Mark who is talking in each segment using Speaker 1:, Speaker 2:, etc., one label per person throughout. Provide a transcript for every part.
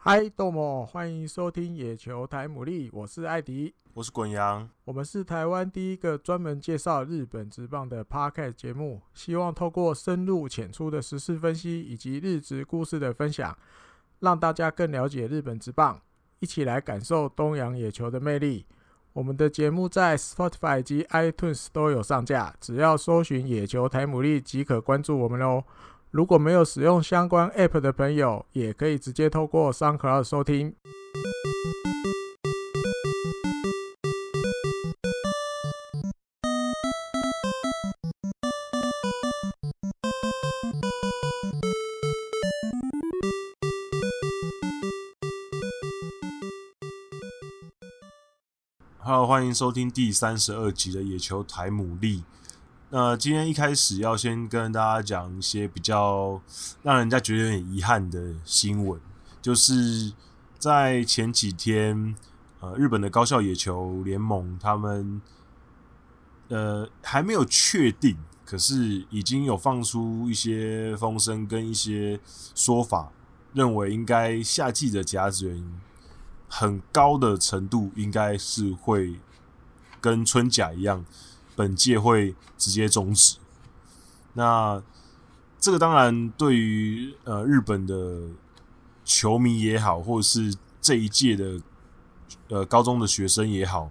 Speaker 1: 嗨，豆莫，欢迎收听野球台牡蛎，我是艾迪。
Speaker 2: 我是滚羊，
Speaker 1: 我们是台湾第一个专门介绍日本职棒的 Podcast 节目，希望透过深入浅出的时事分析以及日职故事的分享，让大家更了解日本职棒，一起来感受东洋野球的魅力。我们的节目在 Spotify 及 iTunes 都有上架，只要搜寻“野球台姆利”即可关注我们哦。如果没有使用相关 App 的朋友，也可以直接透过 SoundCloud 收听。
Speaker 2: 好，欢迎收听第三十二集的野球台牡蛎。那今天一开始要先跟大家讲一些比较让人家觉得有点遗憾的新闻，就是在前几天，呃，日本的高校野球联盟他们呃还没有确定，可是已经有放出一些风声跟一些说法，认为应该夏季的甲子园很高的程度，应该是会跟春甲一样，本届会直接终止。那这个当然对于呃日本的球迷也好，或者是这一届的呃高中的学生也好，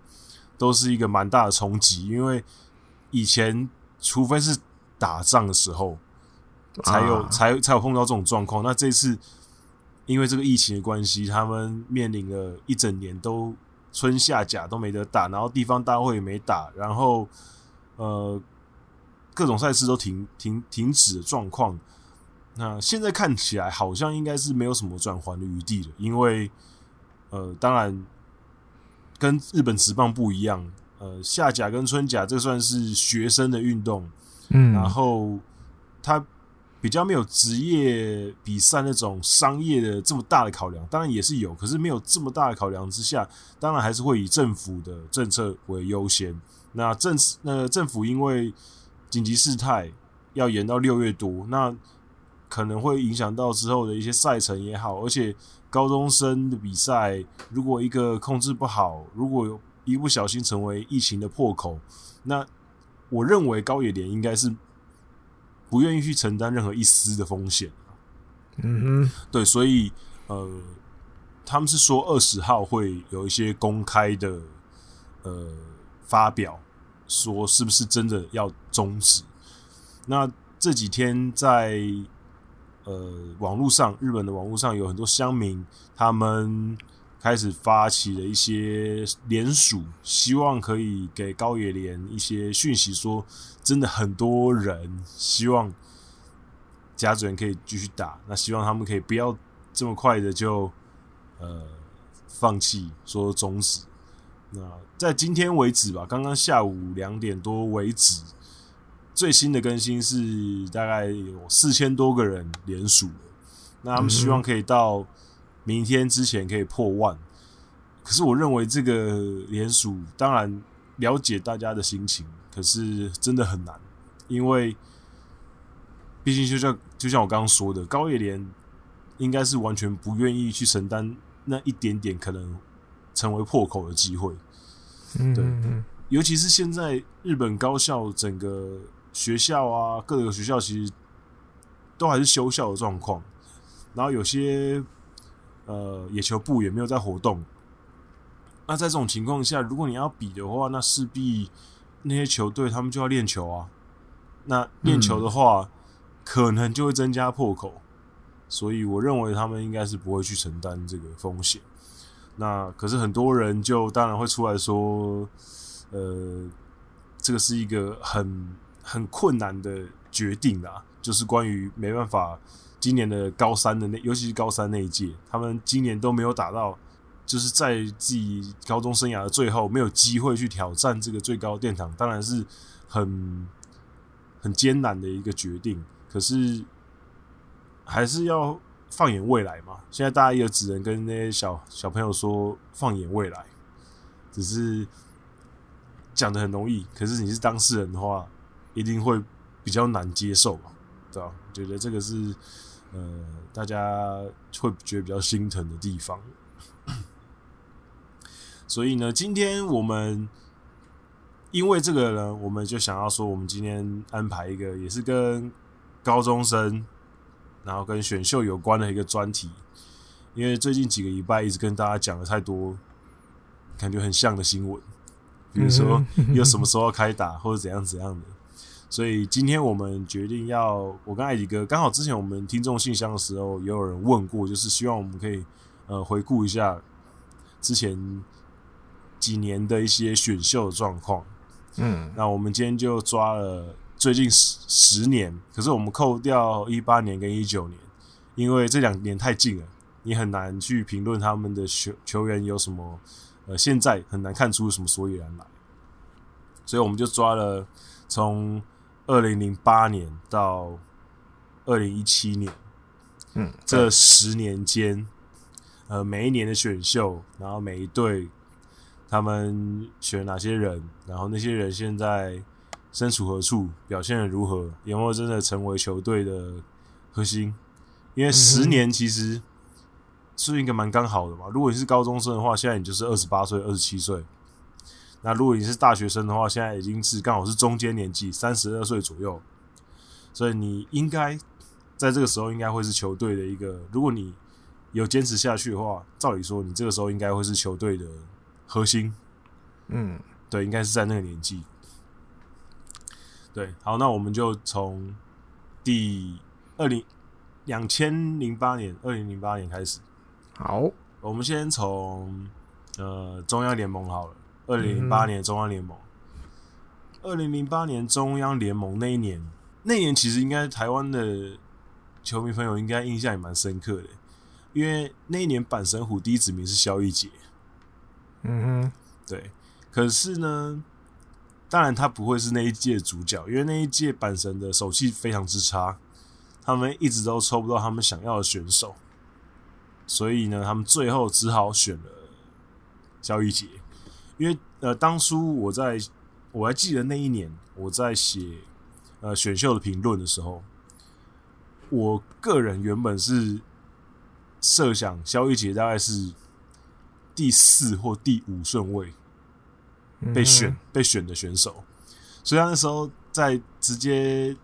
Speaker 2: 都是一个蛮大的冲击，因为以前除非是打仗的时候，才有、
Speaker 1: 啊
Speaker 2: 才才有碰到这种状况。那这次因为这个疫情的关系，他们面临了一整年都春夏甲都没得打，然后地方大会也没打，然后呃各种赛事都停停停止的状况。那现在看起来好像应该是没有什么转圜的余地了，因为呃，当然跟日本职棒不一样，呃，夏甲跟春甲这算是学生的运动，
Speaker 1: 嗯
Speaker 2: 然后他比较没有职业比赛那种商业的这么大的考量，当然也是有，可是没有这么大的考量之下，当然还是会以政府的政策为优先。那政那政府因为紧急事态要延到六月多，那可能会影响到之后的一些赛程也好，而且高中生的比赛，如果一个控制不好，如果有一不小心成为疫情的破口，那我认为高野联应该是不愿意去承担任何一丝的风险。
Speaker 1: 嗯哼，
Speaker 2: 对，所以呃，他们是说二十号会有一些公开的呃发表，说是不是真的要终止。那这几天在呃网络上，日本的网络上有很多乡民，他们开始发起了一些联署，希望可以给高野连一些讯息说真的很多人希望甲子园可以继续打，那希望他们可以不要这么快的就呃放弃说终止。那在今天为止吧，刚刚下午两点多为止，最新的更新是大概有四千多个人联署了，那他们希望可以到明天之前可以破万。可是我认为这个联署，当然了解大家的心情，可是真的很难，因为毕竟就像就像我刚刚说的，高野连应该是完全不愿意去承担那一点点可能成为破口的机会。
Speaker 1: 嗯
Speaker 2: 对
Speaker 1: 嗯
Speaker 2: 尤其是现在日本高校整个学校啊，各个学校其实都还是休校的状况，然后有些呃野球部也没有在活动。那在这种情况下，如果你要比的话，那势必那些球队他们就要练球啊。那练球的话，可能就会增加破口，所以我认为他们应该是不会去承担这个风险。那可是很多人就当然会出来说，呃，这个是一个很很困难的决定啦，就是关于没办法，今年的高三的那，尤其是高三那一届，他们今年都没有打到，就是在自己高中生涯的最后没有机会去挑战这个最高殿堂，当然是很很艰难的一个决定，可是还是要放眼未来嘛。现在大家也只能跟那些小小朋友说放眼未来，只是讲的很容易，可是你是当事人的话，一定会比较难接受嘛，对吧、我觉得这个是呃，大家会觉得比较心疼的地方。 所以呢，今天我们因为这个呢，我们就想要说，我们今天安排一个也是跟高中生，然后跟选秀有关的一个专题，因为最近几个礼拜一直跟大家讲了太多感觉很像的新闻，比如说又什么时候要开打或者怎样怎样的。所以今天我们决定要，我跟艾迪哥刚好之前我们听众信箱的时候，也有人问过，就是希望我们可以呃回顾一下之前几年的一些选秀状况。
Speaker 1: 嗯，
Speaker 2: 那我们今天就抓了最近十十年，可是我们扣掉一八年跟一九年，因为这两年太近了，你很难去评论他们的球球员有什么，呃，现在很难看出什么所以然来。所以我们就抓了从二零零八年到二零一七年，
Speaker 1: 嗯，
Speaker 2: 这十年间，呃，每一年的选秀，然后每一队他们选哪些人，然后那些人现在身处何处，表现的如何，有没有真的成为球队的核心？因为十年其实是一个蛮刚好的嘛。如果你是高中生的话，现在你就是二十八岁、二十七岁；那如果你是大学生的话，现在已经是刚好是中间年纪，三十二岁左右。所以你应该在这个时候应该会是球队的一个，如果你有坚持下去的话，照理说你这个时候应该会是球队的核心，
Speaker 1: 嗯
Speaker 2: 对，应该是在那个年纪。对，好，那我们就从第二零两千零八年，二零零八年开始，
Speaker 1: 好，
Speaker 2: 我们先从呃中央联盟好了，二零零八年中央联盟，二零零八年中央联盟那一年，那一年其实应该台湾的球迷朋友应该印象也蛮深刻的，因为那一年阪神虎第一指名是萧逸杰，
Speaker 1: 嗯
Speaker 2: 对，可是呢，当然他不会是那一届主角，因为那一届阪神的手气非常之差，他们一直都抽不到他们想要的选手，所以呢，他们最后只好选了萧逸杰。因为呃，当初我在我还记得那一年我在写呃选秀的评论的时候，我个人原本是设想萧逸杰大概是第四或第五顺位，
Speaker 1: 嗯哼，
Speaker 2: 被选、被选的选手，所以他那时候在直接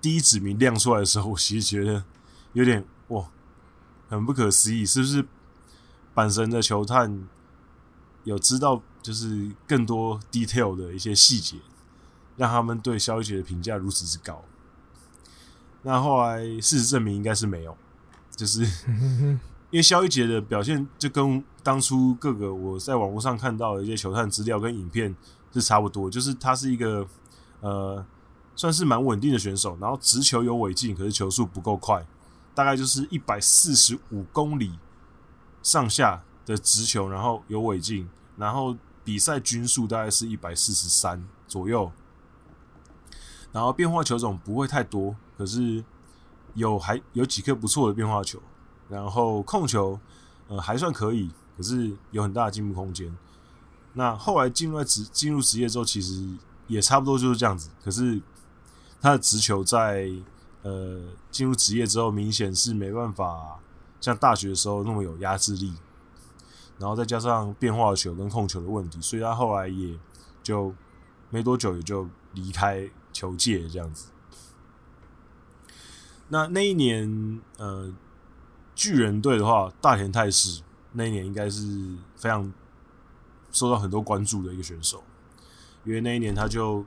Speaker 2: 第一指名亮出来的时候，我其实觉得有点哇，很不可思议，是不是阪神的球探有知道就是更多 detail 的一些细节，让他们对肖一杰的评价如此之高？那后来事实证明应该是没有，就是。
Speaker 1: 嗯哼哼
Speaker 2: 因为肖一杰的表现就跟当初各个我在网络上看到的一些球探资料跟影片是差不多，就是他是一个呃算是蛮稳定的选手，然后直球有尾劲，可是球速不够快，大概就是一百四十五公里上下的直球，然后有尾劲，然后比赛均速大概是一百四十三左右，然后变化球种不会太多，可是有还有几颗不错的变化球。然后控球呃还算可以，可是有很大的进步空间。那后来进入在职进入职业之后，其实也差不多就是这样子。可是他的直球在呃进入职业之后，明显是没办法像大学的时候那么有压制力。然后再加上变化球跟控球的问题，所以他后来也就没多久也就离开球界这样子。那那一年，呃，巨人队的话，大田泰示那一年应该是非常受到很多关注的一个选手，因为那一年他就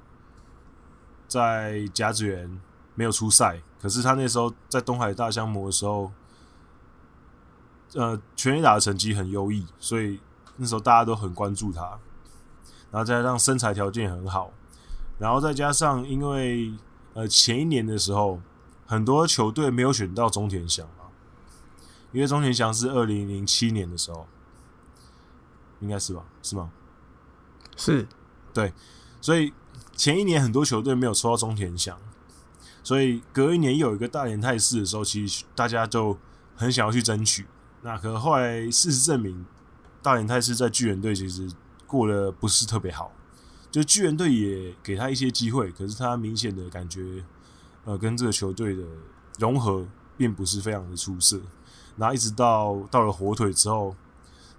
Speaker 2: 在甲子园没有出赛，可是他那时候在东海大相模的时候，呃，全垒打的成绩很优异，所以那时候大家都很关注他，然后再加上身材条件也很好，然后再加上因为呃前一年的时候，很多球队没有选到中田翔嘛，因为中田翔是二零零七年的时候，应该是吧？是吗？
Speaker 1: 是，
Speaker 2: 所以前一年很多球队没有抽到中田翔，所以隔一年又有一个大连泰式的时候，其实大家就很想要去争取。那可后来事实证明，大连泰式在巨人队其实过得不是特别好，就巨人队也给他一些机会，可是他明显的感觉，呃，跟这个球队的融合并不是非常的出色。然后一直到到了火腿之后，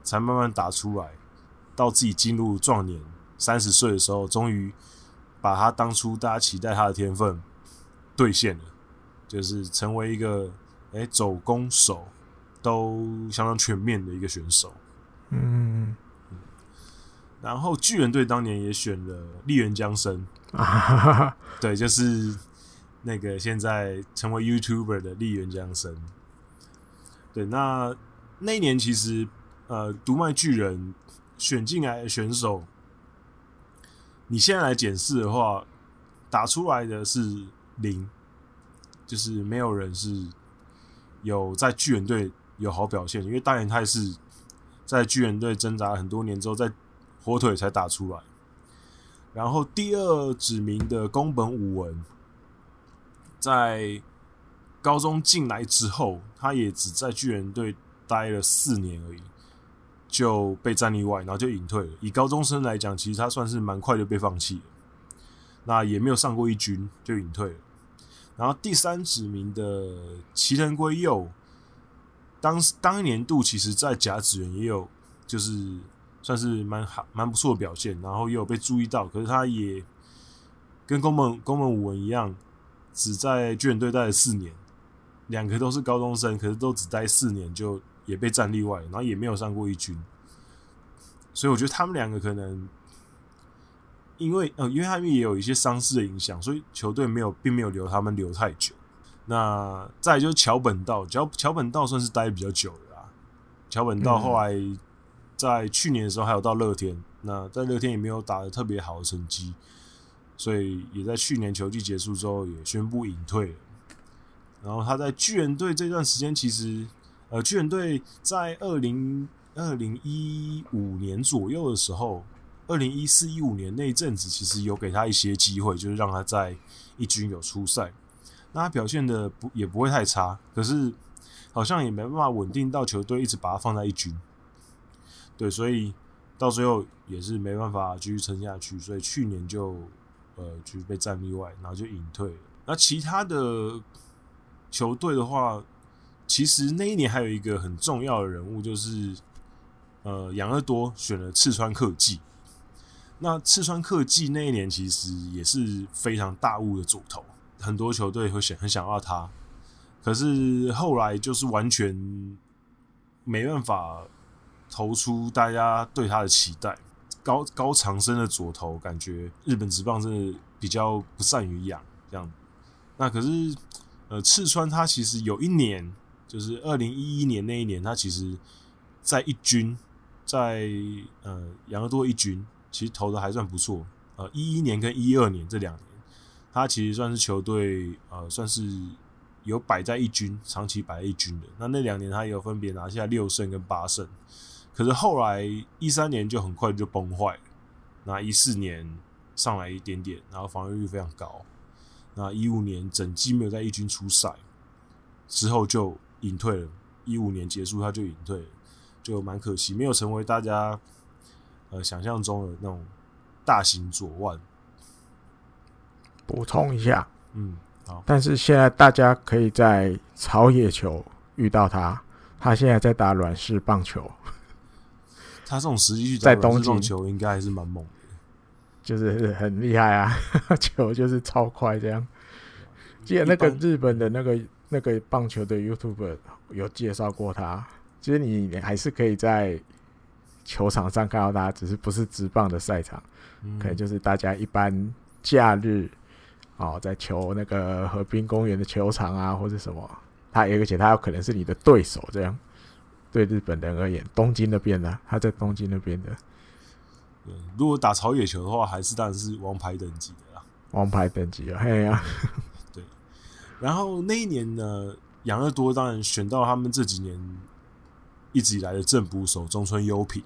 Speaker 2: 才慢慢打出来。到自己进入壮年三十岁的时候，终于把他当初大家期待他的天分兑现了，就是成为一个哎走攻守都相当全面的一个选手。
Speaker 1: 嗯
Speaker 2: 然后巨人队当年也选了利源江生，
Speaker 1: 啊哈哈哈，
Speaker 2: 对，就是那个现在成为 YouTuber 的丽媛江生。对，那那一年其实呃，独卖巨人选进来的选手，你现在来检视的话，打出来的是零，就是没有人是有在巨人队有好表现，因为大元泰是在巨人队挣扎了很多年之后，在火腿才打出来。然后第二指名的宫本武文，在高中进来之后，他也只在巨人队待了四年而已，就被战例外，然后就隐退了。以高中生来讲，其实他算是蛮快就被放弃了，那也没有上过一军就隐退了。然后第三指名的齐藤圭佑，当当年度其实在甲子园也有，就是算是蛮好蛮不错的表现，然后也有被注意到，可是他也跟宫本宫本武文一样，只在巨人队待了四年，两个都是高中生，可是都只待四年就也被战例外，然后也没有上过一军，所以我觉得他们两个可能。因为呃，因为他们也有一些伤势的影响，所以球队没有并没有留他们留太久。那再来就是桥本道，桥桥本道算是待得比较久了啦。桥本道
Speaker 1: 嗯
Speaker 2: 后来在去年的时候还有到乐天，那在乐天也没有打得特别好的成绩，所以也在去年球季结束之后也宣布隐退了。然后他在巨人队这段时间，其实呃，巨人队在二零二零一五年左右的时候，二零一四一五年那一阵子，其实有给他一些机会，就是让他在一军有出赛。那他表现的不也不会太差，可是好像也没办法稳定到球队一直把他放在一军。对，所以到最后也是没办法继续撑下去，所以去年就呃就是被战例外，然后就隐退了。那其他的球队的话，其实那一年还有一个很重要的人物，就是呃养乐多选了赤川克纪。那赤川克纪那一年其实也是非常大物的左投，很多球队会想很想要他，可是后来就是完全没办法投出大家对他的期待。高高长身的左投，感觉日本职棒真的比较不善于养这样。那可是呃，赤川他其实有一年，就是二零一一年那一年，他其实在一军，在呃养乐多一军，其实投的还算不错。呃，一一年跟一二年这两年，他其实算是球队呃算是有摆在一军，长期摆在一军的。那那两年他也有分别拿下六胜跟八胜，可是后来一三年就很快就崩坏了，那一四年上来一点点，然后防御率非常高。那一五年整季没有在一军出赛，之后就隐退了。一五年结束他就隐退了，就蛮可惜，没有成为大家呃想象中的那种大型左腕。
Speaker 1: 补充一下，
Speaker 2: 嗯，好，
Speaker 1: 但是现在大家可以在草野球遇到他，他现在在打软式棒球，
Speaker 2: 他这种实际去
Speaker 1: 在
Speaker 2: 打软
Speaker 1: 东
Speaker 2: 式棒
Speaker 1: 京
Speaker 2: 球应该还是蛮猛的。
Speaker 1: 就是很厉害啊， 球就是超快这样。记得那个
Speaker 2: 一般
Speaker 1: 日本的那个那个棒球的 YouTube 有介绍过他，其实你你还是可以在球场上看到他，只是不是直棒的赛场，
Speaker 2: 嗯
Speaker 1: 可能就是大家一般假日哦，在球那个河滨公园的球场啊，或者什么，他而且他有可能是你的对手，这样对日本人而言，东京那边呢、他在东京那边的
Speaker 2: 对如果打草野球的话，还是当然是王牌等级的啦。
Speaker 1: 王牌等级啊，嘿呀、
Speaker 2: 然后那一年呢，养乐多当然选到他们这几年一直以来的正捕手中村优平。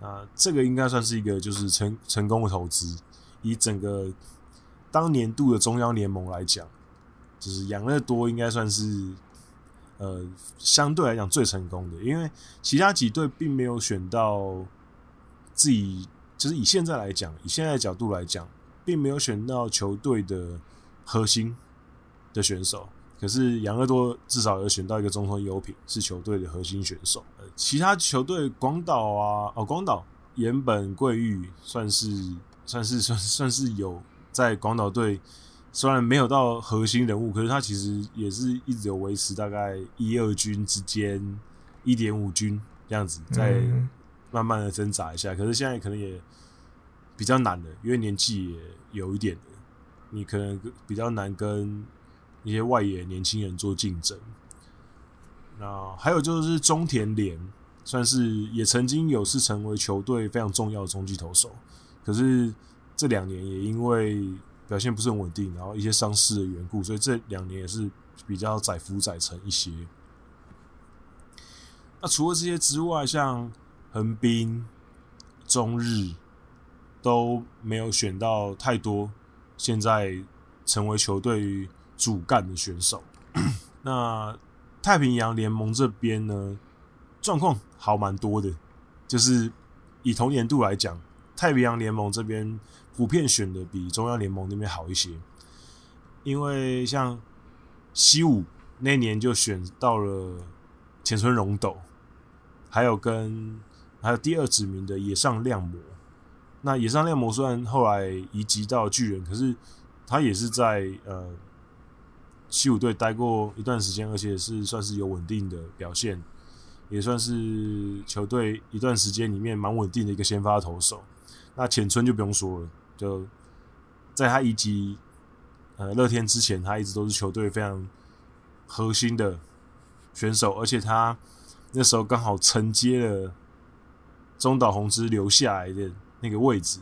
Speaker 2: 那这个应该算是一个就是成成功的投资，以整个当年度的中央联盟来讲，就是养乐多应该算是呃相对来讲最成功的，因为其他几队并没有选到自己，就是以现在来讲，以现在的角度来讲，并没有选到球队的核心的选手，可是养乐多至少有选到一个中锋优品，是球队的核心选手。呃，其他球队广岛啊，哦，广岛岩本贵玉算是算是算算是有在广岛队，虽然没有到核心人物，可是他其实也是一直有维持大概一二军之间，一点五军这样子，在
Speaker 1: 嗯
Speaker 2: 慢慢的挣扎一下。可是现在可能也比较难了，因为年纪也有一点了，你可能比较难跟一些外野年轻人做竞争。那还有就是中田联，算是也曾经有是成为球队非常重要的中继投手，可是这两年也因为表现不是很稳定，然后一些伤势的缘故，所以这两年也是比较载浮载沉一些。那除了这些之外，像横滨、中日都没有选到太多现在成为球队主干的选手。那太平洋联盟这边呢，状况好蛮多的，就是以同年度来讲，太平洋联盟这边普遍选的比中央联盟那边好一些，因为像西武那年就选到了浅村荣斗，还有跟还有第二指名的野上亮魔。那野上亮魔虽然后来移籍到巨人，可是他也是在呃西武队待过一段时间，而且是算是有稳定的表现，也算是球队一段时间里面蛮稳定的一个先发投手。那浅村就不用说了，就在他移籍呃乐天之前，他一直都是球队非常核心的选手，而且他那时候刚好承接了中岛宏之留下来的那个位置，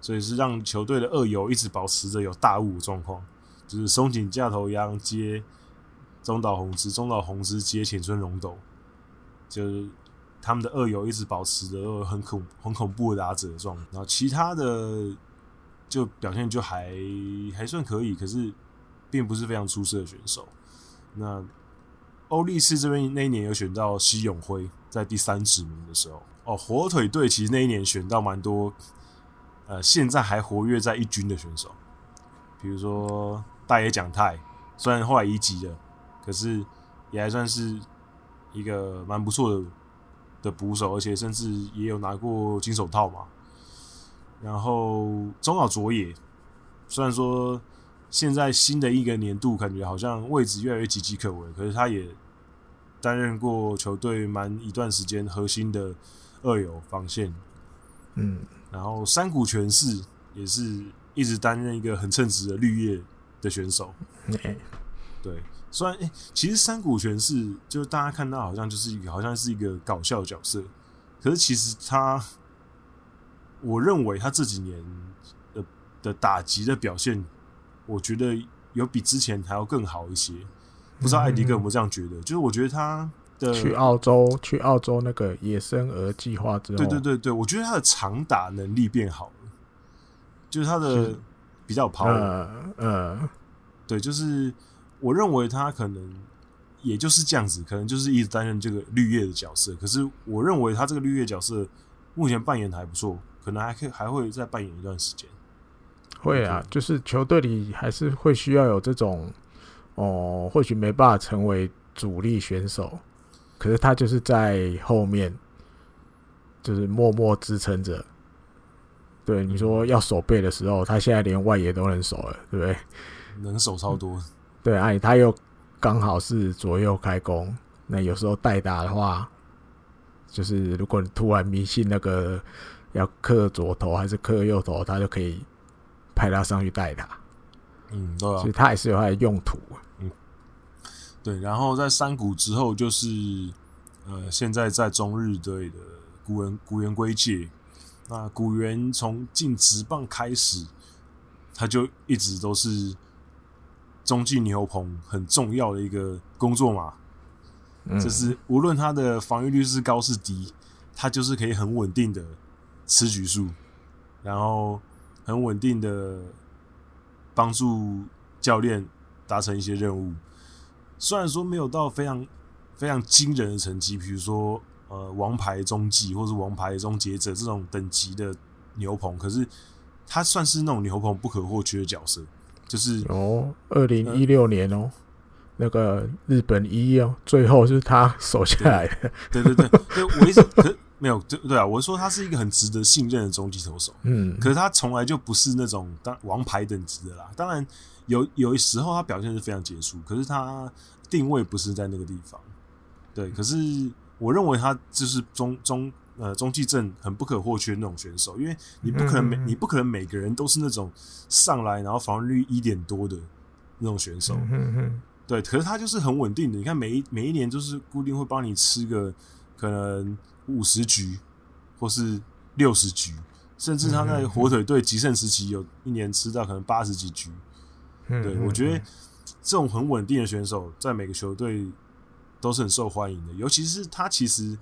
Speaker 2: 所以是让球队的二游一直保持着有大雾的状况，就是松井架头央接中岛宏之，中岛宏之接浅村荣斗，就是他们的二游一直保持着很恐很恐怖的打者的状况，然后其他的就表现就还还算可以，可是并不是非常出色的选手。那欧力士这边那一年有选到西永辉，在第三指名的时候，哦，火腿队其实那一年选到蛮多，呃，现在还活跃在一军的选手，比如说大野奖太，虽然后来移籍了，可是也还算是一个蛮不错的的捕手，而且甚至也有拿过金手套嘛。然后中岛卓也，虽然说现在新的一个年度感觉好像位置越来越岌岌可危，可是他也担任过球队蛮一段时间核心的二游防线。
Speaker 1: 嗯
Speaker 2: 然后山谷全士也是一直担任一个很称职的绿叶的选手。
Speaker 1: 哎
Speaker 2: 对，虽然、诶其实山谷全是就是大家看到好像就是一个好像是一个搞笑角色，可是其实他，我认为他这几年的呃的打击的表现，我觉得有比之前还要更好一些。不知道艾迪哥有没有这样觉得？就是我觉得他的
Speaker 1: 去澳洲去澳洲那个野生鹅计划之后，
Speaker 2: 对对对对，我觉得他的长打能力变好了，就是他的
Speaker 1: 是
Speaker 2: 比较有 power。
Speaker 1: 呃呃，
Speaker 2: 对，就是我认为他可能也就是这样子，可能就是一直担任这个绿叶的角色。可是我认为他这个绿叶角色目前扮演的还不错，可能还可以还会再扮演一段时间。
Speaker 1: 会啊，就是球队里还是会需要有这种哦，或许没办法成为主力选手，可是他就是在后面，就是默默支撑着。对你说要守备的时候，他现在连外野都能守了，对不对？
Speaker 2: 能手超多，
Speaker 1: 对，哎、他又刚好是左右开弓，那有时候代打的话，就是如果你突然迷信那个要克左投还是克右投，他就可以派他上去代打，
Speaker 2: 嗯，对啊
Speaker 1: 所以，他也是有他的用途。
Speaker 2: 对。然后在山谷之后，就是呃，现在在中日队的古原古原圭介，那古原从进职棒开始，他就一直都是中继牛棚很重要的一个工作嘛。
Speaker 1: 嗯，
Speaker 2: 就是无论他的防御率是高是低，他就是可以很稳定的吃局数，然后很稳定的帮助教练达成一些任务。虽然说没有到非常非常惊人的成绩，比如说呃王牌中继或是王牌终结者这种等级的牛棚，可是他算是那种牛棚不可或缺的角色，就是
Speaker 1: 哦，二零一六年哦，那个日本一哦，最后是他守下来的。
Speaker 2: 对对对，对我一直可没有对对啊，我说他是一个很值得信任的中继投手，
Speaker 1: 嗯，
Speaker 2: 可是他从来就不是那种当王牌等级的啦。当然有有时候他表现是非常杰出，可是他定位不是在那个地方。
Speaker 1: 嗯
Speaker 2: 对，可是我认为他就是中中呃中继阵很不可或缺那种选手，因为你不可能每、
Speaker 1: 嗯嗯嗯
Speaker 2: 你不可能每个人都是那种上来然后防御率一点多的那种选手。
Speaker 1: 嗯哼哼
Speaker 2: 对，可是他就是很稳定的。你看每一每一年就是固定会帮你吃个可能五十局，或是六十局，甚至他在火腿队极盛时期有一年吃到可能八十几局。
Speaker 1: 嗯
Speaker 2: 对，
Speaker 1: 嗯
Speaker 2: 我觉得
Speaker 1: 嗯
Speaker 2: 这种很稳定的选手在每个球队都是很受欢迎的，尤其是他其实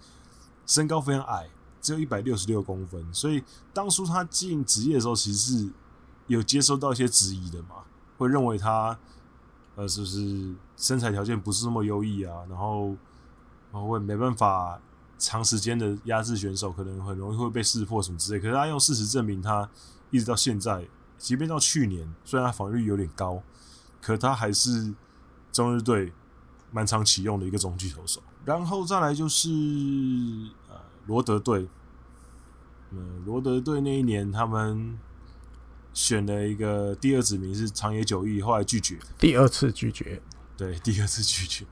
Speaker 2: 身高非常矮，只有一百六十六公分，所以当初他进职业的时候，其实是有接收到一些质疑的嘛，会认为他呃是不是身材条件不是那么优异啊，然后然后会没办法。长时间的压制选手可能很容易会被识破什么之类，可是他用事实证明他一直到现在，即便到去年，虽然他防御率有点高，可他还是中日队蛮常启用的一个中继投手。然后再来就是呃罗德队，呃罗德队那一年他们选了一个第二指名是长野久义，后来拒绝，
Speaker 1: 第二次拒绝
Speaker 2: 对，第二次拒绝，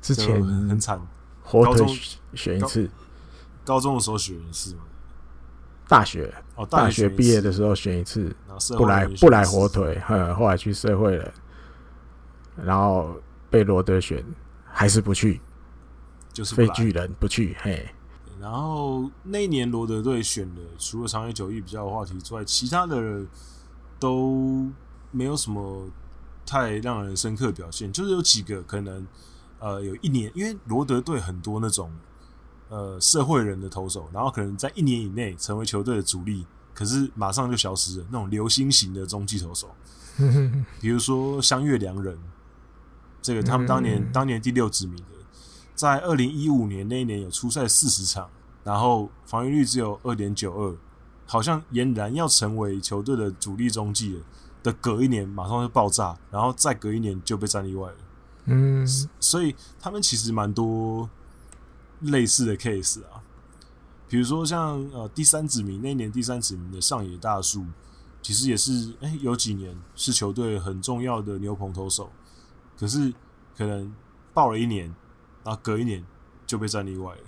Speaker 1: 之
Speaker 2: 就
Speaker 1: 前
Speaker 2: 很很惨。
Speaker 1: 火
Speaker 2: 高
Speaker 1: 腿
Speaker 2: 中
Speaker 1: 选一
Speaker 2: 高
Speaker 1: 次，
Speaker 2: 高中的时候选一次嘛，
Speaker 1: 大学
Speaker 2: 哦，
Speaker 1: 大
Speaker 2: 大学
Speaker 1: 学
Speaker 2: 选一
Speaker 1: 毕业
Speaker 2: 次
Speaker 1: 的，时候选一次，
Speaker 2: 然后社
Speaker 1: 不
Speaker 2: 会
Speaker 1: 来
Speaker 2: 人选
Speaker 1: 不
Speaker 2: 一
Speaker 1: 来
Speaker 2: 次
Speaker 1: 火，腿，哼，后来去社会了，然后被罗德选，还是不去，
Speaker 2: 就是不
Speaker 1: 非
Speaker 2: 来
Speaker 1: 巨人不去，嘿，
Speaker 2: 然后那一年罗德队选的，除了长野久义比较有话题之外，其他的都没有什么太让人深刻的表现。就是有几个可能，呃，有一年，因为罗德队很多那种呃社会人的投手，然后可能在一年以内成为球队的主力，可是马上就消失了，那种流星型的中继投手，比如说相月良人，这个他们当年、
Speaker 1: 嗯
Speaker 2: 当年第六指名的，在二零一五年那一年有出赛四十场，然后防御率只有二点九二，好像俨然要成为球队的主力中继了。的隔一年马上就爆炸，然后再隔一年就被战例外了。
Speaker 1: 嗯，
Speaker 2: 所以他们其实蛮多类似的 case 啊，比如说像呃第三指名那一年第三指名的上野大树，其实也是哎、诶有几年是球队很重要的牛棚投手，可是可能爆了一年，然后隔一年就被战例外了。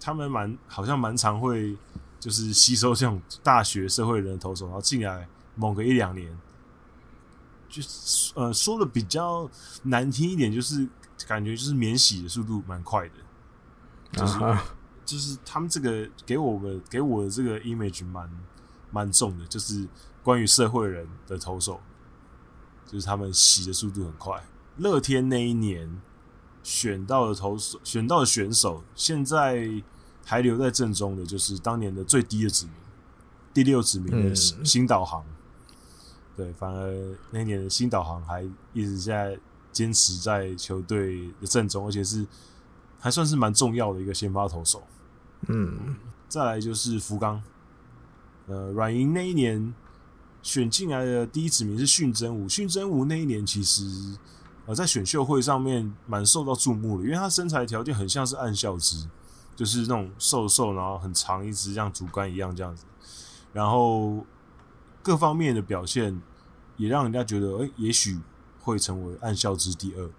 Speaker 2: 他们蛮好像蛮常会就是吸收这种大学社会人的投手，然后进来猛个一两年，就是呃说的比较难听一点，就是感觉就是免洗的速度蛮快的，就
Speaker 1: 啊
Speaker 2: 是
Speaker 1: 哈，
Speaker 2: 就是他们这个给我们给我的这个 image 蛮蛮重的，就是关于社会人的投手，就是他们洗的速度很快。乐天那一年选到的投手，选到的选手，现在还留在正中的，就是当年的最低的指名，第六指名的
Speaker 1: 嗯
Speaker 2: 新新导航。对，反而那一年的新导航还一直在坚持在球队的正中，而且是还算是蛮重要的一个先发投手。
Speaker 1: 嗯，
Speaker 2: 再来就是福冈，呃，软银那一年选进来的第一指名是训真武，训真武那一年其实呃在选秀会上面蛮受到注目的，因为他身材条件很像是暗孝之，就是那种瘦瘦，然后很长一只，像竹竿一样这样子，然后各方面的表现也让人家觉得，哎、也许会成为暗孝之第二。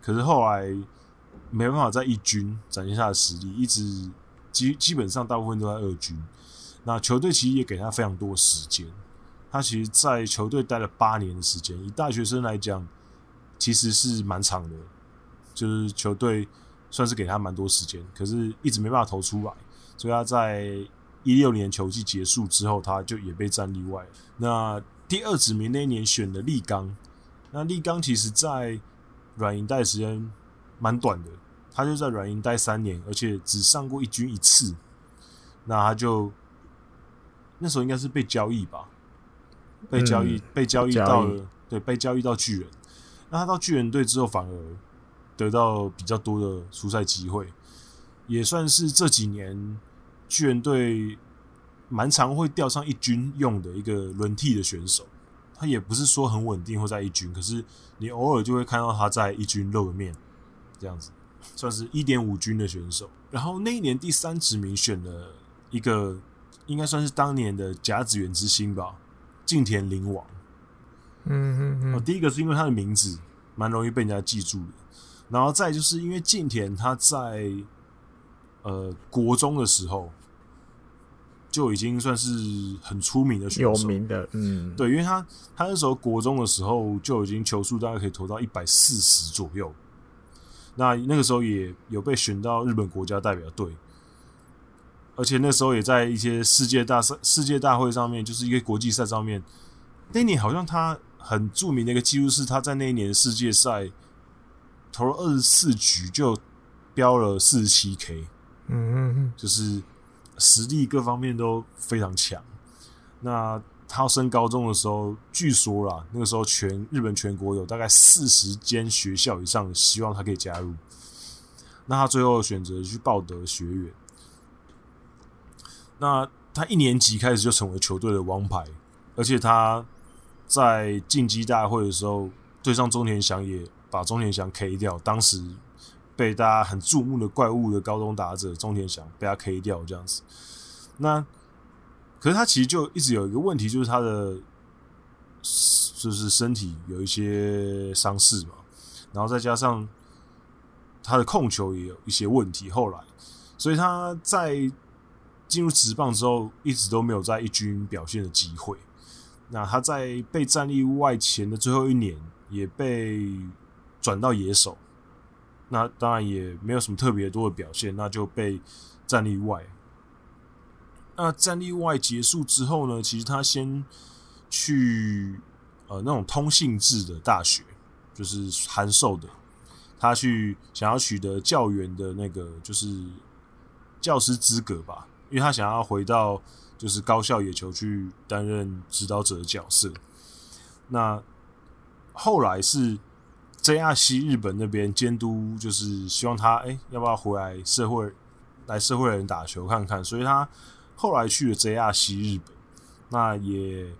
Speaker 2: 可是后来没办法在一军展现他的实力，一直基基本上大部分都在二军。那球队其实也给他非常多时间，他其实，在球队待了八年的时间，以大学生来讲，其实是蛮长的，就是球队算是给他蛮多时间，可是一直没办法投出来，所以他在一六年球季结束之后，他就也被战例外了。那第二指名那一年选的立刚，那立刚其实在软银待的时间蛮短的，他就在软银待三年，而且只上过一军一次。那他就那时候应该是被交易吧，被交易、
Speaker 1: 嗯
Speaker 2: 被交易
Speaker 1: 交易
Speaker 2: 到了，对，被交易到巨人。那他到巨人队之后，反而得到比较多的出赛机会，也算是这几年巨人队蛮常会调上一军用的一个轮替的选手。他也不是说很稳定或在一军，可是你偶尔就会看到他在一军露个面，这样子算是一点五军的选手。然后那一年第三指名选了一个，应该算是当年的甲子园之星吧，近田林王。
Speaker 1: 嗯嗯
Speaker 2: 哦，
Speaker 1: 嗯，
Speaker 2: 第一个是因为他的名字蛮容易被人家记住的，然后再就是因为近田他在呃国中的时候就已经算是很出名的选手，
Speaker 1: 有名的，嗯，，
Speaker 2: 对，因为他他那时候国中的时候就已经球速大概可以投到一百四十左右，那那个时候也有被选到日本国家代表队，而且那时候也在一些世界大赛、世界大会上面，就是一个国际赛上面，那一年好像他很著名的一个记录是他在那一年世界赛投了二十四局就飙了四十七 K，
Speaker 1: 嗯嗯
Speaker 2: 就是实力各方面都非常强。那他升高中的时候，据说啦，那个时候全日本全国有大概四十间学校以上希望他可以加入。那他最后选择去报德学院。那他一年级开始就成为球队的王牌，而且他在晋级大会的时候对上中田翔，也把中田翔 K 掉。当时被大家很注目的怪物的高中打者中田翔被他 K 掉这样子。那可是他其实就一直有一个问题，就是他的就是身体有一些伤势嘛，然后再加上他的控球也有一些问题，后来，所以他在进入职棒之后，一直都没有在一军表现的机会。那他在被战力外前的最后一年，也被转到野手，那当然也没有什么特别多的表现，那就被战力外。那战力外结束之后呢，其实他先去呃那种通信制的大学，就是函授的，他去想要取得教员的那个就是教师资格吧，因为他想要回到就是高校野球去担任指导者的角色。那后来是 JR 西日本那边监督，就是希望他哎、诶要不要回来社会来社会人打球看看，所以他后来去了 JR 西日本，那也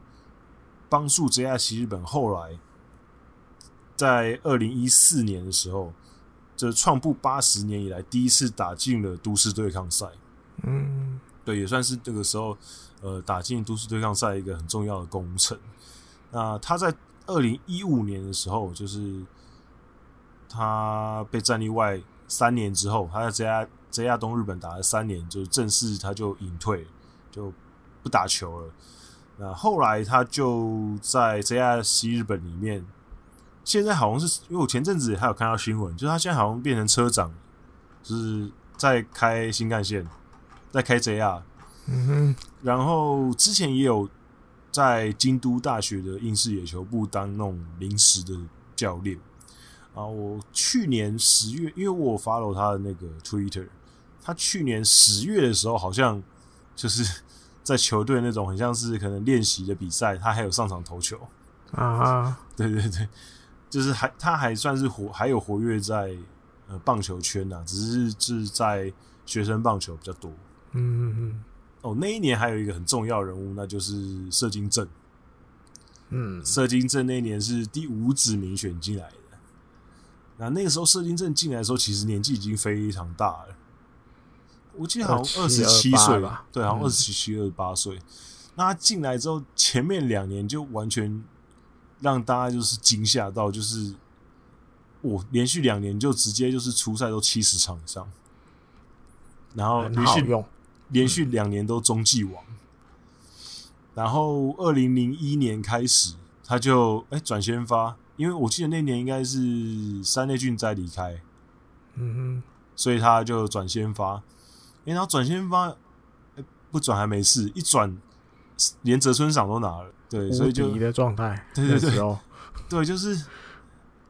Speaker 2: 帮助 JR 西日本后来在二零一四年的时候，这创部八十年以来第一次打进了都市对抗赛。
Speaker 1: 嗯
Speaker 2: 对，也算是这个时候呃打进都市对抗赛一个很重要的工程。那他在二零一五年的时候，就是他被战力外三年之后，他在 JR JR 东日本打了三年，就是正式他就隐退，就不打球了。那后来他就在 JR 西日本里面，现在好像是因为我前阵子还有看到新闻，就是他现在好像变成车长，就是在开新干线，在开 JR，
Speaker 1: 嗯
Speaker 2: 然后之前也有在京都大学的应试野球部当那种临时的教练啊。我去年十月，因为我有 follow 他的那个 Twitter，他去年十月的时候好像就是在球队那种很像是可能练习的比赛，他还有上场投球。
Speaker 1: 啊，
Speaker 2: 对对对，就是还他还算是活，还有活跃在呃棒球圈呐、只是是在学生棒球比较多。
Speaker 1: 嗯嗯
Speaker 2: 哦，那一年还有一个很重要人物，那就是社金正。
Speaker 1: 嗯
Speaker 2: 社金正那一年是第五指名选进来的。那那个时候社金正进来的时候，其实年纪已经非常大了，我记得好像二十
Speaker 1: 27
Speaker 2: 七岁
Speaker 1: 吧
Speaker 2: 对，好像
Speaker 1: 嗯
Speaker 2: 二十七、二十八岁。那他进来之后，前面两年就完全让大家就是惊吓到，就是我连续两年就直接就是初赛都七十场以上，然后
Speaker 1: 很
Speaker 2: 连
Speaker 1: 好
Speaker 2: 续
Speaker 1: 用，
Speaker 2: 连续两年都中继王。然后二零零一年开始，他就哎转先发，因为我记得那年应该是山内俊哉离开，
Speaker 1: 嗯
Speaker 2: 所以他就转先发。哎，然后转先发，哎不转还没事，一转连泽村赏都拿了，对，
Speaker 1: 嗯，
Speaker 2: 所
Speaker 1: 无
Speaker 2: 以就
Speaker 1: 敌的状态，
Speaker 2: 对对
Speaker 1: 那时候，
Speaker 2: 对，就是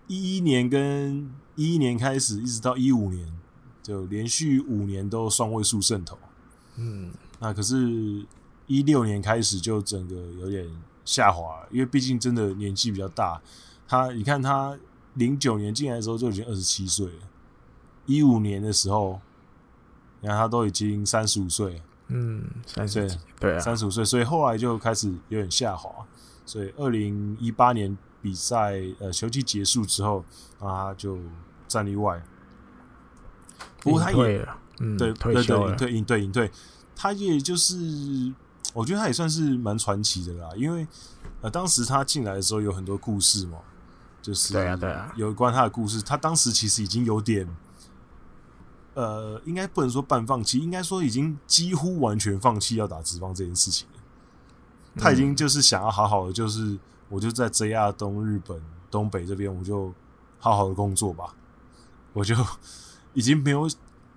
Speaker 2: 一一年跟一一年开始，一直到一五年，就连续五年都双位数胜投。
Speaker 1: 嗯
Speaker 2: 那可是，一六年开始就整个有点下滑了，因为毕竟真的年纪比较大。他，你看他零九年进来的时候就已经二十七岁了，一五年的时候，你看他都已经三十五岁了，
Speaker 1: 嗯，三十
Speaker 2: 对
Speaker 1: 几，对啊，
Speaker 2: 三十五岁，所以后来就开始有点下滑。所以二零一八年比赛呃球季结束之后，啊他就战例外。不过他
Speaker 1: 隐退
Speaker 2: 也
Speaker 1: 了，嗯，
Speaker 2: 对
Speaker 1: 退
Speaker 2: 对
Speaker 1: 休了
Speaker 2: 对隐，退隐退隐退，他也就是我觉得他也算是蛮传奇的啦，因为呃当时他进来的时候有很多故事嘛，就是
Speaker 1: 对啊对啊，
Speaker 2: 有关他的故事，他当时其实已经有点，呃，应该不能说半放弃，应该说已经几乎完全放弃要打直棒这件事情了。他
Speaker 1: 嗯
Speaker 2: 已经就是想要好好的，就是我就在 JR 东日本东北这边，我就好好的工作吧，我就已经没有，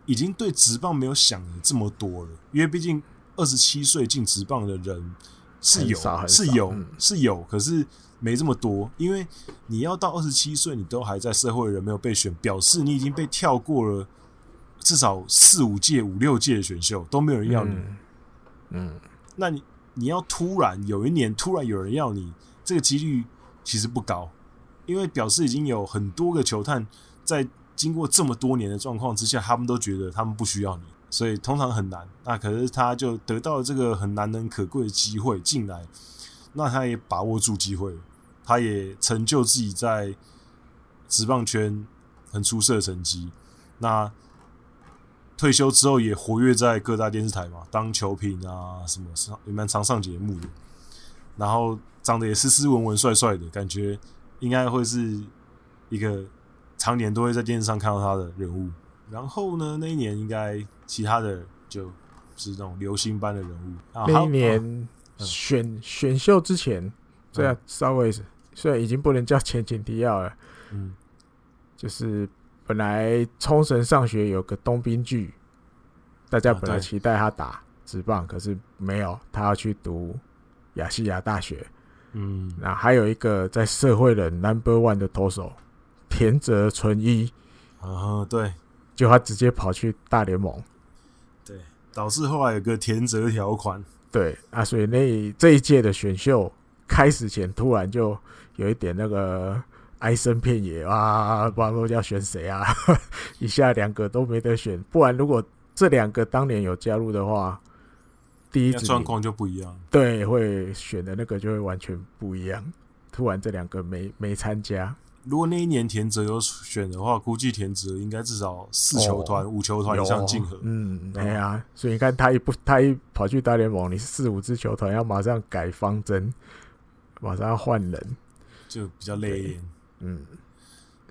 Speaker 2: 已经对直棒没有想的这么多了，因为毕竟二十七岁进直棒的人是
Speaker 1: 很
Speaker 2: 有
Speaker 1: 少很
Speaker 2: 是
Speaker 1: 少
Speaker 2: 有、
Speaker 1: 嗯
Speaker 2: 是有，可是没这么多，因为你要到二十七岁，你都还在社会人没有被选，表示你已经被跳过了至少四五届、五六届的选秀都没有人要你，
Speaker 1: 嗯嗯，
Speaker 2: 那你你要突然有一年突然有人要你，这个几率其实不高，因为表示已经有很多个球探在经过这么多年的状况之下，他们都觉得他们不需要你，所以通常很难。那可是他就得到了这个很难能可贵的机会进来，那他也把握住机会，他也成就自己在职棒圈很出色的成绩。那退休之后也活跃在各大电视台嘛，当球评啊什么上也蛮常上节目的。然后长得也斯斯文文、帅帅的，感觉应该会是一个常年都会在电视上看到他的人物。然后呢，那一年应该其他的就是那种流星般的人物啊。还
Speaker 1: 那一
Speaker 2: 有啊
Speaker 1: 年啊选选秀之前，这样稍微虽然已经不能叫前景提要了，
Speaker 2: 嗯，
Speaker 1: 就是本来冲绳上学有个东滨剧，大家
Speaker 2: 啊
Speaker 1: 本来
Speaker 2: 对
Speaker 1: 期待他打职棒，可是没有，他要去读亚细亚大学。
Speaker 2: 嗯，
Speaker 1: 那还有一个在社会人 Number One 的投手田泽纯一，
Speaker 2: 啊，对
Speaker 1: 就他直接跑去大联盟。
Speaker 2: 对，导致后来有个田泽条款，
Speaker 1: 对啊，所以那这一届的选秀开始前，突然就有一点那个哀声遍野啊，不然我要选谁啊？ 以下两个都没得选，不然如果这两个当年有加入的话，第一
Speaker 2: 那
Speaker 1: 指
Speaker 2: 状
Speaker 1: 名
Speaker 2: 况就不一样。
Speaker 1: 对会选的那个就会完全不一样。突然这两个没没参加，
Speaker 2: 如果那一年田泽有选的话，估计田泽应该至少四球团、五球团以上竞合。哦
Speaker 1: 嗯，哎呀、所以你看他一不他一跑去大联盟，你四五支球团要马上改方针，马上要换人，
Speaker 2: 就比较累一点。
Speaker 1: 嗯。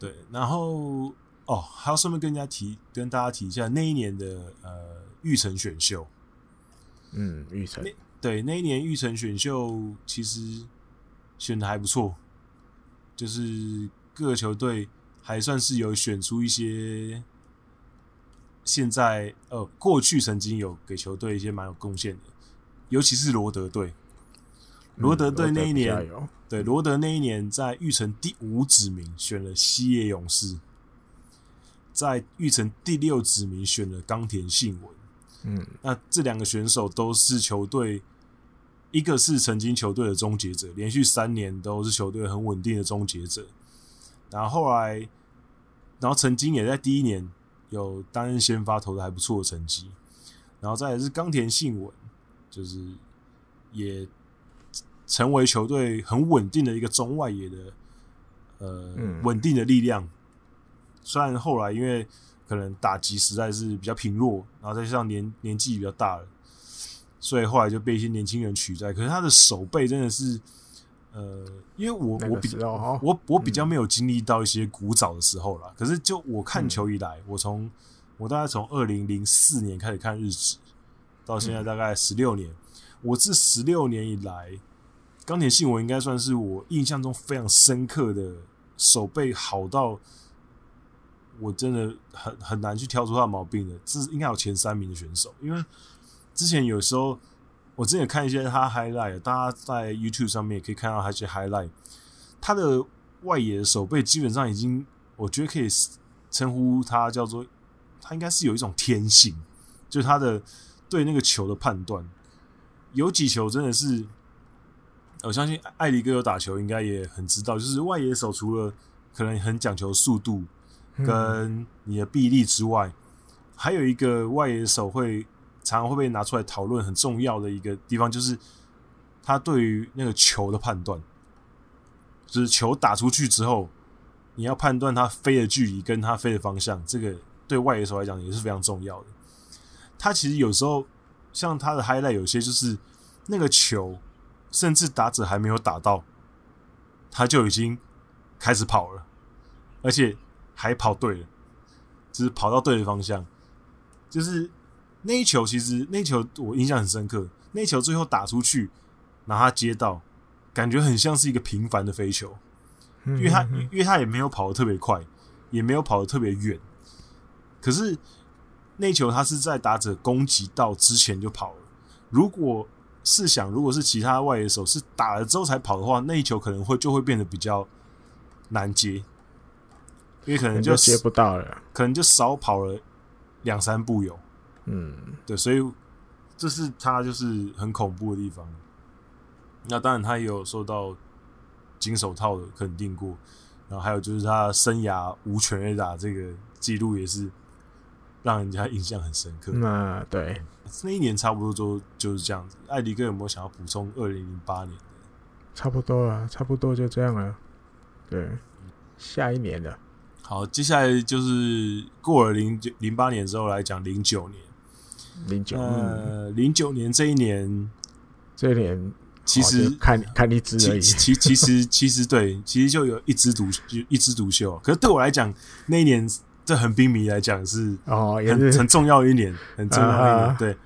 Speaker 2: 对，然后哦，还要顺便跟人家提，跟大家提一下那一年的呃玉成选秀。
Speaker 1: 嗯，玉成
Speaker 2: 那对，那一年玉成选秀其实选的还不错，就是各个球队还算是有选出一些现在呃过去曾经有给球队一些蛮有贡献的，尤其是罗德队。罗德队那一年
Speaker 1: 嗯罗德比较有
Speaker 2: 对，罗德那一年在玉成第五指名选了西野勇士，在玉成第六指名选了冈田信文。
Speaker 1: 嗯
Speaker 2: 那这两个选手都是球队，一个是曾经球队的终结者，连续三年都是球队很稳定的终结者。然后后来，然后曾经也在第一年有担任先发，投的还不错的成绩。然后再来是冈田信文，就是也成为球队很稳定的一个中外野的呃
Speaker 1: 嗯
Speaker 2: 稳定的力量。虽然后来因为可能打击实在是比较贫弱，然后再加上年年纪比较大了，所以后来就被一些年轻人取代。可是他的手背真的是，呃，因为我
Speaker 1: 那
Speaker 2: 我
Speaker 1: 个
Speaker 2: 比
Speaker 1: 时候哦嗯哈，
Speaker 2: 我我比较没有经历到一些古早的时候啦。可是就我看球以来，我从我大概从二零零四年开始看日职，到现在大概十六年。我这十六年以来，钢铁信我应该算是我印象中非常深刻的手背好到。我真的很很难去挑出他的毛病的，这是应该有前三名的选手，因为之前有时候我之前有看一些他 highlight，大家在 YouTube 上面也可以看到他一些 highlight，他的外野的手背基本上已经，我觉得可以称呼他叫做，他应该是有一种天性，就是他的对那个球的判断，有几球真的是，我相信艾迪哥有打球，应该也很知道，就是外野手除了可能很讲求速度
Speaker 1: 嗯
Speaker 2: 跟你的臂力之外，还有一个外野手会常常会被拿出来讨论很重要的一个地方，就是他对于那个球的判断，就是球打出去之后，你要判断它飞的距离跟它飞的方向，这个对外野手来讲也是非常重要的。他其实有时候像他的 highlight 有些就是那个球，甚至打者还没有打到，他就已经开始跑了，而且还跑对了，就是跑到对的方向。就是那一球，其实那一球我印象很深刻，那一球最后打出去，然后他接到，感觉很像是一个平凡的飞球，
Speaker 1: 因
Speaker 2: 因为他
Speaker 1: 嗯
Speaker 2: 因为他也没有跑得特别快，也没有跑得特别远，可是那球他是在打者攻击到之前就跑了。如果试想，如果是其他外野手是打了之后才跑的话，那一球可能会就会变得比较难接，因为可能
Speaker 1: 就
Speaker 2: 就
Speaker 1: 接不到了。
Speaker 2: 可能就少跑了两三步有。
Speaker 1: 嗯，
Speaker 2: 对，所以这是他就是很恐怖的地方。那当然，他也有受到金手套的肯定过，然后还有就是他生涯无全垒打这个记录也是让人家印象很深刻。
Speaker 1: 那对，
Speaker 2: 那一年差不多就就是这样子。艾迪哥有没有想要补充二零零八年？
Speaker 1: 差不多了，差不多就这样了。对，下一年了。
Speaker 2: 好，接下来就是过了零零八年之后来讲零九年。
Speaker 1: 零九、嗯，
Speaker 2: 呃，零九年这一年
Speaker 1: 这一年
Speaker 2: 其
Speaker 1: 哦
Speaker 2: 实
Speaker 1: 就看看一只而
Speaker 2: 其
Speaker 1: 已。
Speaker 2: 其其实其实对，其实就有一枝独就一枝独秀。可是对我来讲，那一年对横滨迷来讲是
Speaker 1: 哦，也
Speaker 2: 很
Speaker 1: 是
Speaker 2: 很重要的一年，很重要的一
Speaker 1: 啊
Speaker 2: 年。对，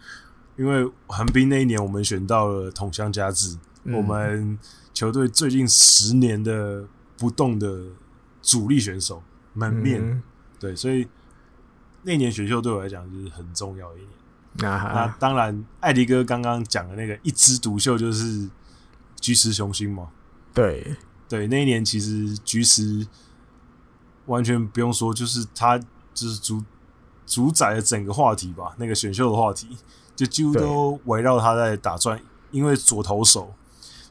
Speaker 2: 因为横滨那一年我们选到了桶乡佳治，
Speaker 1: 嗯
Speaker 2: 我们球队最近十年的不动的主力选手门面。
Speaker 1: 嗯
Speaker 2: 对，所以那一年选秀对我来讲就是很重要的一年。
Speaker 1: 啊
Speaker 2: 那
Speaker 1: 哈，
Speaker 2: 当然，艾迪哥刚刚讲的那个一枝独秀就是菊池雄心嘛。
Speaker 1: 对，
Speaker 2: 对，那一年其实菊池完全不用说，就是他就是主主宰了整个话题吧，那个选秀的话题就几乎
Speaker 1: 对
Speaker 2: 都围绕他在打转，因为左投手，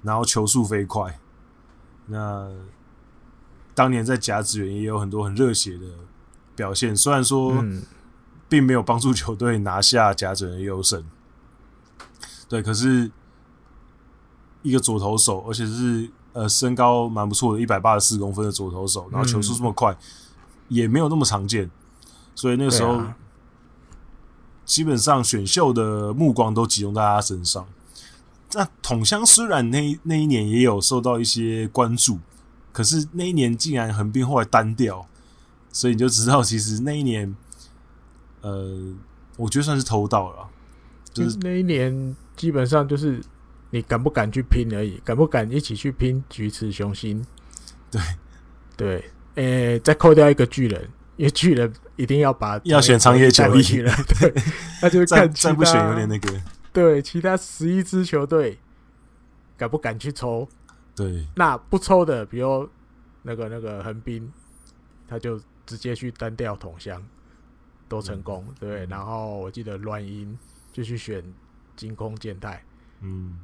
Speaker 2: 然后球速飞快。那当年在甲子园也有很多很热血的表现，虽然说
Speaker 1: 嗯，
Speaker 2: 并没有帮助球队拿下甲子园的优胜。对，可是一个左投手，而且是呃身高蛮不错的，一百八十四公分的左投手，然后球
Speaker 1: 嗯
Speaker 2: 速这么快，也没有那么常见，所以那个时候、
Speaker 1: 对啊
Speaker 2: 基本上选秀的目光都集中在他身上。那桶香虽然那那一年也有受到一些关注，可是那一年竟然横滨后来单调，所以你就知道其实那一年，呃，我觉得算是偷到了啊，就是
Speaker 1: 那一年基本上就是你敢不敢去拼而已，敢不敢一起去拼菊池雄心？
Speaker 2: 对
Speaker 1: 对，诶、再扣掉一个巨人，因为巨人一定要把
Speaker 2: 要选长野久
Speaker 1: 带
Speaker 2: 义
Speaker 1: 回去了，对，那就是
Speaker 2: 再
Speaker 1: 看其
Speaker 2: 再不选
Speaker 1: 他
Speaker 2: 有点那个，
Speaker 1: 对其他十一支球队敢不敢去抽？
Speaker 2: 对
Speaker 1: 那不抽的，比如那个那个横滨，他就直接去单调桶箱，都成功，对。然后我记得乱音就去选金空健太，
Speaker 2: 嗯，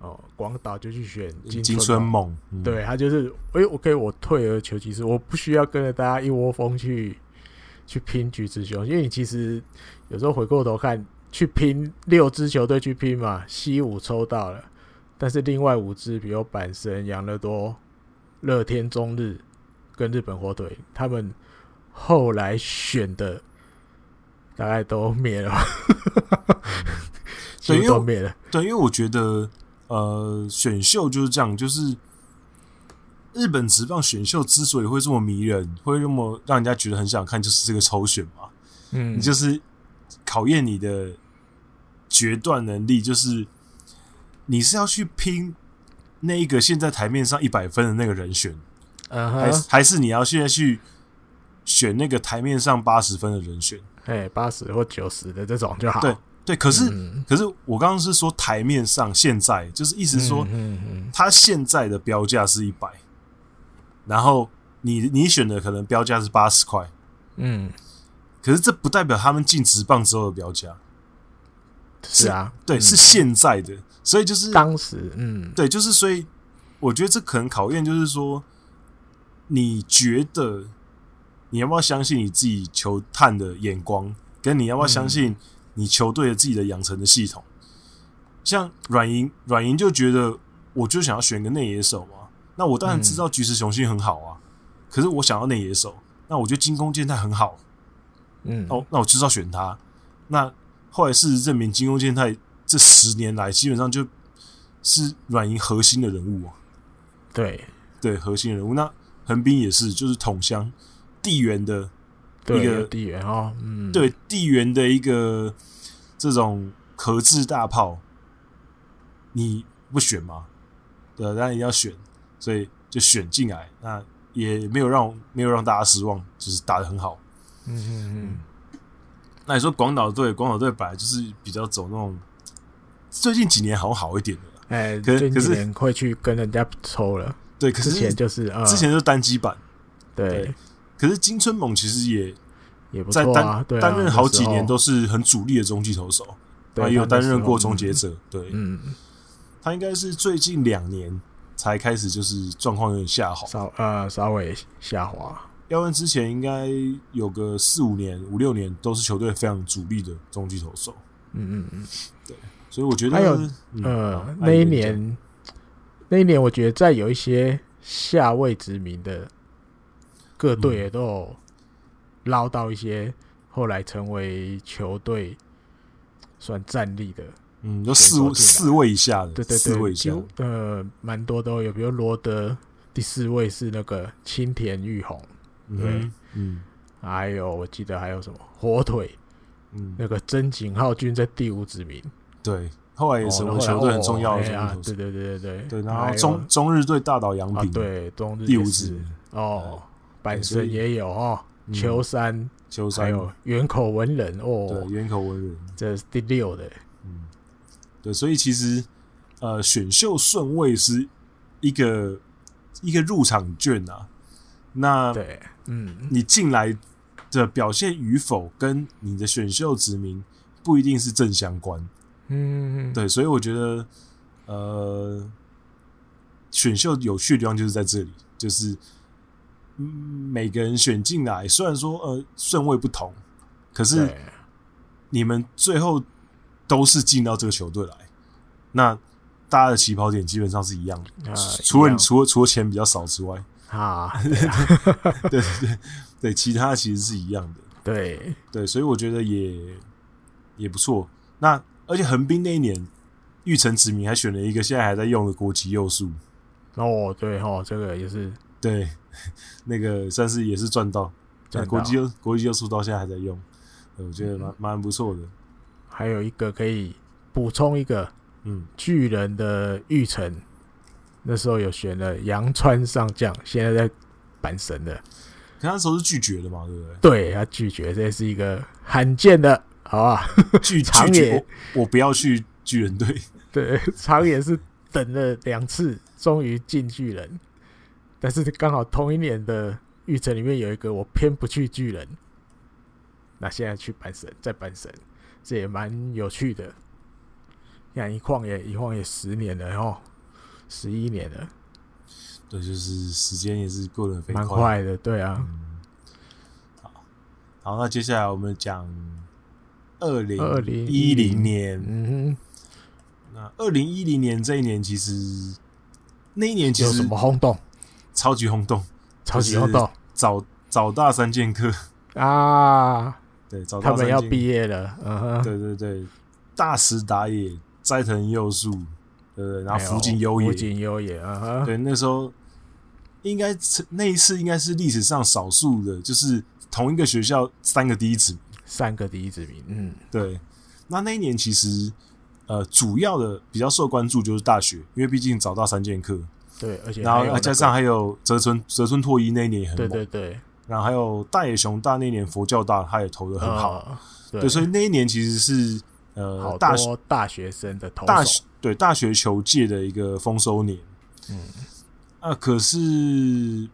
Speaker 1: 哦，广岛就去选金
Speaker 2: 金
Speaker 1: 春
Speaker 2: 春
Speaker 1: 猛，
Speaker 2: 猛，嗯，
Speaker 1: 对啊他就是，哎、我给我退而求其次，我不需要跟着大家一窝蜂去去拼橘子熊，因为你其实有时候回过头看，去拼六支球队去拼嘛，西武抽到了，但是另外五支，比如阪神、养乐多、乐天、中日跟日本火腿，他们后来选的大概都灭了吧，几
Speaker 2: 对因为
Speaker 1: 乎都灭了，
Speaker 2: 对，因为我觉得呃，选秀就是这样，就是日本职棒选秀之所以会这么迷人，会那么让人家觉得很想看，就是这个抽选嘛，
Speaker 1: 嗯，
Speaker 2: 你就是考验你的决断能力，就是你是要去拼那一个现在台面上一百分的那个人选，
Speaker 1: 嗯
Speaker 2: 还
Speaker 1: 哼
Speaker 2: 是，还是你要现在去选那个台面上八十分的人选？
Speaker 1: 哎，八十或九十的这种就好，
Speaker 2: 对对，可是、
Speaker 1: 嗯
Speaker 2: 可是我刚刚是说台面上现在，就是意思是说。
Speaker 1: 嗯嗯
Speaker 2: 它现在的标价是一百，然后你你选的可能标价是八十块，
Speaker 1: 嗯，嗯
Speaker 2: 可是这不代表他们进职棒之后的标价，
Speaker 1: 是啊，
Speaker 2: 对，
Speaker 1: 嗯
Speaker 2: 是现在的，所以就是
Speaker 1: 当时，嗯，
Speaker 2: 对，就是所以我觉得这可能考验就是说，你觉得你要不要相信你自己球探的眼光，跟你要不要相信你球队的自己的养成的系统。像软银，软银就觉得我就想要选个内野手嘛。那我当然知道菊池雄心很好啊，可是我想要内野手，那我觉得金攻健太很好，
Speaker 1: 嗯，
Speaker 2: 哦，那我知道选他。那后来事实证明，金攻健太这十年来基本上就是软银核心的人物啊，
Speaker 1: 对
Speaker 2: 对，核心人物。那横滨也是，就是桶箱地缘的
Speaker 1: 对，
Speaker 2: 一个
Speaker 1: 有地缘哦，嗯，
Speaker 2: 对地缘的一个这种壳制大炮，你不选吗？对，啊当然也要选，所以就选进来。那也没有让没有让大家失望，就是打的很好。
Speaker 1: 嗯嗯
Speaker 2: 那你说广岛队，广岛队本来就是比较走那种，最近几年好像好一点的了
Speaker 1: 嗯，。哎，
Speaker 2: 可是
Speaker 1: 这几
Speaker 2: 可是
Speaker 1: 年会去跟人家抽了，
Speaker 2: 对，可
Speaker 1: 之
Speaker 2: 是
Speaker 1: 前就是呃，
Speaker 2: 之前就单机版，
Speaker 1: 对
Speaker 2: 对可是金春猛其实也
Speaker 1: 也不
Speaker 2: 在
Speaker 1: 错
Speaker 2: 担、
Speaker 1: 啊，对啊，
Speaker 2: 担任好几
Speaker 1: 那
Speaker 2: 年
Speaker 1: 时候
Speaker 2: 都是很主力的中继投手，
Speaker 1: 对
Speaker 2: 啊，也有担任过终
Speaker 1: 中
Speaker 2: 结，者，对，
Speaker 1: 嗯，
Speaker 2: 他应该是最近两年才开始就是状况有点下滑，
Speaker 1: 稍呃稍微下滑，
Speaker 2: 要不然之前应该有个四五年、五六年都是球队非常主力的中继投手，
Speaker 1: 嗯嗯嗯。
Speaker 2: 所以我觉得，
Speaker 1: 还有
Speaker 2: 嗯好
Speaker 1: 呃，那
Speaker 2: 那
Speaker 1: 一
Speaker 2: 你讲
Speaker 1: 年，那一年我觉得在有一些下位殖民的各队
Speaker 2: 嗯
Speaker 1: 也都有捞到一些后来成为球队算战力的，
Speaker 2: 嗯，有
Speaker 1: 选手进
Speaker 2: 四位
Speaker 1: 来
Speaker 2: 四位以下的，
Speaker 1: 对对
Speaker 2: 四位
Speaker 1: 对，
Speaker 2: 以
Speaker 1: 几
Speaker 2: 下的
Speaker 1: 乎，呃蛮多都有，比如罗德第四位是那个青田玉红，
Speaker 2: 嗯
Speaker 1: 对
Speaker 2: 哼，嗯
Speaker 1: 还有我记得还有什么火腿
Speaker 2: 嗯，
Speaker 1: 那个真井浩君在第五殖民，
Speaker 2: 对，后来也
Speaker 1: 哦
Speaker 2: 成为
Speaker 1: 后来
Speaker 2: 球队很
Speaker 1: 哦
Speaker 2: 重要的
Speaker 1: 哎呀
Speaker 2: 中继
Speaker 1: 对
Speaker 2: 投手，
Speaker 1: 对对对
Speaker 2: 对，然
Speaker 1: 还
Speaker 2: 后
Speaker 1: 有
Speaker 2: 中中日队大岛洋
Speaker 1: 啊
Speaker 2: 平，
Speaker 1: 对中日
Speaker 2: 第
Speaker 1: 也
Speaker 2: 五
Speaker 1: 是
Speaker 2: 指
Speaker 1: 哦，阪
Speaker 2: 所
Speaker 1: 神
Speaker 2: 以
Speaker 1: 也有哦，
Speaker 2: 嗯
Speaker 1: 秋山
Speaker 2: 秋
Speaker 1: 还
Speaker 2: 山，
Speaker 1: 有远口文人
Speaker 2: 对，
Speaker 1: 哦，
Speaker 2: 远口文人，
Speaker 1: 这是第六的，
Speaker 2: 嗯，对，所以其实呃，选秀顺位是一个一个入场券啊。那
Speaker 1: 对，嗯，
Speaker 2: 你进来的表现与否，跟你的选秀指名不一定是正相关。
Speaker 1: 嗯，
Speaker 2: 对，所以我觉得呃，选秀有趣的地方就是在这里，就是嗯每个人选进来，虽然说呃顺位不同，可是
Speaker 1: 对，
Speaker 2: 你们最后都是进到这个球队来，那大家的起跑点基本上是一样的，
Speaker 1: 啊
Speaker 2: 除了
Speaker 1: 一样
Speaker 2: 你除了除了钱比较少之外，
Speaker 1: 啊，
Speaker 2: 对对对对，其他其实是一样的，
Speaker 1: 对，
Speaker 2: 对，所以我觉得也也不错。那而且横滨那一年，玉成子民还选了一个现在还在用的国籍右树，
Speaker 1: 哦，对哦，这个也是
Speaker 2: 对， 那个算是也是赚到，
Speaker 1: 赚到嗯
Speaker 2: 国籍右国籍右树到现在还在用，对我觉得蛮蛮不错的，
Speaker 1: 还有一个可以补充一个
Speaker 2: 嗯，
Speaker 1: 巨人的玉成，那时候有选了杨川上将，现在在阪神的，
Speaker 2: 可他那时候是拒绝的嘛，对不对？
Speaker 1: 对他拒绝，这是一个罕见的，好吧。
Speaker 2: 拒
Speaker 1: 长
Speaker 2: 拒
Speaker 1: 野
Speaker 2: 绝我，我不要去巨人队。
Speaker 1: 对， 长野是等了两次，终于进巨人，但是刚好同一年的预程里面有一个我偏不去巨人，那现在去阪神，在阪神，这也蛮有趣的。你看一晃也一晃也十年了哦，十一年了，
Speaker 2: 对，就是时间也是过得很飞
Speaker 1: 蛮
Speaker 2: 快。
Speaker 1: 快的，对啊，
Speaker 2: 嗯，好，好，那接下来我们讲二零嗯一
Speaker 1: 2010
Speaker 2: 零年。
Speaker 1: 嗯哼，
Speaker 2: 那二零一零年这一年，其实那一年其
Speaker 1: 有什
Speaker 2: 实
Speaker 1: 么轰动？
Speaker 2: 超级轰动，
Speaker 1: 超级轰动
Speaker 2: 早早大三剑客，
Speaker 1: 啊！
Speaker 2: 对，早
Speaker 1: 他
Speaker 2: 大
Speaker 1: 们要
Speaker 2: 三剑
Speaker 1: 毕业了，嗯哼，
Speaker 2: 对对对，大石打野、斋藤佑树，对对，然后福井优
Speaker 1: 优
Speaker 2: 也，
Speaker 1: 哎福井优也，嗯哼，
Speaker 2: 对，那时候应该是那一次应该是历史上少数的，就是同一个学校三个第一次。
Speaker 1: 三个第一指名，嗯，
Speaker 2: 对，那那一年其实呃主要的比较受关注就是大学，因为毕竟找到三剑客，
Speaker 1: 对，而且
Speaker 2: 然后啊
Speaker 1: 还有那
Speaker 2: 加
Speaker 1: 个
Speaker 2: 上还有泽村泽村拓一那一年也很
Speaker 1: 对
Speaker 2: 猛，
Speaker 1: 对对，
Speaker 2: 然后还有大野雄大那一年佛教大他也投的很好，
Speaker 1: 呃，
Speaker 2: 对，所以那一年其实是
Speaker 1: 好
Speaker 2: 呃大学
Speaker 1: 多哦大学生的投
Speaker 2: 大
Speaker 1: 手
Speaker 2: 学，对大学球界的一个丰收年。
Speaker 1: 嗯，
Speaker 2: 啊，可是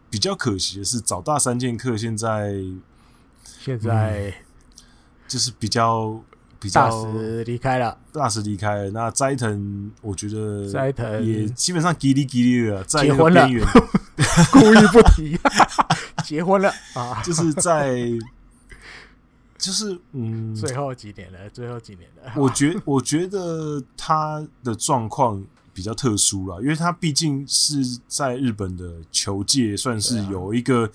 Speaker 2: 比较可惜的是，早大三剑客现在
Speaker 1: 现在
Speaker 2: 嗯就是比较比较
Speaker 1: 大师离开了，
Speaker 2: 大师离开了。那斋藤，我觉得
Speaker 1: 斋藤
Speaker 2: 也基本上叽里叽里了，在
Speaker 1: 结
Speaker 2: 那个
Speaker 1: 婚了
Speaker 2: 边缘，
Speaker 1: 故意不提，结婚了啊，
Speaker 2: 就 是在就是嗯，
Speaker 1: 最后几年了，最后几年了，
Speaker 2: 我觉我觉得他的状况比较特殊啦，因为它毕竟是在日本的球界算是
Speaker 1: 对啊
Speaker 2: 有一个、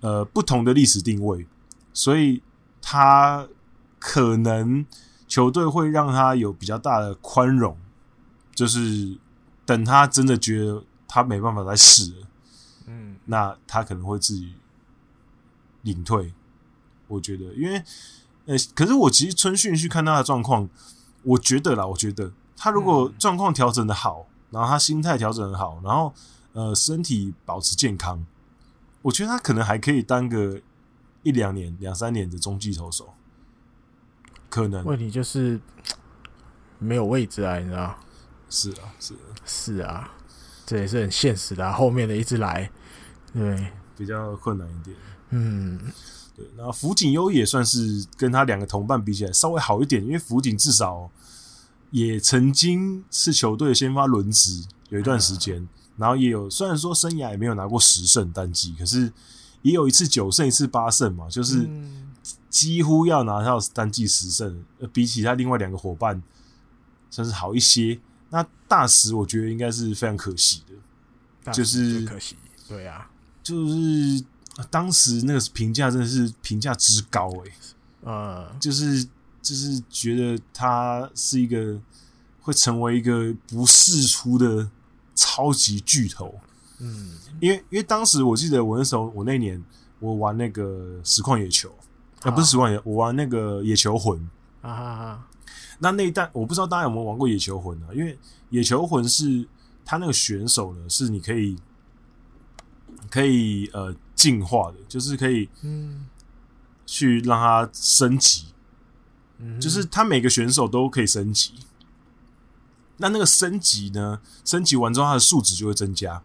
Speaker 2: 呃不同的历史定位，所以它可能球队会让他有比较大的宽容，就是等他真的觉得他没办法再试了，
Speaker 1: 嗯，
Speaker 2: 那他可能会自己隐退。我觉得，因为呃，可是我其实春训去看他的状况，我觉得啦，我觉得他如果
Speaker 1: 嗯
Speaker 2: 状况调整的好，然后他心态调整的好，然后呃身体保持健康，我觉得他可能还可以当个一两年、两三年的中继投手，可能
Speaker 1: 问题就是没有位置啊，你知道？
Speaker 2: 是啊，是啊
Speaker 1: 是啊，这也是很现实的、啊。后面的一直来，对，
Speaker 2: 比较困难一点。
Speaker 1: 嗯，
Speaker 2: 对，然后福井优也算是跟他两个同伴比起来稍微好一点，因为福井至少也曾经是球队的先发轮值有一段时间，然后也有虽然说生涯也没有拿过十胜单季，可是也有一次九胜一次八胜嘛，就是
Speaker 1: 嗯
Speaker 2: 几乎要拿到单季十胜，呃，比起他另外两个伙伴算是好一些。那大石我觉得应该是非常可惜的，
Speaker 1: 但
Speaker 2: 就是
Speaker 1: 可惜，对啊，
Speaker 2: 就是呃当时那个评价真的是评价之高欸诶、
Speaker 1: 呃，
Speaker 2: 就是就是觉得他是一个会成为一个不世出的超级巨头，
Speaker 1: 嗯，
Speaker 2: 因为因为当时我记得我那时候我那年我玩那个实况野球，啊
Speaker 1: 啊
Speaker 2: 不是实况野，我玩那个野球魂。
Speaker 1: 啊哈哈，
Speaker 2: 那那一代我不知道大家有没有玩过野球魂啊？因为野球魂是他那个选手呢，是你可以可以呃进化的，就是可以
Speaker 1: 嗯
Speaker 2: 去让他升级，
Speaker 1: 嗯，
Speaker 2: 就是他每个选手都可以升级。那那个升级呢？升级完之后，他的数值就会增加。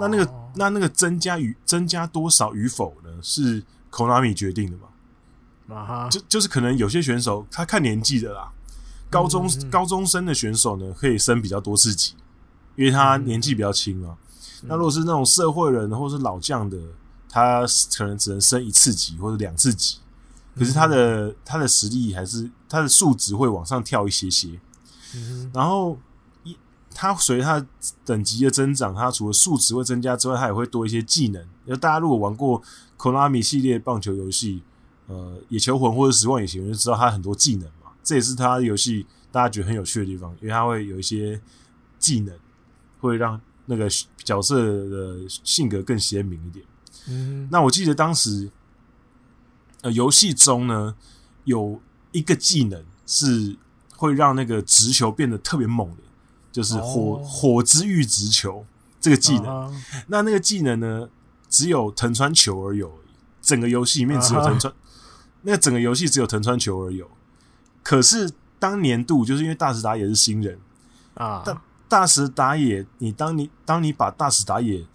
Speaker 2: 那那个、
Speaker 1: 哦
Speaker 2: 那那个增加与增加多少与否呢？是 Konami 决定的嘛？
Speaker 1: 啊哈，
Speaker 2: 就就是可能有些选手他看年纪的啦，高中、
Speaker 1: 嗯嗯
Speaker 2: 高中生的选手呢可以升比较多次级，因为他年纪比较轻
Speaker 1: 嗯
Speaker 2: 嘛。那如果是那种社会人或是老将的，他可能只能升一次级或者两次级，可是他的、
Speaker 1: 嗯
Speaker 2: 他的实力还是他的数值会往上跳一些些。
Speaker 1: 嗯
Speaker 2: 然后一他随着他等级的增长，他除了数值会增加之外，他也会多一些技能。就大家如果玩过 Konami 系列棒球游戏，呃，野球魂或者实况野球魂，就知道他很多技能嘛。这也是他游戏大家觉得很有趣的地方，因为他会有一些技能，会让那个角色的性格更鲜明一点。
Speaker 1: 嗯，
Speaker 2: 那我记得当时，呃，游戏中呢有一个技能是会让那个直球变得特别猛的，就是火、
Speaker 1: 哦
Speaker 2: 火之玉直球这个技能。
Speaker 1: 啊哈
Speaker 2: 那那个技能呢，只有藤川球而有而已，整个游戏里面只有
Speaker 1: 啊哈
Speaker 2: 藤川，那整个游戏只有藤川球而有。可是当年度，就是因为大石达也是新人，
Speaker 1: 啊，
Speaker 2: 但大石打野，你当你当你把大石打野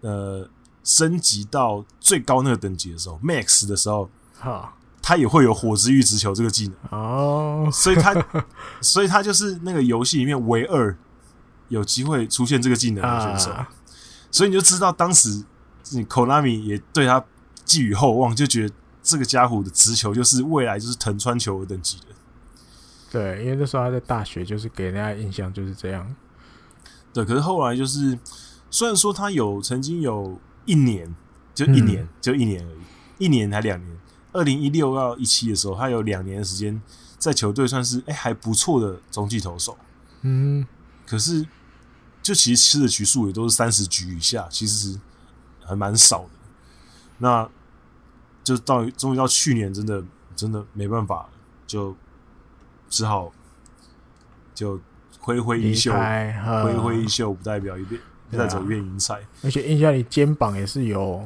Speaker 2: 呃升级到最高那个等级的时候，max 的时候，
Speaker 1: 好
Speaker 2: 他也会有火之玉直球这个技能，
Speaker 1: 哦，
Speaker 2: 所以他所以他就是那个游戏里面唯二有机会出现这个技能的选手，
Speaker 1: 啊，
Speaker 2: 所以你就知道当时你 Konami 也对他寄予厚望，就觉得这个家伙的直球就是未来就是藤川球的等级的。
Speaker 1: 对，因为那时候他在大学，就是给人家印象就是这样，
Speaker 2: 对，可是后来就是，虽然说他有曾经有一年，就一年，
Speaker 1: 嗯
Speaker 2: 就一年而已，一年还两年，二零一六到一七的时候，他有两年的时间在球队算是哎、还不错的中继投手，
Speaker 1: 嗯，
Speaker 2: 可是就其实吃的局数也都是三十局以下，其实还蛮少的。那就到终于到去年，真的真的没办法了，就只好就挥挥衣
Speaker 1: 离
Speaker 2: 袖。
Speaker 1: 开，呵
Speaker 2: 挥挥衣袖不代表一片，不
Speaker 1: 啊
Speaker 2: 代表一片云彩。
Speaker 1: 而且印象里肩膀也是有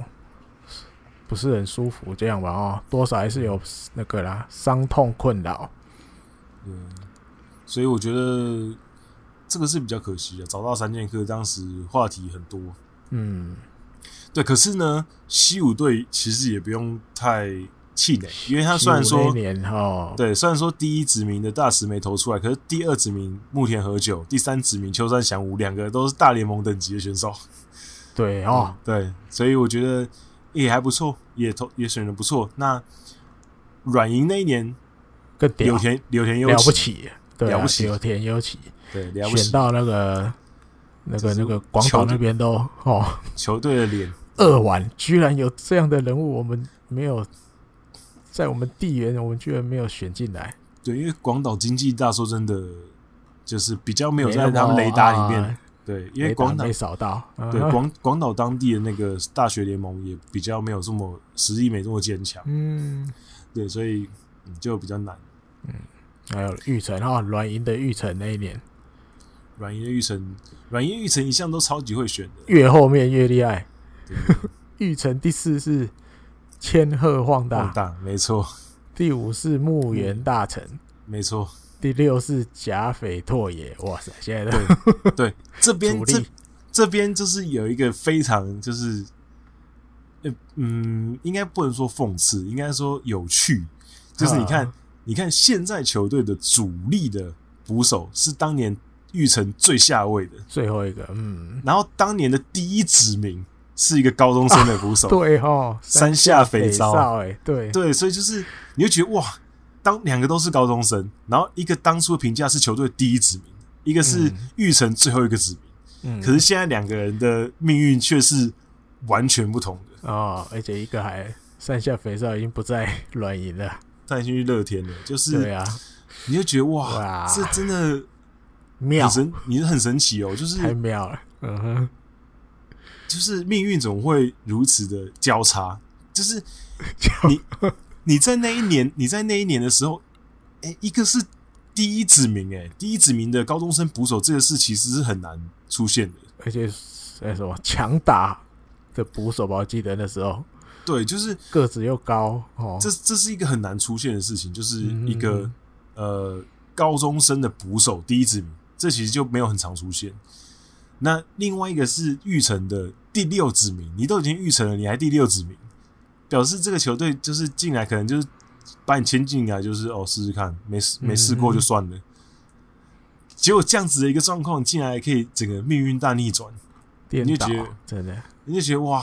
Speaker 1: 不是很舒服，这样吧哦，多少还是有那个啦，伤痛困扰。
Speaker 2: 嗯，所以我觉得这个是比较可惜啊的。找到三剑客，当时话题很多。
Speaker 1: 嗯，
Speaker 2: 对，可是呢，西武队其实也不用太气馁，因为他虽
Speaker 1: 15
Speaker 2: 然
Speaker 1: 那
Speaker 2: 说
Speaker 1: 一年哦哈，
Speaker 2: 对，虽然说第一指名的大石没投出来，可是第二指名木田和久，第三指名秋山翔吾，两个都是大联盟等级的选手。
Speaker 1: 对哦，
Speaker 2: 对，嗯所以我觉得也还不错，也投也选的不错。那软银那一年
Speaker 1: 更屌
Speaker 2: 柳田柳田优
Speaker 1: 了不起，对啊，
Speaker 2: 了不起
Speaker 1: 有田优起
Speaker 2: 对了不
Speaker 1: 选
Speaker 2: 起，
Speaker 1: 到那个那
Speaker 2: 这
Speaker 1: 个
Speaker 2: 是
Speaker 1: 那个广岛
Speaker 2: 球
Speaker 1: 那边都哦，
Speaker 2: 球队的脸，
Speaker 1: 二晚居然有这样的人物，我们没有在我们地缘，我们居然没有选进来，
Speaker 2: 对，因为广岛经济大说真的就是比较没有
Speaker 1: 没
Speaker 2: 在
Speaker 1: 那
Speaker 2: 他们
Speaker 1: 么
Speaker 2: 雷达里
Speaker 1: 啊
Speaker 2: 面，对，因
Speaker 1: 雷
Speaker 2: 为
Speaker 1: 达
Speaker 2: 广岛
Speaker 1: 没扫到，
Speaker 2: 对
Speaker 1: 嗯哼
Speaker 2: 广广岛当地的那个大学联盟也比较没有这么实力没这么坚强，
Speaker 1: 嗯，
Speaker 2: 对，所以嗯就比较难。
Speaker 1: 还有玉成哈，软银的玉成那一年
Speaker 2: 软银的玉成，软银的玉成一向都超级会选的，
Speaker 1: 越后面越厉害，
Speaker 2: 对，
Speaker 1: 玉成第四是千鹤晃
Speaker 2: 大嗯
Speaker 1: 大，
Speaker 2: 大没错
Speaker 1: 第五是木原大臣，
Speaker 2: 没错，
Speaker 1: 第六是甲斐拓也，哇塞，现在都
Speaker 2: 对，这边
Speaker 1: 主
Speaker 2: 这
Speaker 1: 力
Speaker 2: 这边就是有一个非常就是，呃嗯，应该不能说讽刺，应该说有趣，就是你看、
Speaker 1: 啊
Speaker 2: 你看现在球队的主力的捕手是当年玉成最下位的。
Speaker 1: 最后一个，嗯，
Speaker 2: 然后当年的第一指名是一个高中生的捕手，
Speaker 1: 对哈，
Speaker 2: 山下
Speaker 1: 北
Speaker 2: 哦肥皂，
Speaker 1: 少哎，对
Speaker 2: 对，所以就是你会觉得哇，当两个都是高中生，然后一个当初的评价是球队第一指名，一个是
Speaker 1: 嗯
Speaker 2: 玉成最后一个指名，
Speaker 1: 嗯，
Speaker 2: 可是现在两个人的命运却是完全不同的。
Speaker 1: 哦，而且一个还山下肥皂已经不在软银了，
Speaker 2: 他已经去乐天了，就是、
Speaker 1: 对啊，
Speaker 2: 你就觉得哇，
Speaker 1: 哇
Speaker 2: 这真的
Speaker 1: 妙
Speaker 2: 很，神，你是很神奇哦，就是
Speaker 1: 太妙了，嗯哼，
Speaker 2: 就是命运总会如此的交叉，就是你你在那一年，你在那一年的时候，哎、一个是第一指名、哎，第一指名的高中生捕手这个事其实是很难出现的。
Speaker 1: 而且那什么强打的捕手吧，我记得那时候
Speaker 2: 对，就是
Speaker 1: 个子又高哦，
Speaker 2: 这这是一个很难出现的事情，就是
Speaker 1: 嗯
Speaker 2: 一个、呃高中生的捕手第一指名，这其实就没有很常出现。那另外一个是玉成的第六指名，你都已经玉成了，你还第六指名，表示这个球队就是进来可能就是把你签进来，就是哦试试看，没试没试
Speaker 1: 嗯
Speaker 2: 过就算了。结果这样子的一个状况进来，可以整个命运大逆转，
Speaker 1: 颠
Speaker 2: 你就
Speaker 1: 倒
Speaker 2: 觉得，
Speaker 1: 真的
Speaker 2: 你就觉得哇，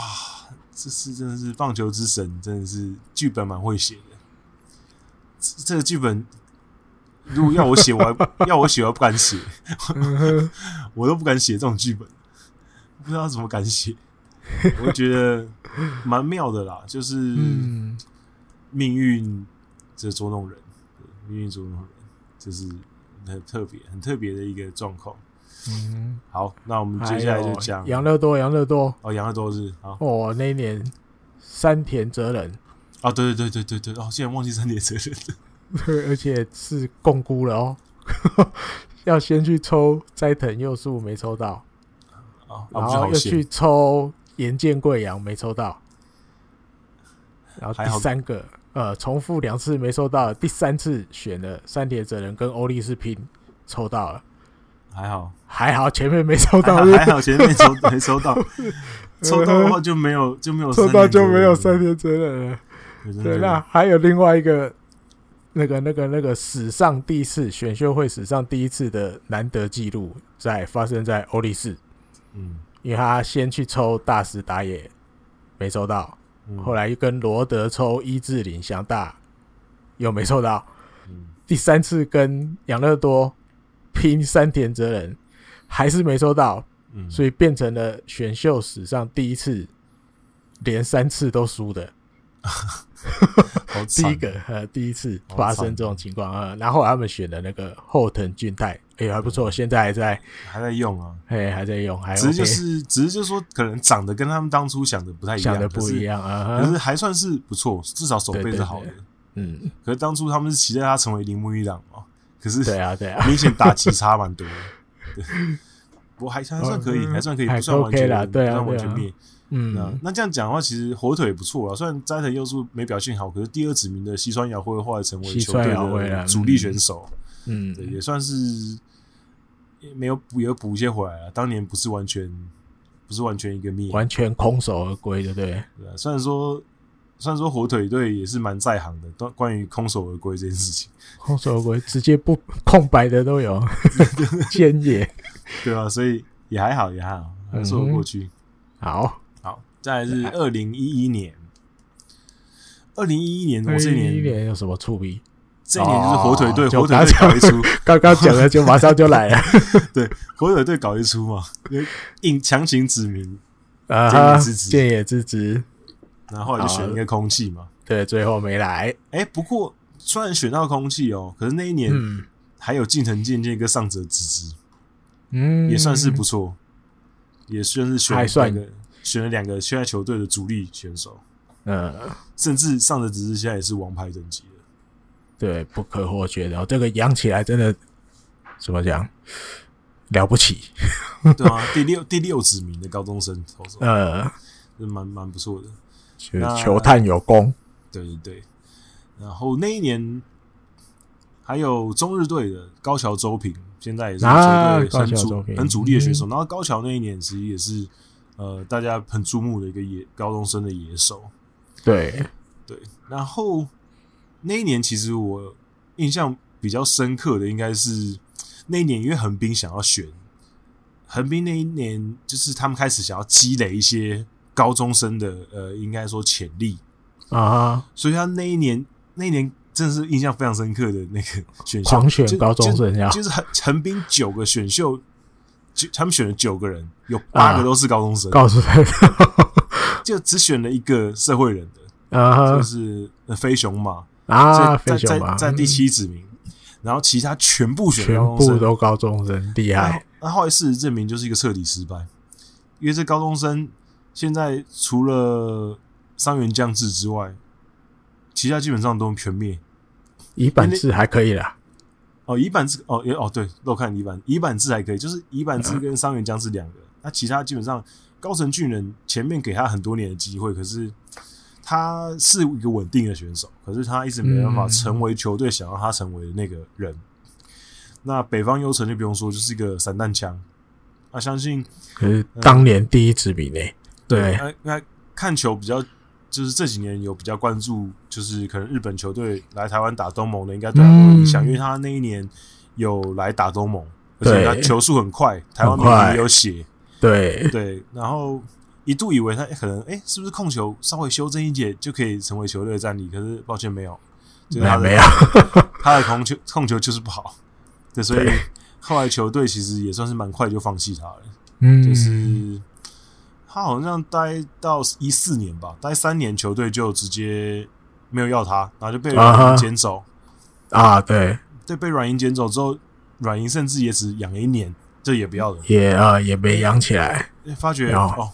Speaker 2: 这是真的是棒球之神，真的是剧本蛮会写的。这这个剧本如果要我写，我 还要我写，我还不敢写， 我都不敢写这种剧本，不知道怎么敢写。我就觉得蛮妙的啦，就是
Speaker 1: 嗯，
Speaker 2: 命运这捉弄人，对命运捉弄人，这是很特别、很特别的一个状况。
Speaker 1: 嗯，
Speaker 2: 好，那我们接下来
Speaker 1: 还
Speaker 2: 就
Speaker 1: 有
Speaker 2: 讲
Speaker 1: 养乐多，养乐多，
Speaker 2: 哦，杨乐多日好。
Speaker 1: 哦，那一年山田哲人，
Speaker 2: 啊，对对对对对对，哦，竟然忘记三点责任了。
Speaker 1: 对，而且是共估了哦， 要先去抽斋藤佑树没抽到，
Speaker 2: 啊，啊
Speaker 1: 然
Speaker 2: 不是
Speaker 1: 后
Speaker 2: 好
Speaker 1: 又去
Speaker 2: 险，
Speaker 1: 抽岩见贵阳没抽到，然后
Speaker 2: 还
Speaker 1: 第
Speaker 2: 好
Speaker 1: 三个呃重复两次没抽到，第三次选了山田哲人跟欧力士拼抽到了，
Speaker 2: 还好，
Speaker 1: 还好前面没抽到，
Speaker 2: 还还好前面 抽没抽到，抽到的话就没有就没有
Speaker 1: 抽
Speaker 2: 三
Speaker 1: 到
Speaker 2: 点责
Speaker 1: 就
Speaker 2: 任
Speaker 1: 没有
Speaker 2: 了
Speaker 1: 山田哲人了。
Speaker 2: 对
Speaker 1: 对，
Speaker 2: 对
Speaker 1: 那
Speaker 2: 对，
Speaker 1: 还有另外一个，那个、那个、那个史上第一次选秀会史上第一次的难得记录，在发生在欧力士，
Speaker 2: 嗯，
Speaker 1: 因为他先去抽大师打野，没抽到，
Speaker 2: 嗯
Speaker 1: 后来又跟罗德抽伊志林祥大，又没抽到，
Speaker 2: 嗯
Speaker 1: 第三次跟养乐多拼山田哲人，还是没抽到，
Speaker 2: 嗯，
Speaker 1: 所以变成了选秀史上第一次连三次都输的。
Speaker 2: 好
Speaker 1: 第
Speaker 2: 惨
Speaker 1: 一个呃，第一次
Speaker 2: 好
Speaker 1: 发
Speaker 2: 惨
Speaker 1: 生这种情况呃，然后他们选的那个后藤俊太，哎、还不错，现在还在，
Speaker 2: 还在用啊，
Speaker 1: 哎、还在用，还
Speaker 2: 只
Speaker 1: OK，
Speaker 2: 是就是只是就是说可能长得跟他们当初想的不太一样，
Speaker 1: 想的
Speaker 2: 可
Speaker 1: 不
Speaker 2: 是
Speaker 1: 一，样啊
Speaker 2: 可是
Speaker 1: 哈，
Speaker 2: 还算是不错，至少手
Speaker 1: 对
Speaker 2: 背
Speaker 1: 对
Speaker 2: 是好的
Speaker 1: 对。嗯，
Speaker 2: 可是当初他们是期待他成为铃木一朗嘛，可是
Speaker 1: 对啊，对啊，
Speaker 2: 明显打击差蛮 多的。对，不过还还算可以，
Speaker 1: 嗯
Speaker 2: 还算可以，
Speaker 1: 还
Speaker 2: 不算完全
Speaker 1: OK 啦对啊
Speaker 2: 不算
Speaker 1: 对
Speaker 2: 完
Speaker 1: 啊
Speaker 2: 全灭。那
Speaker 1: 嗯，
Speaker 2: 那这样讲的话，其实火腿也不错啊。虽然斋藤佑树没表现好，可是第二指名的西川遥辉后来成为
Speaker 1: 西
Speaker 2: 球
Speaker 1: 川
Speaker 2: 队
Speaker 1: 遥辉
Speaker 2: 的
Speaker 1: 啊
Speaker 2: 主力选手，对，
Speaker 1: 嗯，
Speaker 2: 也算是也没有补，也有补一些回来啊。当年不是完全不是完全一个灭，
Speaker 1: 完全空手而归，对不对？
Speaker 2: 对啊虽然说虽然说火腿队也是蛮在行的，关关于空手而归这件事情，
Speaker 1: 空手而归，直接不空白的都有， 坚野，
Speaker 2: 对啊，所以也还好，也还好，还
Speaker 1: 嗯
Speaker 2: 说得过去。
Speaker 1: 好，
Speaker 2: 好，再来是二零一一年，二零一一年，我这
Speaker 1: 一
Speaker 2: 年
Speaker 1: 年有什么触笔？
Speaker 2: 这一年就是火腿队，
Speaker 1: 哦就
Speaker 2: 火腿队搞一出，
Speaker 1: 刚刚讲了就马上就来了
Speaker 2: 火腿队搞一出嘛，因为硬强行指名，
Speaker 1: 啊哈！
Speaker 2: 之子
Speaker 1: 见野之子，
Speaker 2: 然后后来就选一个空气嘛。
Speaker 1: 对，最后没来。
Speaker 2: 哎，不过虽然选到空气哦，可是那一年
Speaker 1: 嗯
Speaker 2: 还有近藤健介跟上泽直之，
Speaker 1: 嗯，
Speaker 2: 也算是不错，也算是选了
Speaker 1: 还算
Speaker 2: 两个选了两个现在球队的主力选手，
Speaker 1: 嗯，
Speaker 2: 甚至上泽直之现在也是王牌等级了。
Speaker 1: 对，不可或缺的。哦这个养起来真的怎么讲了不起？
Speaker 2: 对啊，第六第六指名的高中生投手，
Speaker 1: 呃，
Speaker 2: 是蛮蛮不错的。
Speaker 1: 就是
Speaker 2: 那
Speaker 1: 球探有功。
Speaker 2: 对对对，然后那一年还有中日队的高桥周平，现在也是
Speaker 1: 啊
Speaker 2: 球队
Speaker 1: 高
Speaker 2: 很
Speaker 1: 桥
Speaker 2: 主
Speaker 1: 周平嗯
Speaker 2: 很主力的选手。然后高桥那一年其实也是呃大家很注目的一个野高中生的野手。
Speaker 1: 对，
Speaker 2: 对，然后那一年其实我印象比较深刻的应该是那一年，因为横滨想要选横滨那一年，就是他们开始想要积累一些高中生的呃，应该说潜力，
Speaker 1: 啊哈，
Speaker 2: 所以他那一年那一年真的是印象非常深刻的那 个选秀，
Speaker 1: 狂选
Speaker 2: 就
Speaker 1: 高中生呀
Speaker 2: 就，就是横横滨九个选秀，就他们选了九个人，有八
Speaker 1: 啊
Speaker 2: 个都是高中生，
Speaker 1: 告诉他
Speaker 2: 就只选了一个社会人的，
Speaker 1: 啊
Speaker 2: 就
Speaker 1: 哈
Speaker 2: 是呃飞熊嘛。
Speaker 1: 啊，
Speaker 2: 在
Speaker 1: 飞
Speaker 2: 在
Speaker 1: 熊
Speaker 2: 在
Speaker 1: 吧，嗯
Speaker 2: 在第七指名，然后其他全部选
Speaker 1: 全
Speaker 2: 高中
Speaker 1: 部
Speaker 2: 生，
Speaker 1: 都高中生，厉
Speaker 2: 然后
Speaker 1: 害。
Speaker 2: 那后来事实证明就是一个彻底失败，因为这高中生现在除了伤员降智之外，其他基本上都全灭。
Speaker 1: 乙板制还可以啦，
Speaker 2: 哦，乙板制哦也哦对，漏看乙板乙板制还可以，就是乙板制跟伤员降智两个，那其他基本上高城俊人前面给他很多年的机会，可是他是一个稳定的选手，可是他一直没办法
Speaker 1: 嗯
Speaker 2: 成为球队想要他成为的那个人。那北方优城就不用说，就是一个散弹枪。啊，相信
Speaker 1: 可是当年第一指名呢。对，
Speaker 2: 那那看球比较，就是这几年有比较关注，就是可能日本球队来台湾打东盟的，应该对他们有影
Speaker 1: 嗯
Speaker 2: 响，因为他那一年有来打东盟，而且他
Speaker 1: 对
Speaker 2: 球速很快，台湾
Speaker 1: 很快
Speaker 2: 媒体也有写，
Speaker 1: 对，
Speaker 2: 对，然后一度以为他诶可能哎、诶是不是控球稍微修正一点就可以成为球队的战力，可是抱歉没有，就是他
Speaker 1: 没没
Speaker 2: 的
Speaker 1: 有，
Speaker 2: 他的控球控球就是不好，对，所以
Speaker 1: 对
Speaker 2: 后来球队其实也算是蛮快就放弃他了。
Speaker 1: 嗯，
Speaker 2: 就是他好像待到一四年吧，待三年球队就直接没有要他，然后就被
Speaker 1: 啊哈
Speaker 2: 软银捡走。
Speaker 1: 啊，对，
Speaker 2: 对，被软银捡走之后，软银甚至也只养了一年，这也不要了。
Speaker 1: 也啊也没养起来，
Speaker 2: 发觉
Speaker 1: 了
Speaker 2: 哦，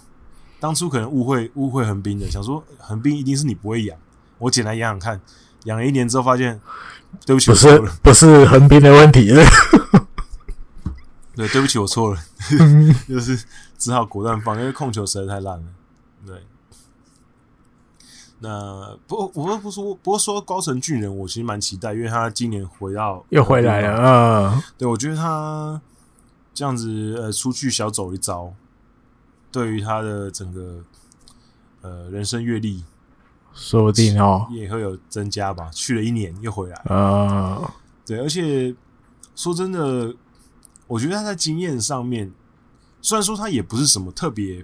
Speaker 2: 当初可能误会误会横滨的，想说嗯横滨一定是你不会养，我简单养养看。养了一年之后发现，对不起，
Speaker 1: 不
Speaker 2: 我错
Speaker 1: 是
Speaker 2: 了。
Speaker 1: 不是横滨的问 题，是
Speaker 2: 对，对不起，我错 了，就是只好果断放，因为控球实在太烂了。对，那不过我不说，不过说高城俊人，我其实蛮期待，因为他今年回到
Speaker 1: 又回来了，
Speaker 2: 呃。
Speaker 1: 嗯，
Speaker 2: 对，我觉得他这样子呃出去小走一遭，对于他的整个呃人生阅历
Speaker 1: 说不定哦，
Speaker 2: 也会有增加吧。去了一年又回来，
Speaker 1: 呃，
Speaker 2: 对，而且说真的，我觉得他在经验上面，虽然说他也不是什么特别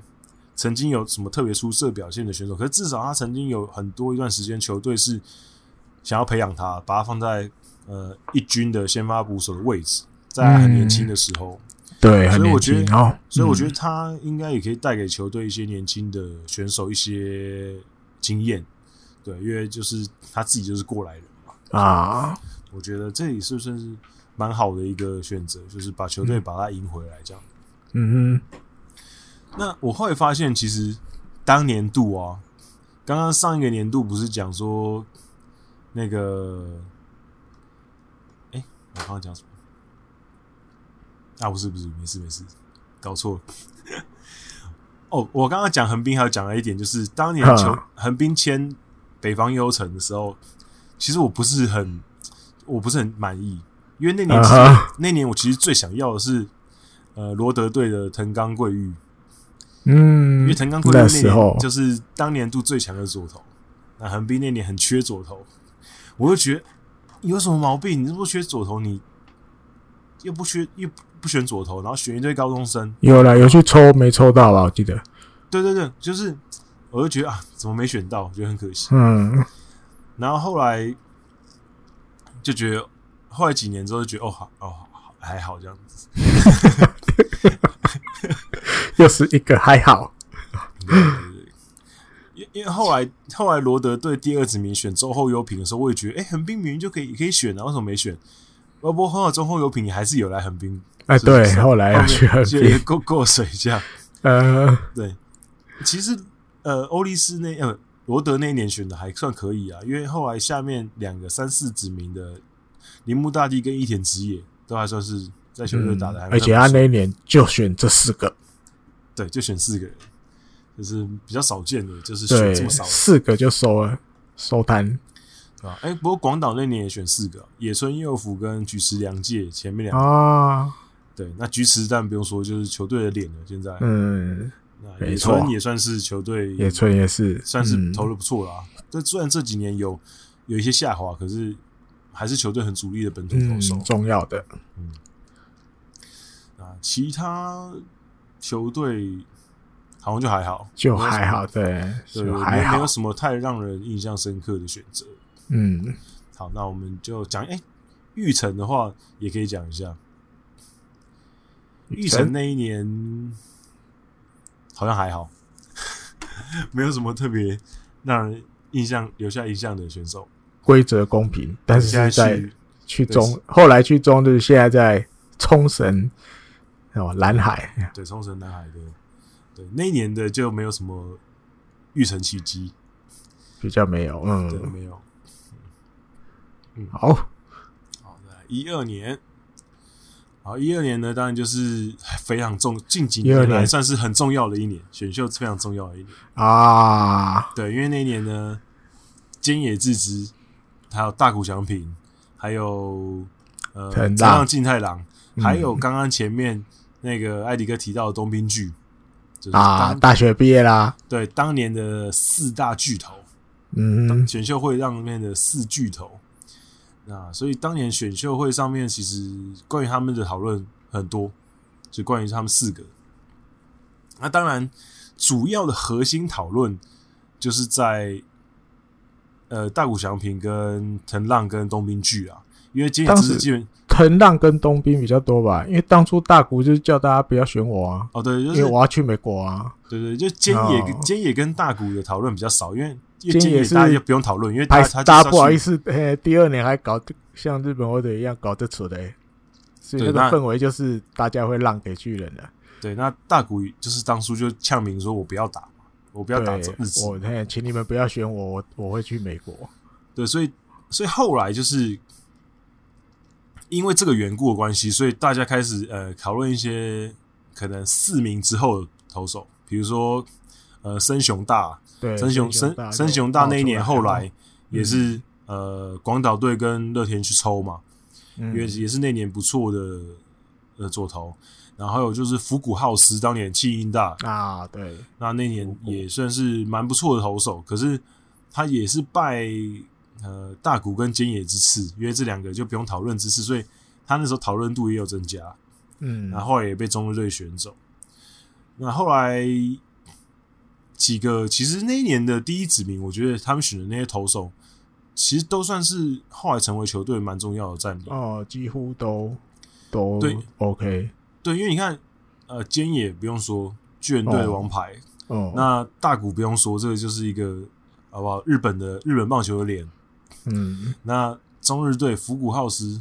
Speaker 2: 曾经有什么特别出色表现的选手，可是至少他曾经有很多一段时间球队是想要培养他，把他放在呃一军的先发捕手的位置，在他很年轻的时候，
Speaker 1: 对，很
Speaker 2: 啊所以
Speaker 1: 年
Speaker 2: 我觉
Speaker 1: 轻
Speaker 2: 得
Speaker 1: 哦，
Speaker 2: 所以我觉
Speaker 1: 得
Speaker 2: 得他应该也可以带给球队一些年轻的选手一些经验，对，因为就是他自己就是过来人嘛。
Speaker 1: 啊，
Speaker 2: 我觉得这也是算是蛮好的一个选择，就是把球队把它赢回来这样。
Speaker 1: 嗯
Speaker 2: 那我后来发现，其实当年度啊，刚刚上一个年度不是讲说那个，哎、我刚刚讲什么？啊，不是不是，没事没事，搞错了。 哦，我刚刚讲横滨，还有讲了一点，就是当年球
Speaker 1: 啊
Speaker 2: 横滨签北方优城的时候，其实我不是很，我不是很满意，因为那
Speaker 1: 哼，啊
Speaker 2: 年其实、
Speaker 1: 哈，
Speaker 2: 那年我其实最想要的是，呃，罗德队的藤冈贵玉，因
Speaker 1: 嗯
Speaker 2: 为藤冈贵玉
Speaker 1: 那
Speaker 2: 那
Speaker 1: 时
Speaker 2: 年
Speaker 1: 候
Speaker 2: 就是当年度最强的左投，那横滨那年很缺左投，我就觉得有什么毛病？你这不缺左投，你又不缺又不选左投，然后选一堆高中生，
Speaker 1: 有啦，有去抽没抽到吧？我记得，
Speaker 2: 对对对，就是我就觉得啊，怎么没选到，我觉得很可惜。
Speaker 1: 嗯
Speaker 2: 然后后来就觉得后来几年之后就觉得哦好哦好还好这样子，
Speaker 1: 又是一个还好，
Speaker 2: 对对对 因因为后来后来罗德对第二子民选中后优品的时候，我也觉得哎横滨明明就可以也可以选啊，为什么没选？要不过后来中后优品你还是有来横滨，
Speaker 1: 哎，
Speaker 2: 是不
Speaker 1: 对
Speaker 2: 是，
Speaker 1: 后来要去横
Speaker 2: 就
Speaker 1: 滨，
Speaker 2: 够够水这样。
Speaker 1: 呃，
Speaker 2: 对，其实呃，欧力士那呃罗德那一年选的还算可以啊，因为后来下面两个三四指名的铃木大地跟伊田直也都还算是在球队打的、还
Speaker 1: 嗯
Speaker 2: 蛮
Speaker 1: 而且他
Speaker 2: 不错
Speaker 1: 那一年就选这四个，
Speaker 2: 对就选四个人，就是比较少见的，就是选
Speaker 1: 对
Speaker 2: 这，么少
Speaker 1: 四个就收了收摊，
Speaker 2: 对吧？哎、不过广岛那年也选四个，啊野村佑辅跟菊池良介前面两个、
Speaker 1: 啊，
Speaker 2: 对，那菊池但不用说，就是球队的脸了。现在、
Speaker 1: 嗯，
Speaker 2: 那
Speaker 1: 没
Speaker 2: 野
Speaker 1: 错
Speaker 2: 村也算是球队
Speaker 1: 野村也是，
Speaker 2: 算是
Speaker 1: 嗯
Speaker 2: 投的不错啦。这、虽然这几年有有一些下滑，可是还是球队很主力的本土投
Speaker 1: 嗯
Speaker 2: 手、
Speaker 1: 重要的，
Speaker 2: 啊。其他球队好像就还好，
Speaker 1: 就
Speaker 2: 没有什么
Speaker 1: 还好，，对，
Speaker 2: 对，
Speaker 1: 就
Speaker 2: 没
Speaker 1: 还
Speaker 2: 没
Speaker 1: 好
Speaker 2: 有，什么太让人印象深刻的选择。
Speaker 1: 嗯，
Speaker 2: 好，那我们就讲，哎、玉成的话也可以讲一下。玉成那一年好像还好， 没有什么特别让人印象留下印象的选手。
Speaker 1: 规则公平，但是
Speaker 2: 现在
Speaker 1: 是在
Speaker 2: 去
Speaker 1: 去
Speaker 2: 对
Speaker 1: 中，后来去中日，现在在冲绳哦，蓝海，
Speaker 2: 对，冲绳南海的，对那一年的就没有什么玉成奇迹，
Speaker 1: 比较没有，
Speaker 2: 对，
Speaker 1: 嗯，
Speaker 2: 没有。
Speaker 1: 好，
Speaker 2: 好，再来一二年，好，一二年呢，当然就是非常重，近几
Speaker 1: 12
Speaker 2: 年来
Speaker 1: 年
Speaker 2: 算是很重要的一年，选秀非常重要的一年。
Speaker 1: 啊，
Speaker 2: 对，因为那一年呢，菅野智之，还有大谷翔平，还有呃
Speaker 1: 藤浪
Speaker 2: 泽浪静太郎，
Speaker 1: 嗯
Speaker 2: 还有刚刚前面那个艾迪哥提到的东滨巨，就是
Speaker 1: 啊，
Speaker 2: 当、
Speaker 1: 大学毕业啦，
Speaker 2: 对当年的四大巨头。
Speaker 1: 嗯，
Speaker 2: 选秀会上面的四巨头。那所以当年选秀会上面，其实关于他们的讨论很多，就关于他们四个。那当然，主要的核心讨论就是在呃大谷翔平、跟藤浪、跟东滨巨啊，因为今年
Speaker 1: 当
Speaker 2: 只
Speaker 1: 时
Speaker 2: 是基本
Speaker 1: 藤浪跟东兵比较多吧，因为当初大谷就叫大家不要选我啊，
Speaker 2: 哦，对，就
Speaker 1: 因
Speaker 2: 是
Speaker 1: 为我要去美国啊，
Speaker 2: 对对，就菅野跟
Speaker 1: 哦
Speaker 2: 菅野跟大谷的讨论比较少，因为因为
Speaker 1: 菅
Speaker 2: 菅
Speaker 1: 野
Speaker 2: 野
Speaker 1: 是
Speaker 2: 大家就不用讨论，因为大
Speaker 1: 还
Speaker 2: 家他
Speaker 1: 大
Speaker 2: 就
Speaker 1: 家
Speaker 2: 是
Speaker 1: 不
Speaker 2: 要
Speaker 1: 好
Speaker 2: 去
Speaker 1: 意思，呃，第二年还搞这像日本或者一样搞这出的、欸，所以那
Speaker 2: 对
Speaker 1: 个
Speaker 2: 那
Speaker 1: 氛围就是大家会让给巨人的，
Speaker 2: 对，那大谷就是当初就呛明说：“我不要打嘛，我不要打
Speaker 1: 对
Speaker 2: 日子。
Speaker 1: 我嘿，请你们不要选我，我我会去美国。
Speaker 2: 对，所以所以后来就是因为这个缘故的关系，所以大家开始呃讨论一些可能四名之后的投手，比如说呃森熊大、
Speaker 1: 对，
Speaker 2: 森熊森
Speaker 1: 大
Speaker 2: 森
Speaker 1: 就
Speaker 2: 熊大
Speaker 1: 冒
Speaker 2: 那一
Speaker 1: 出
Speaker 2: 年后
Speaker 1: 了
Speaker 2: 来，也是、呃广岛队跟乐天去抽嘛，
Speaker 1: 嗯
Speaker 2: 因为也是那年不错的呃左投，然后还有就是福谷浩司当年气音大
Speaker 1: 啊，对，
Speaker 2: 那
Speaker 1: 哦
Speaker 2: 那年也算是蛮不错的投手，可是他也是拜呃大谷跟菅野之次，因为这两个就不用讨论之次，所以他那时候讨论度也有增加，
Speaker 1: 嗯，
Speaker 2: 然后后来也被中日队选走。那后来几个其实那一年的第一指名，我觉得他们选的那些投手，其实都算是后来成为球队蛮重要的战力。
Speaker 1: 哦，几乎都都
Speaker 2: 对
Speaker 1: OK
Speaker 2: 对，因为你看，呃，菅野不用说，巨人队的
Speaker 1: 哦
Speaker 2: 王牌，
Speaker 1: 哦，
Speaker 2: 那大谷不用说，这个就是一个好不好？日本的日本棒球的脸。
Speaker 1: 嗯
Speaker 2: 那中日队福谷浩司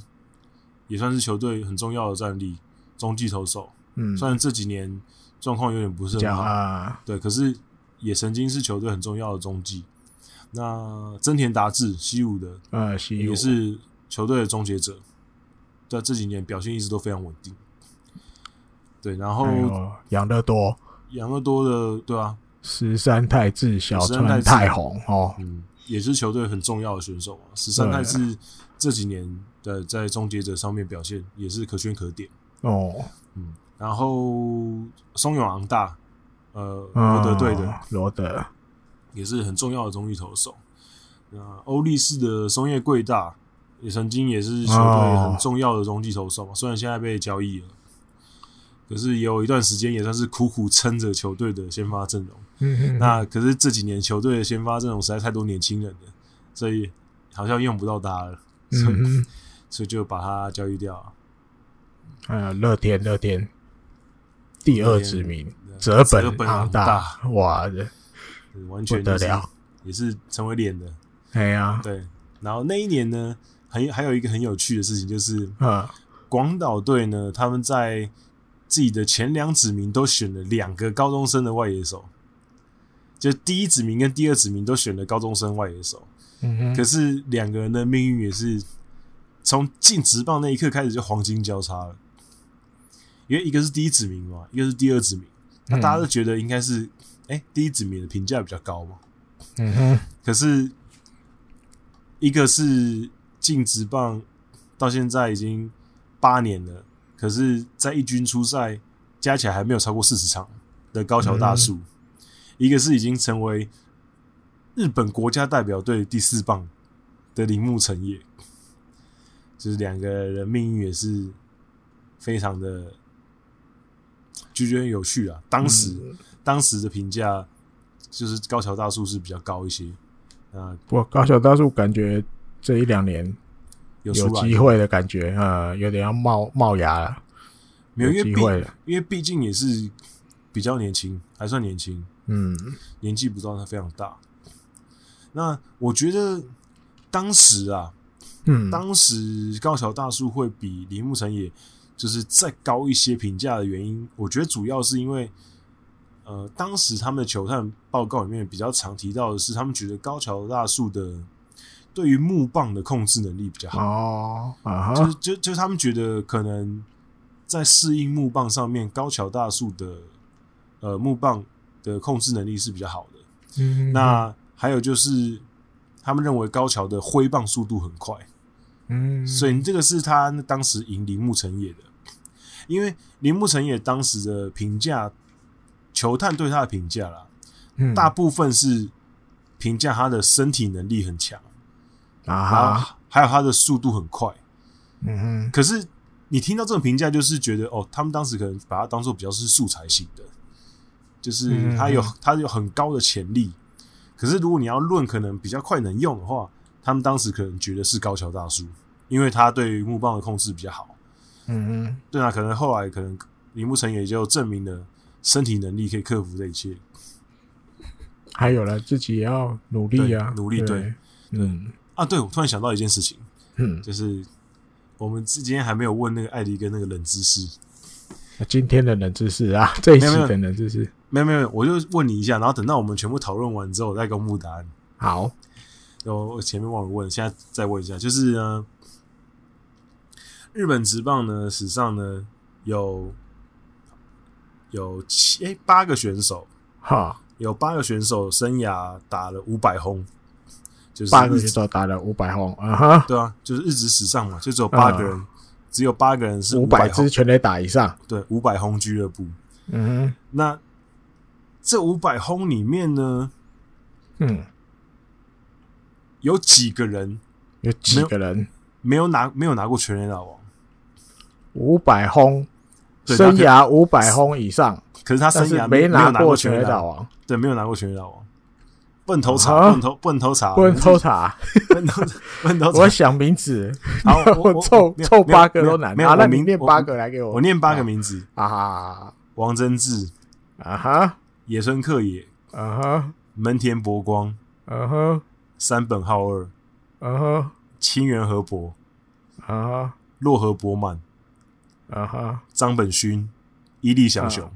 Speaker 2: 也算是球队很重要的战力，中继投手。
Speaker 1: 嗯，
Speaker 2: 虽然这几年状况有点不是很
Speaker 1: 讲
Speaker 2: 好，
Speaker 1: 啊，
Speaker 2: 对，可是也曾经是球队很重要的中继。那真田达志西武的
Speaker 1: 呃，西
Speaker 2: 也
Speaker 1: 武
Speaker 2: 是球队的终结者，在这几年表现一直都非常稳定。对，然后
Speaker 1: 还有养乐多、
Speaker 2: 养乐多的对啊，
Speaker 1: 十三太治、小
Speaker 2: 十三太
Speaker 1: 川
Speaker 2: 治
Speaker 1: 太宏哦，
Speaker 2: 嗯，也是球队很重要的选手啊。十三
Speaker 1: 对
Speaker 2: 太是这几年的在终结者上面表现也是可圈可点。
Speaker 1: 哦，
Speaker 2: 嗯，然后松永昂大，呃，
Speaker 1: 嗯
Speaker 2: 罗德队的
Speaker 1: 罗德，
Speaker 2: 也是很重要的中继投手。那欧力士的松叶贵大也曾经也是球队
Speaker 1: 哦
Speaker 2: 很重要的中继投手嘛，虽然现在被交易了，可是也有一段时间也算是苦苦撑着球队的先发阵容。
Speaker 1: 嗯，
Speaker 2: 那可是这几年球队的先发阵容实在太多年轻人了，所以好像用不到他了。所以、
Speaker 1: 嗯
Speaker 2: 所以就把它交易掉了。
Speaker 1: 哼，啊，乐天乐天第二指名，
Speaker 2: 折
Speaker 1: 折
Speaker 2: 本
Speaker 1: 本
Speaker 2: 昂
Speaker 1: 昂
Speaker 2: 大
Speaker 1: 大，哇，这
Speaker 2: 嗯完
Speaker 1: 不
Speaker 2: 全
Speaker 1: 得
Speaker 2: 就是
Speaker 1: 了，
Speaker 2: 也是成为脸的。
Speaker 1: 哎呀，
Speaker 2: 对，然后那一年呢，很还有一个很有趣的事情，就是
Speaker 1: 嗯，
Speaker 2: 广岛队呢，他们在自己的前两指名都选了两个高中生的外野手，就第一指名跟第二指名都选了高中生外野手。
Speaker 1: 嗯哼，
Speaker 2: 可是两个人的命运也是从进职棒那一刻开始就黄金交叉了，因为一个是第一指名嘛，一个是第二指名，那大家都觉得应该是哎、诶第一指名的评价比较高嘛，
Speaker 1: 嗯哼，
Speaker 2: 可是一个是进职棒到现在已经八年了，可是在一军出赛加起来还没有超过四十场的高桥大树，一个是已经成为日本国家代表队第四棒的铃木诚也，就是两个人命运也是非常的。就觉得很有趣啊！当时、当时的评价就是高桥大树是比较高一些，啊，
Speaker 1: 我高桥大树感觉这一两年
Speaker 2: 有出
Speaker 1: 有
Speaker 2: 来
Speaker 1: 机会的感觉，呃，有点要冒冒芽了，
Speaker 2: 没有？因
Speaker 1: 有
Speaker 2: 为
Speaker 1: 机会
Speaker 2: 毕
Speaker 1: 了，
Speaker 2: 因为毕竟也是比较年轻，还算年轻，
Speaker 1: 嗯
Speaker 2: 年纪不算他非常大。那我觉得当时啊，
Speaker 1: 嗯，
Speaker 2: 当时高桥大树会比铃木成也就是再高一些评价的原因，我觉得主要是因为，呃，当时他们的球探报告里面比较常提到的是，他们觉得高桥大树的对于木棒的控制能力比较好。
Speaker 1: 哦啊
Speaker 2: 就
Speaker 1: 哈
Speaker 2: 是，就就是他们觉得可能在适应木棒上面，高桥大树的呃木棒的控制能力是比较好的。
Speaker 1: 嗯
Speaker 2: 那还有就是，他们认为高桥的挥棒速度很快，
Speaker 1: 嗯，
Speaker 2: 所以这个是他当时赢铃木成也的，因为铃木成也当时的评价，球探对他的评价啦，
Speaker 1: 嗯
Speaker 2: 大部分是评价他的身体能力很强，
Speaker 1: 啊
Speaker 2: 然
Speaker 1: 哈，
Speaker 2: 后还有他的速度很快。
Speaker 1: 嗯哼，
Speaker 2: 可是你听到这种评价，就是觉得哦，他们当时可能把它当做比较是素材型的，就是
Speaker 1: 嗯
Speaker 2: 它有、它有很高的潜力。可是如果你要论可能比较快能用的话，他们当时可能觉得是高桥大叔，因为他对于木棒的控制比较好。
Speaker 1: 嗯哼，
Speaker 2: 对啊，可能后来可能铃木成也就证明了身体能力可以克服这一切。
Speaker 1: 还有了，自己也要努力啊
Speaker 2: 对，努力对
Speaker 1: 对，嗯
Speaker 2: 啊，对，我突然想到一件事情，
Speaker 1: 嗯，
Speaker 2: 就是我们之今天还没有问那个艾迪跟那个冷知识，
Speaker 1: 那今天的冷知识啊，这一期
Speaker 2: 没有没有
Speaker 1: 的冷知识，
Speaker 2: 没有没有，没有我就问你一下，然后等到我们全部讨论完之后，我再公布答案。
Speaker 1: 好，
Speaker 2: 我我前面忘了问，现在再问一下，就是呢，日本职棒呢史上呢有有七诶八个选手，
Speaker 1: 哈，
Speaker 2: 有八个选手生涯打了五百轰，就是
Speaker 1: 八个
Speaker 2: 日
Speaker 1: 选手打了五百轰，啊哈，
Speaker 2: 对啊，就是日职史上嘛，就只有八个人，只有八个人是
Speaker 1: 五
Speaker 2: 百
Speaker 1: 百支全垒打以上，
Speaker 2: 对五百轰俱乐部。
Speaker 1: 嗯
Speaker 2: 那这五百轰里面呢，
Speaker 1: 哼，嗯，
Speaker 2: 有几个人
Speaker 1: 有几个人
Speaker 2: 没有拿没有拿过全垒打王，
Speaker 1: 五百轰，
Speaker 2: 对
Speaker 1: 生涯五百轰以上，
Speaker 2: 可是他啊生
Speaker 1: 但
Speaker 2: 涯
Speaker 1: 是
Speaker 2: 没有
Speaker 1: 拿
Speaker 2: 拿过
Speaker 1: 全
Speaker 2: 全垒
Speaker 1: 打
Speaker 2: 打王，啊
Speaker 1: 王，
Speaker 2: 对，没有拿过全垒打王。笨头茶，
Speaker 1: 啊
Speaker 2: 笨头笨头茶，
Speaker 1: 不能抽查，
Speaker 2: 笨头笨头
Speaker 1: 我
Speaker 2: 茶。
Speaker 1: 想名字，
Speaker 2: 好，我
Speaker 1: 我 凑
Speaker 2: 没有
Speaker 1: 凑
Speaker 2: 没有
Speaker 1: 八个
Speaker 2: 没有
Speaker 1: 都难，
Speaker 2: 没有，
Speaker 1: 啊，那
Speaker 2: 我
Speaker 1: 你
Speaker 2: 明
Speaker 1: 念
Speaker 2: 我
Speaker 1: 八个来给我，
Speaker 2: 我念八个名字：
Speaker 1: 啊哈
Speaker 2: 王贞治、
Speaker 1: 啊哈
Speaker 2: 野村克也、
Speaker 1: 啊哈
Speaker 2: 门田博光、
Speaker 1: 啊哈
Speaker 2: 山本浩二、
Speaker 1: 啊哈
Speaker 2: 清源和博、
Speaker 1: 啊哈
Speaker 2: 洛河博满、
Speaker 1: 啊哈
Speaker 2: 张本勋、伊利祥雄，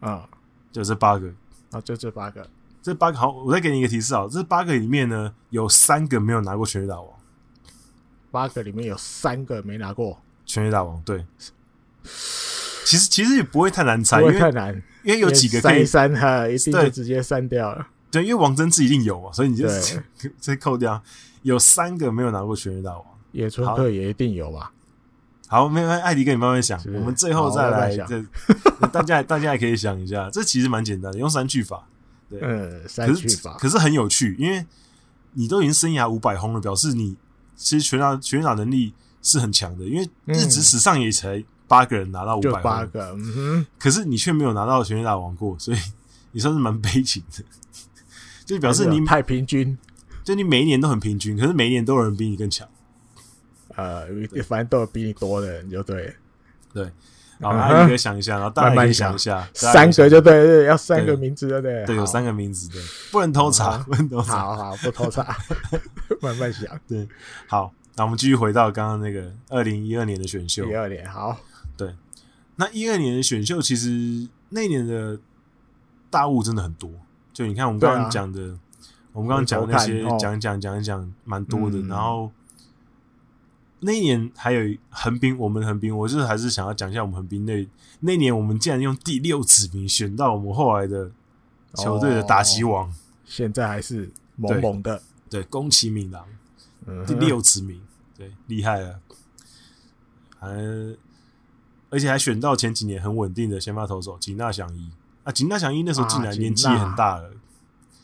Speaker 1: 啊，
Speaker 2: 就这八个。
Speaker 1: 啊就这八个，
Speaker 2: 这八个好，我再给你一个提示啊，这八个里面呢，有三个没有拿过全垒打王，
Speaker 1: 八个里面有三个没拿过，
Speaker 2: 全垒打王对。其实其实也不会太难
Speaker 1: 不
Speaker 2: 猜，啊因
Speaker 1: 会
Speaker 2: 为
Speaker 1: 太难，
Speaker 2: 因为有几个可
Speaker 1: 删
Speaker 2: 以
Speaker 1: 一删哈，一定
Speaker 2: 对
Speaker 1: 就直接删掉了。
Speaker 2: 对，因为王贞治一定有嘛，所以你就
Speaker 1: 对
Speaker 2: 再扣掉，有三个没有拿过全垒打王。
Speaker 1: 野村
Speaker 2: 好
Speaker 1: 克也一定有吧？
Speaker 2: 好，没有艾迪跟你慢慢想，
Speaker 1: 是
Speaker 2: 我们最后再
Speaker 1: 好
Speaker 2: 来
Speaker 1: 慢慢想
Speaker 2: 这，大家大家也可以想一下，这其实蛮简单的，用删去法，对
Speaker 1: 嗯，删
Speaker 2: 可
Speaker 1: 去
Speaker 2: 是
Speaker 1: 法。
Speaker 2: 可是很有趣，因为你都已经生涯五百轰了，表示你其实全打全打能力是很强的，因为日职
Speaker 1: 嗯
Speaker 2: 史上也才八个人拿到五
Speaker 1: 就
Speaker 2: 百
Speaker 1: 八
Speaker 2: 轰，
Speaker 1: 个，嗯
Speaker 2: 可是你却没有拿到全垒打王过， 所以你算是蛮悲情的， 就
Speaker 1: 哼，
Speaker 2: 表示你
Speaker 1: 太平均，啊
Speaker 2: 就你每一年都很平均，可是每一年都有人比你更强。
Speaker 1: 呃，反正都有比你多的人就对了，
Speaker 2: 好，
Speaker 1: 嗯
Speaker 2: 那你可以想一下，然后大家也
Speaker 1: 慢
Speaker 2: 可
Speaker 1: 慢
Speaker 2: 以
Speaker 1: 想
Speaker 2: 想一下，大家
Speaker 1: 三
Speaker 2: 也可
Speaker 1: 个
Speaker 2: 以
Speaker 1: 就对了，对，要三个
Speaker 2: 对
Speaker 1: 名字对不对？
Speaker 2: 对，有
Speaker 1: 好
Speaker 2: 三个名字的，不能偷查，
Speaker 1: 嗯
Speaker 2: 不能偷查。
Speaker 1: 好好不偷 查，慢慢想。
Speaker 2: 好，那我们继续回到刚刚那个二零一二年的选秀
Speaker 1: 第。二年好，
Speaker 2: 那一二年的选秀，其实那一年的大物真的很多。就你看，我们刚
Speaker 1: 对啊
Speaker 2: 刚讲的，我们刚刚讲的那些
Speaker 1: 回头看哦，
Speaker 2: 讲一讲讲一讲，蛮多的。
Speaker 1: 嗯
Speaker 2: 然后那一年还有横滨，我们横滨，我就是还是想要讲一下我们横滨那那一年，我们竟然用第六指名选到我们后来的球队
Speaker 1: 哦
Speaker 2: 的打击王，
Speaker 1: 现在还是萌萌的，
Speaker 2: 对，宫崎敏郎。
Speaker 1: 嗯
Speaker 2: 第
Speaker 1: 哼，
Speaker 2: 六十名，对，厉害了，还而且还选到前几年很稳定的先发投手吉纳翔一啊，吉纳翔一那时候进
Speaker 1: 啊
Speaker 2: 来
Speaker 1: 吉纳
Speaker 2: 年纪也很大了，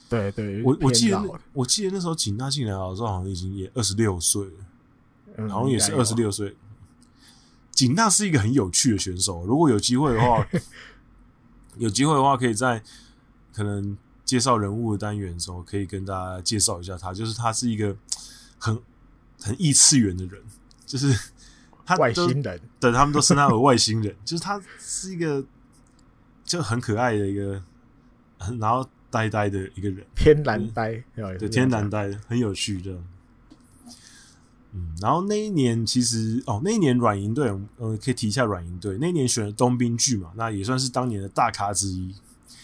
Speaker 1: 对对，
Speaker 2: 我我记得
Speaker 1: 偏老
Speaker 2: 那我记得那时候吉纳进来的时候好像已经也二十六岁了，
Speaker 1: 嗯
Speaker 2: 好像也是
Speaker 1: 应该有
Speaker 2: 二十六岁。吉纳是一个很有趣的选手，哦如果有机会的 话，有机会的话可以在可能介绍人物的单元的时候，可以跟大家介绍一下他，就是他是一个很很异次元的人，就是他
Speaker 1: 外
Speaker 2: 都
Speaker 1: 星人，
Speaker 2: 对，他们都称他为外星人，就是他是一个就很可爱的一个，然后呆呆的一个人，
Speaker 1: 天然呆，
Speaker 2: 嗯
Speaker 1: 哦
Speaker 2: 对，
Speaker 1: 对啊
Speaker 2: 天然呆，很有趣的。嗯，然后那一年其实哦，那一年软银队，呃，可以提一下软银队。那一年选了东滨巨嘛，那也算是当年的大咖之一。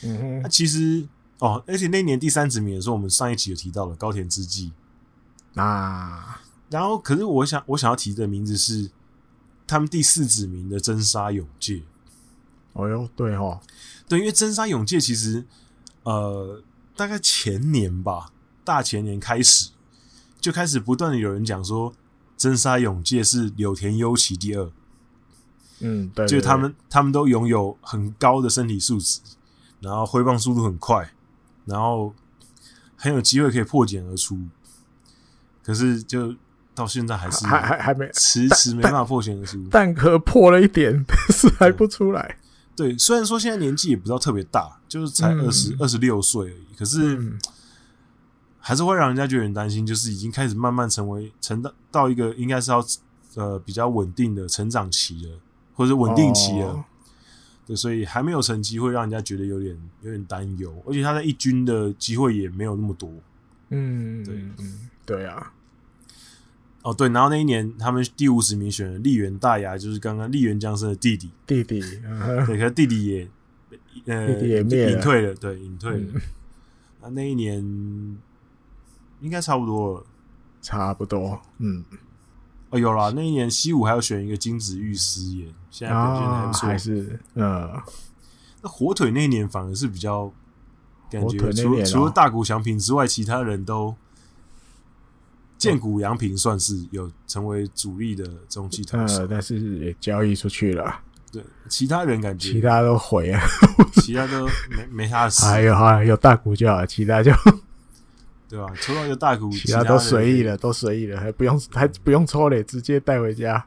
Speaker 1: 嗯
Speaker 2: 那
Speaker 1: 哼，
Speaker 2: 其实哦，而且那一年第三指名也是我们上一期有提到的高田之纪。
Speaker 1: 那
Speaker 2: 然后，可是我想我想要提的名字是他们第四指名的真沙永介。
Speaker 1: 哦哟，对哦，
Speaker 2: 对，因为真沙永介其实呃，大概前年吧，大前年开始就开始不断的有人讲说，真沙永介是柳田优起第二，
Speaker 1: 嗯，对，
Speaker 2: 就是
Speaker 1: 对
Speaker 2: 他们他们都拥有很高的身体素质，然后挥棒速度很快，然后很有机会可以破茧而出，可是就到现在还是
Speaker 1: 对还还还没
Speaker 2: 迟迟没办法破茧而出。
Speaker 1: 蛋壳破了一点，但是还不出来，
Speaker 2: 对，虽然说现在年纪也不知道特别大，就是才
Speaker 1: 嗯
Speaker 2: 二十二十六岁而已，可是。
Speaker 1: 嗯，
Speaker 2: 还是会让人家觉得很担心，就是已经开始慢慢成为成到到一个应该是要呃比较稳定的成长期了，或者是稳定期了。
Speaker 1: 哦
Speaker 2: 对，所以还没有成绩会让人家觉得有点有点担忧，而且他在一军的机会也没有那么多。
Speaker 1: 嗯，
Speaker 2: 对
Speaker 1: 嗯，嗯对啊，
Speaker 2: 哦，对，然后那一年他们第五十名选了立原大牙，就是刚刚立原江生的弟弟，
Speaker 1: 弟弟， 嗯哼
Speaker 2: 对，可是弟弟也呃
Speaker 1: 弟弟也灭了
Speaker 2: 隐退了，对，隐退了。
Speaker 1: 嗯
Speaker 2: 那那一年应该差不多了。
Speaker 1: 差不多，嗯，
Speaker 2: 哦，有啦，那一年西武还要选一个金子玉师爷，现在表现的还
Speaker 1: 啊，
Speaker 2: 不错。
Speaker 1: 还是呃，
Speaker 2: 那火腿那一年反而是比较感觉
Speaker 1: 火腿，那
Speaker 2: 除
Speaker 1: 年
Speaker 2: 了
Speaker 1: 哦
Speaker 2: 除了大谷翔平之外，其他人都见谷洋平算是有成为主力的中继投手，
Speaker 1: 呃，但是也交易出去了，
Speaker 2: 对其他人感觉
Speaker 1: 其他都毁了。
Speaker 2: 其他都没没他的事，
Speaker 1: 哎呦，哎有大股就好，其他就
Speaker 2: 嗯对吧？除了一个大谷，
Speaker 1: 其
Speaker 2: 他
Speaker 1: 他
Speaker 2: 人
Speaker 1: 都随意了，都随意了，还不用还不用抽嘞，直接带回家。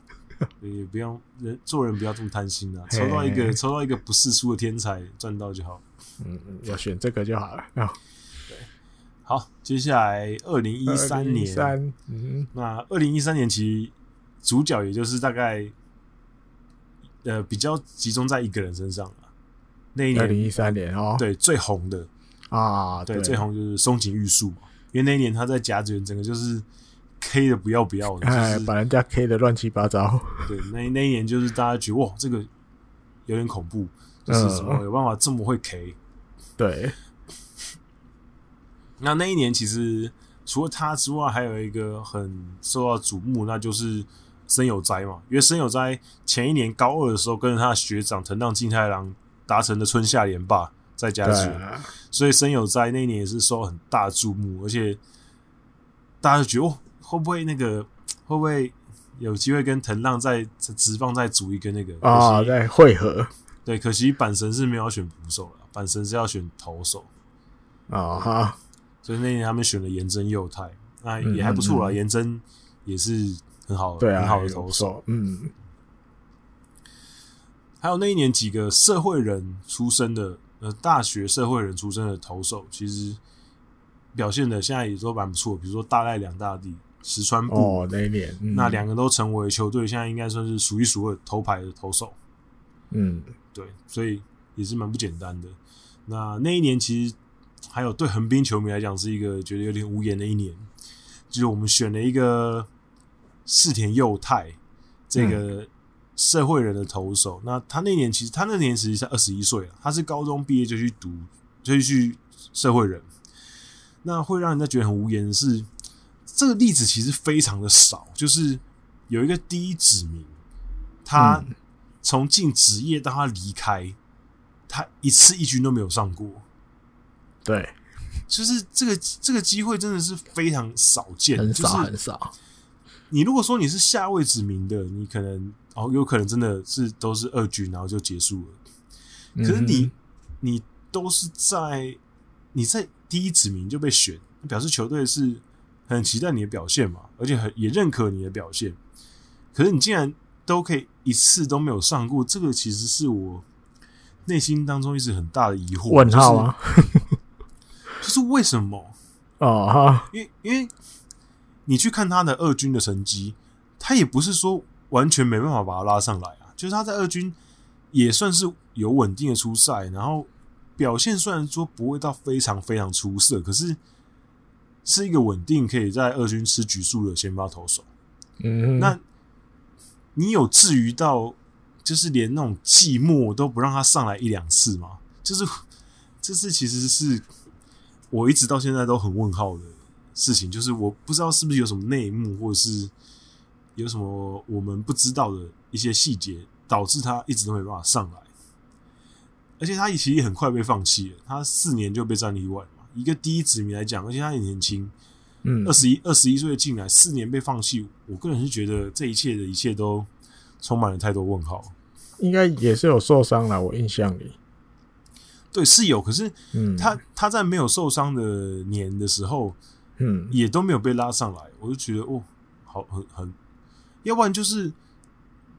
Speaker 2: 对，也不用人做人不要这么贪心啊，
Speaker 1: 嘿
Speaker 2: 抽到一个抽到一个不世出的天才赚到就好。
Speaker 1: 嗯，嗯要选这个就 好了。啊，
Speaker 2: 好，接下来二零一三年，
Speaker 1: 三，嗯，
Speaker 2: 那二零一三年其实主角也就是大概呃比较集中在一个人身上了。那一
Speaker 1: 二
Speaker 2: 年
Speaker 1: 零一三年哦，
Speaker 2: 对最红的，
Speaker 1: 啊，
Speaker 2: 对最红就是松井玉树嘛，因为那一年他在甲子园整个就是 K 的不要不要的，
Speaker 1: 哎
Speaker 2: 就，是
Speaker 1: 把人家 K 的乱七八糟。
Speaker 2: 对那那一年就是大家觉得哇这个有点恐怖，就是什么
Speaker 1: 嗯
Speaker 2: 有办法这么会 K。
Speaker 1: 对，
Speaker 2: 那那一年其实除了他之外，还有一个很受到瞩目，那就是森友斋嘛。因为森友斋前一年高二的时候，跟着他的学长藤浪晋太郎达成了春夏联霸，在家
Speaker 1: 对
Speaker 2: 子园，
Speaker 1: 啊，
Speaker 2: 所以森友斋那一年也是受到很大的注目，而且大家就觉得哦，会不会那个会不会有机会跟藤浪在直棒再组一个那个
Speaker 1: 啊，
Speaker 2: 可惜
Speaker 1: 在汇合
Speaker 2: 对，可惜阪神是没有要选捕手了，阪神是要选投手。
Speaker 1: 啊哈，
Speaker 2: 所以那年他们选了岩真佑太，那
Speaker 1: 嗯
Speaker 2: 也还不错
Speaker 1: 嗯
Speaker 2: 啦。
Speaker 1: 嗯
Speaker 2: 岩真也是很好的，
Speaker 1: 对啊，
Speaker 2: 很好的投手。
Speaker 1: 手，嗯，
Speaker 2: 还有那一年几个社会人出身的，呃，大学社会人出身的投手，其实表现的现在也都蛮不错。比如说大赖两大地、石川布，
Speaker 1: 哦，那一年，嗯
Speaker 2: 那两个都成为球队现在应该算是数一数二头牌的投手。
Speaker 1: 嗯
Speaker 2: 对，所以也是蛮不简单的。那那一年其实还有对横滨球迷来讲是一个觉得有点无言的一年，就是我们选了一个四田佑太这个社会人的投手。那他那年其实他那年其实才二十一岁了，他是高中毕业就去读就去社会人。那会让人家觉得很无言的是，这个例子其实非常的少，就是有一个第一指名，他
Speaker 1: 嗯
Speaker 2: 从进职业到他离开，他一次一军都没有上过，
Speaker 1: 对，
Speaker 2: 就是这个这个机会真的是非常少见，
Speaker 1: 很少
Speaker 2: 就是
Speaker 1: 很少，
Speaker 2: 你如果说你是下位指名的，你可能哦有可能真的是都是二军，然后就结束了。
Speaker 1: 可
Speaker 2: 可是你、你都是在你在第一指名就被选，表示球队是很期待你的表现嘛，而且很也认可你的表现。可是你竟然都可以一次都没有上过，这个其实是我内心当中一直很大的疑惑。
Speaker 1: 问号啊？
Speaker 2: 就是，就是为什么？
Speaker 1: 哦哈，
Speaker 2: 因为因为你去看他的二军的成绩，他也不是说完全没办法把他拉上来啊，就是他在二军也算是有稳定的出赛，然后表现虽然说不会到非常非常出色，可是是一个稳定可以在二军吃局数的先发投手。
Speaker 1: 嗯，
Speaker 2: 那你有至于到就是连那种寂寞都不让他上来一两次吗？就是这是其实是我一直到现在都很问号的事情，就是我不知道是不是有什么内幕，或者是有什么我们不知道的一些细节，导致他一直都没办法上来。而且他其实也很快被放弃了，他四年就被战力外嘛，一个第一指名来讲，而且他也年轻，
Speaker 1: 嗯
Speaker 2: 二十一二十一岁进来，四年被放弃，我个人是觉得这一切的一切都充满了太多问号。
Speaker 1: 应该也是有受伤了，我印象里，
Speaker 2: 对，是有，可是
Speaker 1: 嗯，
Speaker 2: 他他在没有受伤的年的时候，
Speaker 1: 嗯
Speaker 2: 也都没有被拉上来，我就觉得哦，好很很，要不然就是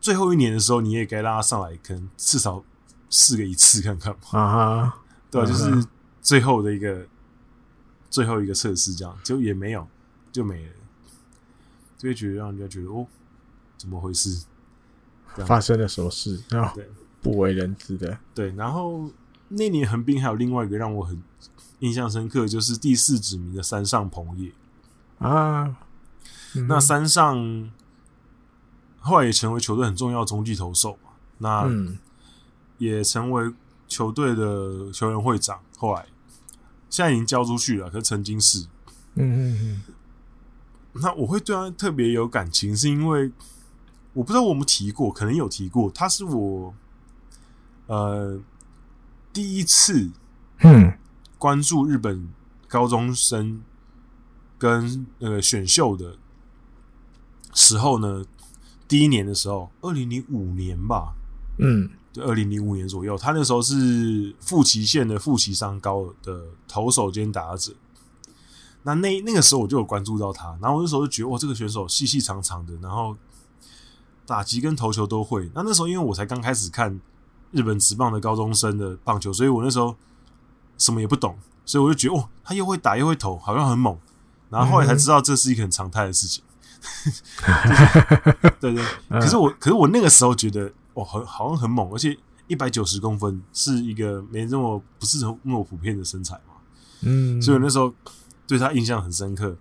Speaker 2: 最后一年的时候，你也该拉他上来，可能至少试个一次看看嘛。
Speaker 1: 啊哈，
Speaker 2: 对、啊，就
Speaker 1: 嗯
Speaker 2: 是最后的一个最后一个测试，这样结果也没有，就没了，就会觉得让人家觉得哦，怎么回事？
Speaker 1: 发生了什么事？啊
Speaker 2: 啊对，
Speaker 1: 不为人知的，
Speaker 2: 对，然后那年横滨还有另外一个让我很印象深刻，就是第四指名的山上朋也。
Speaker 1: 啊，
Speaker 2: 那山上后来也成为球队很重要的中继投手嘛，那
Speaker 1: 嗯
Speaker 2: 也成为球队的球员会长。后来现在已经交出去了，可是曾经是。
Speaker 1: 嗯嗯
Speaker 2: 那我会对他特别有感情，是因为我不知道我有没有提过，可能有提过，他是我呃第一次
Speaker 1: 嗯
Speaker 2: 关注日本高中生跟呃选秀的时候呢，第一年的时候，二零零五年吧，
Speaker 1: 嗯
Speaker 2: 对，二零零五年左右，他那时候是富崎县的富崎商高的投手兼打者。那那那个时候我就有关注到他，然后我那时候就觉得哇，这个选手细细长长的，然后打击跟投球都会。那那时候因为我才刚开始看日本职棒的高中生的棒球，所以我那时候什么也不懂，所以我就觉得哦，他又会打又会投，好像很猛。然后后来才知道这是一个很常态的事情。对对，
Speaker 1: 嗯
Speaker 2: 可是我，可是我那个时候觉得，哇，很好像很猛，而且一百九十公分是一个没那么不是那么普遍的身材嘛，
Speaker 1: 嗯，
Speaker 2: 所以我那时候对他印象很深刻。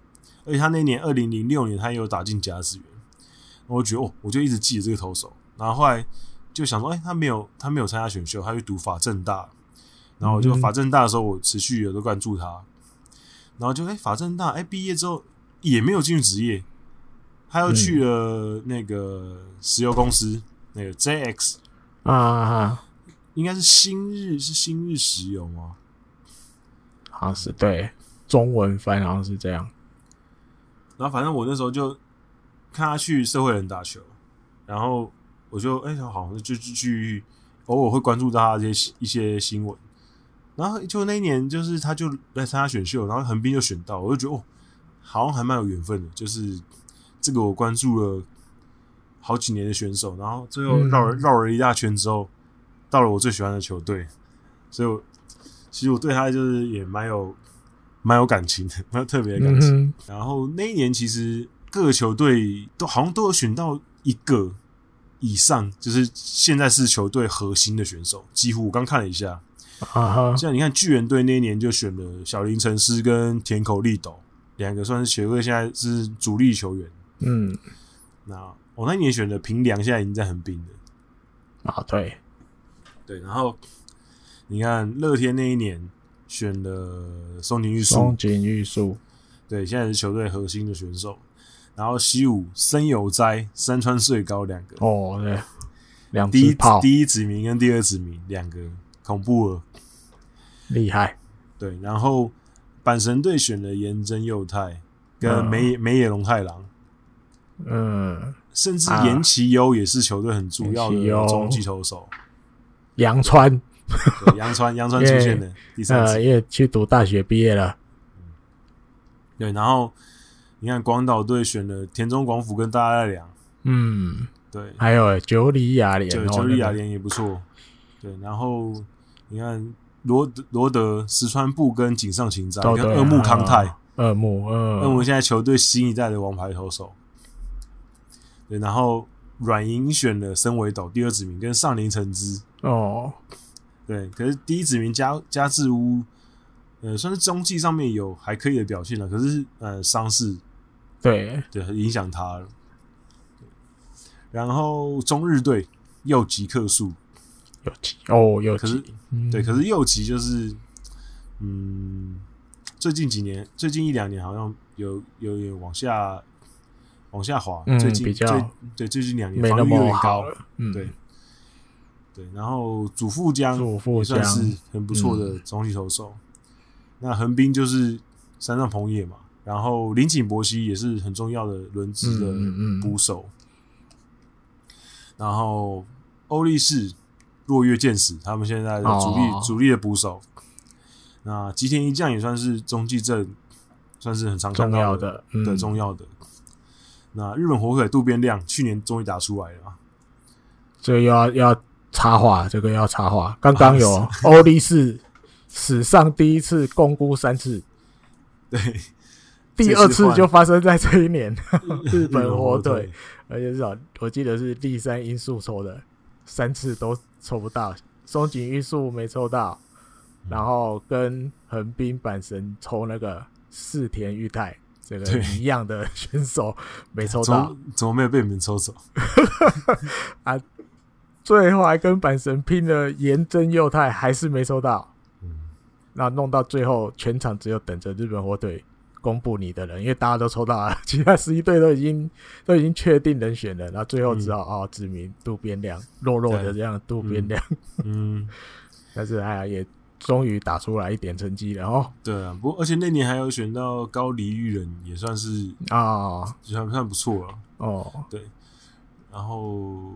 Speaker 2: 而且他那年二零零六年，他也有打进甲子园，我就觉得哦，我就一直记得这个投手。然后后来就想说，哎、他没有他没有参加选秀，他去读法政大。然后我就
Speaker 1: 嗯
Speaker 2: 法政大的时候，我持续有都关注他。然后就哎、法政大哎、毕业之后也没有进入职业，他又
Speaker 1: 嗯
Speaker 2: 去了那个石油公司，那个 JX
Speaker 1: 啊，
Speaker 2: 应该是新日是新日石油吗？
Speaker 1: 好像是对中文翻好像是这样，
Speaker 2: 然后反正我那时候就看他去社会人打球，然后我就哎、好，那就就去偶尔会关注到他这些一些新闻。然后就那一年，就是他就来参加选秀，然后横滨就选到，我就觉得哦，好像还蛮有缘分的。就是这个我关注了好几年的选手，然后最后绕了、
Speaker 1: 嗯
Speaker 2: 绕了一大圈之后，到了我最喜欢的球队，所以我其实我对他就是也蛮有蛮有感情的，蛮有特别的感情。
Speaker 1: 嗯
Speaker 2: 然后那一年其实各球队都好像都有选到一个以上，就是现在是球队核心的选手，几乎我刚看了一下，
Speaker 1: 啊哈，
Speaker 2: 像你看巨人队那一年就选了小林诚司跟田口利斗两个，算是球队现在是主力球员。
Speaker 1: 嗯，
Speaker 2: 那我、那一年选的平良，现在已经在横滨了。
Speaker 1: 啊对，
Speaker 2: 对，然后你看乐天那一年选了松田玉树
Speaker 1: 松，井玉树，
Speaker 2: 对，现在是球队核心的选手。然后西武森友哉、山川穗高两个，
Speaker 1: 哦对，两
Speaker 2: 第一
Speaker 1: 只炮，
Speaker 2: 第一指名跟第二指名两个，恐怖了。
Speaker 1: 厉害，
Speaker 2: 对，然后阪神队选了岩真佑太跟
Speaker 1: 嗯
Speaker 2: 梅、梅野龙太郎，
Speaker 1: 嗯，
Speaker 2: 甚至
Speaker 1: 啊
Speaker 2: 岩崎优也是球队很主要
Speaker 1: 岩崎优
Speaker 2: 的中继投手。
Speaker 1: 杨川，
Speaker 2: 对，杨川杨川出现的第三次
Speaker 1: 呃，。也去读大学毕业了，
Speaker 2: 对，然后你看广岛队选了田中广辅跟大濑良，
Speaker 1: 嗯，
Speaker 2: 对，
Speaker 1: 还有九里雅莲
Speaker 2: 九
Speaker 1: 哦，
Speaker 2: 九里雅
Speaker 1: 那个，
Speaker 2: 莲也不错。对，然后你看罗德罗德、石川布跟井上晴哉，
Speaker 1: 哦
Speaker 2: 跟
Speaker 1: 对
Speaker 2: 二木康泰，
Speaker 1: 啊二木，
Speaker 2: 二
Speaker 1: 二
Speaker 2: 木现在球队新一代的王牌投手。对，然后软银选了森尾斗第二指名跟上林诚之，
Speaker 1: 哦，
Speaker 2: 对，可是第一指名加加治屋，呃，算是中继上面有还可以的表现了，可是呃伤势
Speaker 1: 对，
Speaker 2: 对，影响他了。然后中日队右吉克树，
Speaker 1: 有吉哦，有
Speaker 2: 可是
Speaker 1: 吉，嗯
Speaker 2: 对，可是右吉就是，嗯，最近几年，最近一两年好像有有有往下往下滑，
Speaker 1: 嗯
Speaker 2: 最近
Speaker 1: 比较
Speaker 2: 最对最近两年
Speaker 1: 没
Speaker 2: 防
Speaker 1: 那
Speaker 2: 御率有
Speaker 1: 么
Speaker 2: 点
Speaker 1: 好
Speaker 2: 高，
Speaker 1: 了，嗯，
Speaker 2: 对对，然后祖父江
Speaker 1: 祖父
Speaker 2: 也
Speaker 1: 江嗯
Speaker 2: 算是很不错的中继投手。那横滨就是山上朋野嘛，然后林井博希也是很重要的轮值
Speaker 1: 嗯嗯嗯
Speaker 2: 的捕手。然后欧力士、若月剑史他们现在的主力、
Speaker 1: 哦
Speaker 2: 主力的捕手。那吉田一将也算是中继阵，算是很常看
Speaker 1: 重
Speaker 2: 到
Speaker 1: 要
Speaker 2: 的
Speaker 1: 的，嗯
Speaker 2: 对，重要的。那日本火腿渡边亮去年终于打出来了嘛，
Speaker 1: 这个要要插话，这个要插 话。刚刚
Speaker 2: 啊
Speaker 1: 有欧力士史上第一次共估三次，
Speaker 2: 对，
Speaker 1: 第二次就发生在这一年，日本火腿
Speaker 2: 腿，
Speaker 1: 而且至少我记得是第三因素抽的，三次都抽不到，松井玉树没抽到，
Speaker 2: 嗯
Speaker 1: 然后跟横滨阪神抽那个四田裕太这个
Speaker 2: 对
Speaker 1: 一样 的选手没抽
Speaker 2: 怎
Speaker 1: 到
Speaker 2: 么，怎么没有被你们抽走？
Speaker 1: 最后还跟阪神拼了岩真佑太，还是没抽到。
Speaker 2: 嗯
Speaker 1: 那弄到最后，全场只有等着日本火腿公布你的人，因为大家都抽到了，其他十一队都已经都已经确定人选了，那最后只好、哦指名渡边亮，弱弱的
Speaker 2: 嗯对
Speaker 1: 这样渡边亮，
Speaker 2: 嗯，
Speaker 1: 但是哎呀也终于打出来一点成绩了哦
Speaker 2: 对啊，不过而且那年还有选到高梨裕人，也算是
Speaker 1: 啊哦
Speaker 2: 算算不错了。
Speaker 1: 哦
Speaker 2: 然后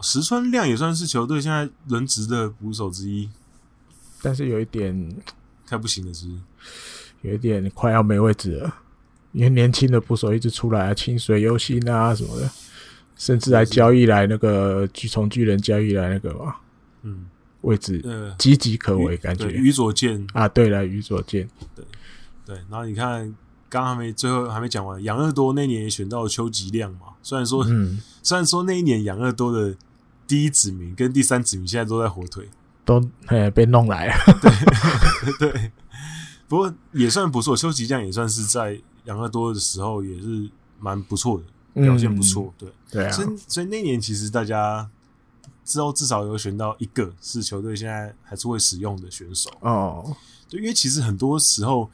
Speaker 2: 石川亮也算是球队现在轮值的捕手之一，
Speaker 1: 但是有一点
Speaker 2: 太不行了，是不是？
Speaker 1: 有一点快要没位置了，因为年轻的捕手一直出来啊，清水优心啊什么的，甚至还交易来那个巨从巨人交易来那个嘛
Speaker 2: 嗯，
Speaker 1: 位置
Speaker 2: 呃，
Speaker 1: 岌岌可危
Speaker 2: 于
Speaker 1: 感觉
Speaker 2: 对于左健，
Speaker 1: 啊。对了，于左健
Speaker 2: 对，然后你看。刚刚还没最后还没讲完，养乐多那年也选到了邱吉亮嘛。虽然说、
Speaker 1: 嗯，
Speaker 2: 虽然说那一年养乐多的第一指名跟第三指名现在都在火腿，
Speaker 1: 都嘿被弄来了，
Speaker 2: 对，不过也算不错，休息酱也算是在养乐多的时候也是蛮不错的，表现不错。对，
Speaker 1: 嗯。对啊，
Speaker 2: 所以所以那年其实大家之后至少有选到一个是球队现在还是会使用的选手，
Speaker 1: 哦，
Speaker 2: 对，因为其实很多时候。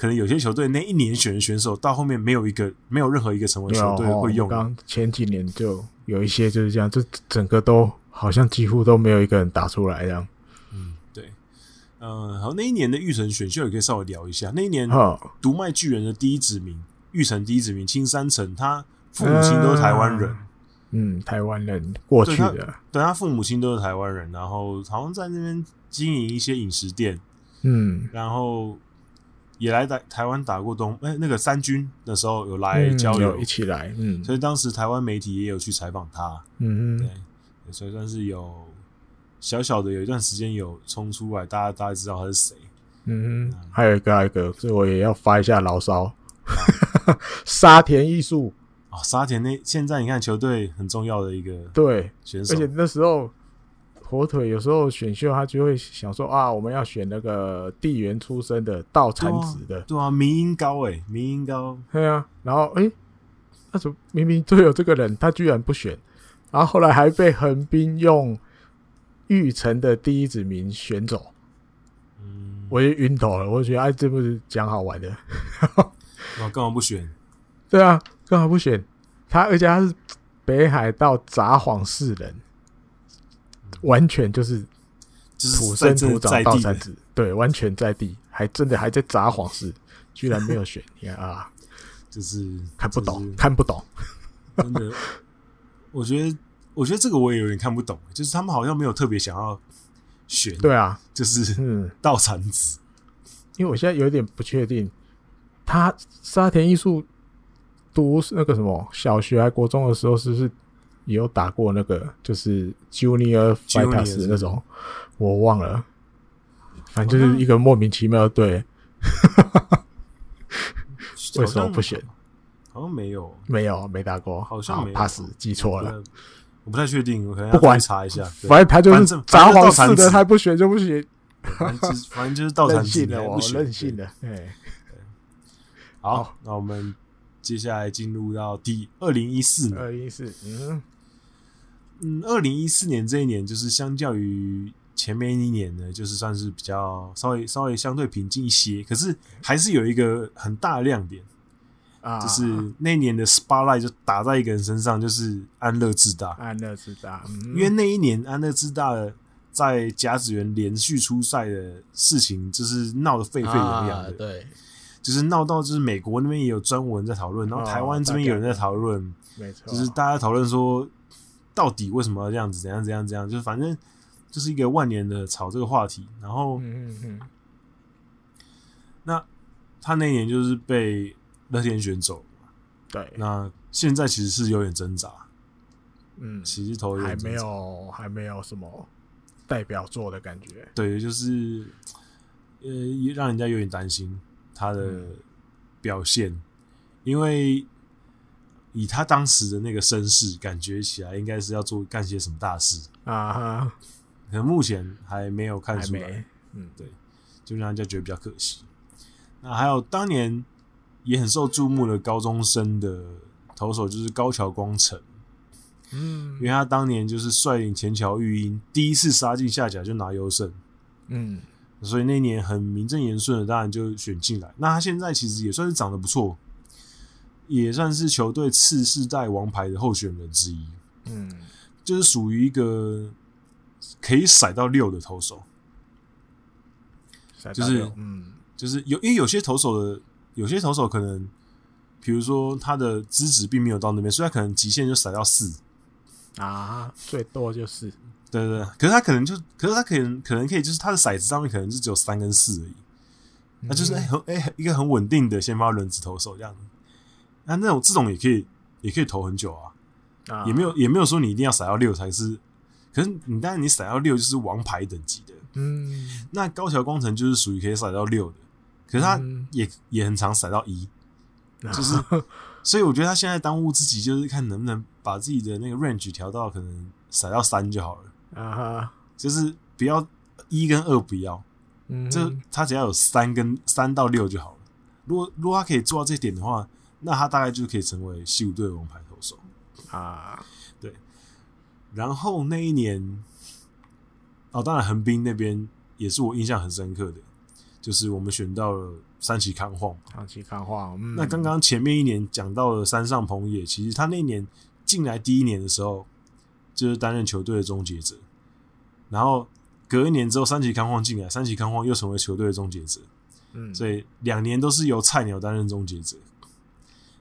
Speaker 2: 可能有些球队那一年选的选手，到后面没有一个没有任何一个成为
Speaker 1: 对啊
Speaker 2: 球队
Speaker 1: 哦
Speaker 2: 会用的，
Speaker 1: 刚前几年就有一些就是这样，就整个都好像几乎都没有一个人打出来这样。
Speaker 2: 嗯，对，嗯、好，那一年的玉成选秀也可以稍微聊一下。那一年
Speaker 1: 哈，
Speaker 2: 独卖巨人的第一指名，玉成第一指名青山城，他父母亲都是台湾人，
Speaker 1: 嗯，台湾人过去
Speaker 2: 对
Speaker 1: 的，
Speaker 2: 对他父母亲都是台湾人，然后好像在那边经营一些饮食店，
Speaker 1: 嗯，
Speaker 2: 然后也来台台湾打过东，哎、那个三军的时候有来
Speaker 1: 嗯
Speaker 2: 交流，
Speaker 1: 有一起来，嗯
Speaker 2: 所以当时台湾媒体也有去采访他，
Speaker 1: 嗯
Speaker 2: 对
Speaker 1: 哼，，
Speaker 2: 所以算是有小小的有一段时间有冲出来，大家大家知道他是谁。
Speaker 1: 嗯哼，还有一个，还有一个，这我也要发一下牢骚。沙田艺术，
Speaker 2: 哦，沙田那现在你看球队很重要的一个
Speaker 1: 对，
Speaker 2: 选手
Speaker 1: 而，且那时候火腿有时候选秀，他就会想说啊，我们要选那个地缘出身的、道产子的，
Speaker 2: 对啊，迷音高哎、迷音高，
Speaker 1: 对啊，然后诶，那怎么明明就有这个人，他居然不选，然后后来还被横滨用玉城的第一指名选走，
Speaker 2: 嗯，
Speaker 1: 我就晕头了，我就觉得哎，这不是讲好玩的，
Speaker 2: 我干嘛不选？
Speaker 1: 对啊，干嘛不选他？而且他是北海道札幌市人，完全就是
Speaker 2: 就是
Speaker 1: 土
Speaker 2: 在
Speaker 1: 生
Speaker 2: 这
Speaker 1: 土长
Speaker 2: 在
Speaker 1: 道
Speaker 2: 地
Speaker 1: 山
Speaker 2: 的，
Speaker 1: 子，对，完全在地，还真的还在札幌市，居然没有选，你看啊，
Speaker 2: 就是
Speaker 1: 看不懂，
Speaker 2: 就是
Speaker 1: 看不懂，
Speaker 2: 真的，我觉得，我觉得这个我也有点看不懂，欸就是他们好像没有特别想要选，
Speaker 1: 对啊，
Speaker 2: 就是
Speaker 1: 嗯，
Speaker 2: 道产子，
Speaker 1: 因为我现在有点不确定，他沙田艺术读那个什么小学还国中的时候，是不是也有打过那个就是 Junior
Speaker 2: Junior
Speaker 1: Fighters
Speaker 2: 是
Speaker 1: 那种？我忘了，反正就是一个莫名其妙的队，为什么不选？
Speaker 2: 好像没有，
Speaker 1: 没有没打过，啊
Speaker 2: 好像没有
Speaker 1: pass 记错了。
Speaker 2: 我不太，我不太确定，我可能要
Speaker 1: 不管
Speaker 2: 去查一 下。对啊
Speaker 1: 反正他就
Speaker 2: 反
Speaker 1: 是
Speaker 2: 正
Speaker 1: 札
Speaker 2: 反正
Speaker 1: 幌
Speaker 2: 到产
Speaker 1: 市的，
Speaker 2: 子
Speaker 1: 他不选就不选，
Speaker 2: 反正就是反正就是道产
Speaker 1: 任
Speaker 2: 子
Speaker 1: 性，的
Speaker 2: 你还
Speaker 1: 我
Speaker 2: 不选
Speaker 1: 任性。哦的，哎，
Speaker 2: 对好
Speaker 1: 好，
Speaker 2: 那我们接下来进入到第二零一四年，
Speaker 1: 二一四，嗯，
Speaker 2: 嗯，二零一四年这一年，就是相较于前面一年呢，就是算是比较稍微稍微相对平静一些，可是还是有一个很大的亮点，
Speaker 1: 啊，
Speaker 2: 就是那一年的 spotlight 就打在一个人身上，就是安乐自大，
Speaker 1: 安乐之大，嗯
Speaker 2: 因为那一年安乐自大在甲子园连续出赛的事情，就是闹得沸沸扬扬
Speaker 1: 啊
Speaker 2: 的，
Speaker 1: 对，
Speaker 2: 就是闹到就是美国那边也有专文在讨论，
Speaker 1: 哦
Speaker 2: 然后台湾这边有人在讨论，
Speaker 1: 没错，
Speaker 2: 就是大家讨论说，到底为什么要这样子，怎样怎样怎样，就是反正就是一个万年的吵这个话题。然后
Speaker 1: 嗯嗯嗯，
Speaker 2: 那他那一年就是被乐天选走，
Speaker 1: 嗯对，
Speaker 2: 那现在其实是有点挣扎，
Speaker 1: 嗯，
Speaker 2: 其实头有
Speaker 1: 还
Speaker 2: 点挣
Speaker 1: 没
Speaker 2: 扎
Speaker 1: 有还没有什么代表作的感觉，
Speaker 2: 对，就是呃，让人家有点担心他的
Speaker 1: 嗯
Speaker 2: 表现，因为以他当时的那个身世，感觉起来应该是要做干些什么大事，
Speaker 1: 啊哈，
Speaker 2: 可能目前还没有看
Speaker 1: 还
Speaker 2: 出来
Speaker 1: 没。，嗯，
Speaker 2: 就让人家觉得比较可惜。那还有当年也很受注目的高中生的投手就是高桥光成，因
Speaker 1: 嗯
Speaker 2: 为他当年就是率领前桥育英第一次杀进下甲就拿优胜，
Speaker 1: 嗯，
Speaker 2: 所以那年很名正言顺的当然就选进来。那他现在其实也算是长得不错，也算是球队次世代王牌的候选人之一，
Speaker 1: 嗯，
Speaker 2: 就是属于一个可以甩到六的投手。
Speaker 1: 塞
Speaker 2: 就
Speaker 1: 大
Speaker 2: 是
Speaker 1: 流嗯
Speaker 2: 就是有，因为有些投手的有些投手可能，比如说他的资质并没有到那边，所以他可能极限就甩到四，
Speaker 1: 啊，最多就是
Speaker 2: 对对对。可是他可能就，可是他可能可能可以，就是他的骰子上面可能就只有三跟四而已，那就是哎
Speaker 1: 嗯
Speaker 2: 很哎一个很稳定的先发轮值投手这样子。那那种这种也可以也可以投很久啊，
Speaker 1: 啊
Speaker 2: 也没有也没有说你一定要甩到六才是，可是你当然你甩到六就是王牌等级的，
Speaker 1: 嗯
Speaker 2: 那高桥光成就是属于可以甩到六的，可是他
Speaker 1: 嗯啊
Speaker 2: 也、也很常甩到一。
Speaker 1: 就是
Speaker 2: 所以我觉得他现在当务之急就是看能不能把自己的那个 range 调到可能甩到三就好 了，
Speaker 1: 啊哈，
Speaker 2: 就是不要一跟二不要，
Speaker 1: 嗯
Speaker 2: 就他只要有三跟三到六就好了。如果如果他可以做到这点的话，那他大概就可以成为西武队的王牌投手。
Speaker 1: 啊
Speaker 2: 然后那一年，哦，当然横滨那边也是我印象很深刻的，就是我们选到了三崎康晃。
Speaker 1: 长期看话，嗯，
Speaker 2: 那刚刚前面一年讲到了山上朋野，其实他那年进来第一年的时候，就是担任球队的终结者，然后隔一年之后三崎康晃进来，三崎康晃又成为球队的终结者，
Speaker 1: 嗯，
Speaker 2: 所以两年都是由菜鸟担任终结者。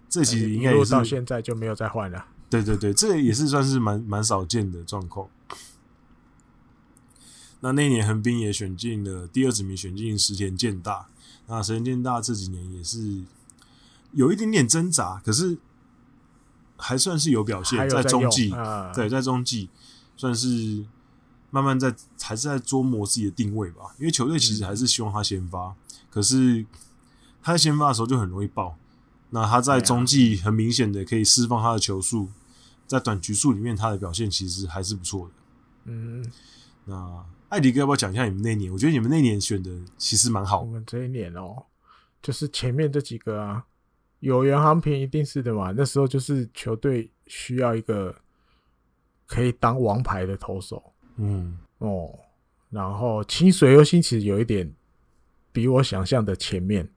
Speaker 2: 这其实
Speaker 1: 哎
Speaker 2: 应
Speaker 1: 一
Speaker 2: 该
Speaker 1: 路
Speaker 2: 也是
Speaker 1: 到现在就没有再换了，
Speaker 2: 对对对，这也是算是蛮蛮少见的状况。那那一年横滨也选进了第二指名，选进石田健大。那石田健大这几年也是有一点点挣扎，可是还算是有表
Speaker 1: 还
Speaker 2: 现，
Speaker 1: 有
Speaker 2: 在中
Speaker 1: 用
Speaker 2: 继，
Speaker 1: 啊，
Speaker 2: 对，在中继算是慢慢在还是在琢磨自己的定位吧。因为球队其实还是希望他先发，可是他在先发的时候就很容易爆，那他在
Speaker 3: 对啊
Speaker 2: 中继很明显的可以释放他的球速，在短局数里面他的表现其实还是不错的。
Speaker 1: 嗯，
Speaker 2: 那艾迪哥要不要讲一下你们那年？我觉得你们那年选的其实蛮
Speaker 1: 我
Speaker 2: 好，
Speaker 1: 们这一年哦，就是前面这几个啊，有原航平一定是的嘛。那时候就是球队需要一个可以当王牌的投手
Speaker 2: 嗯，
Speaker 1: 哦。然后清水优心其实有一点比我想象的前面，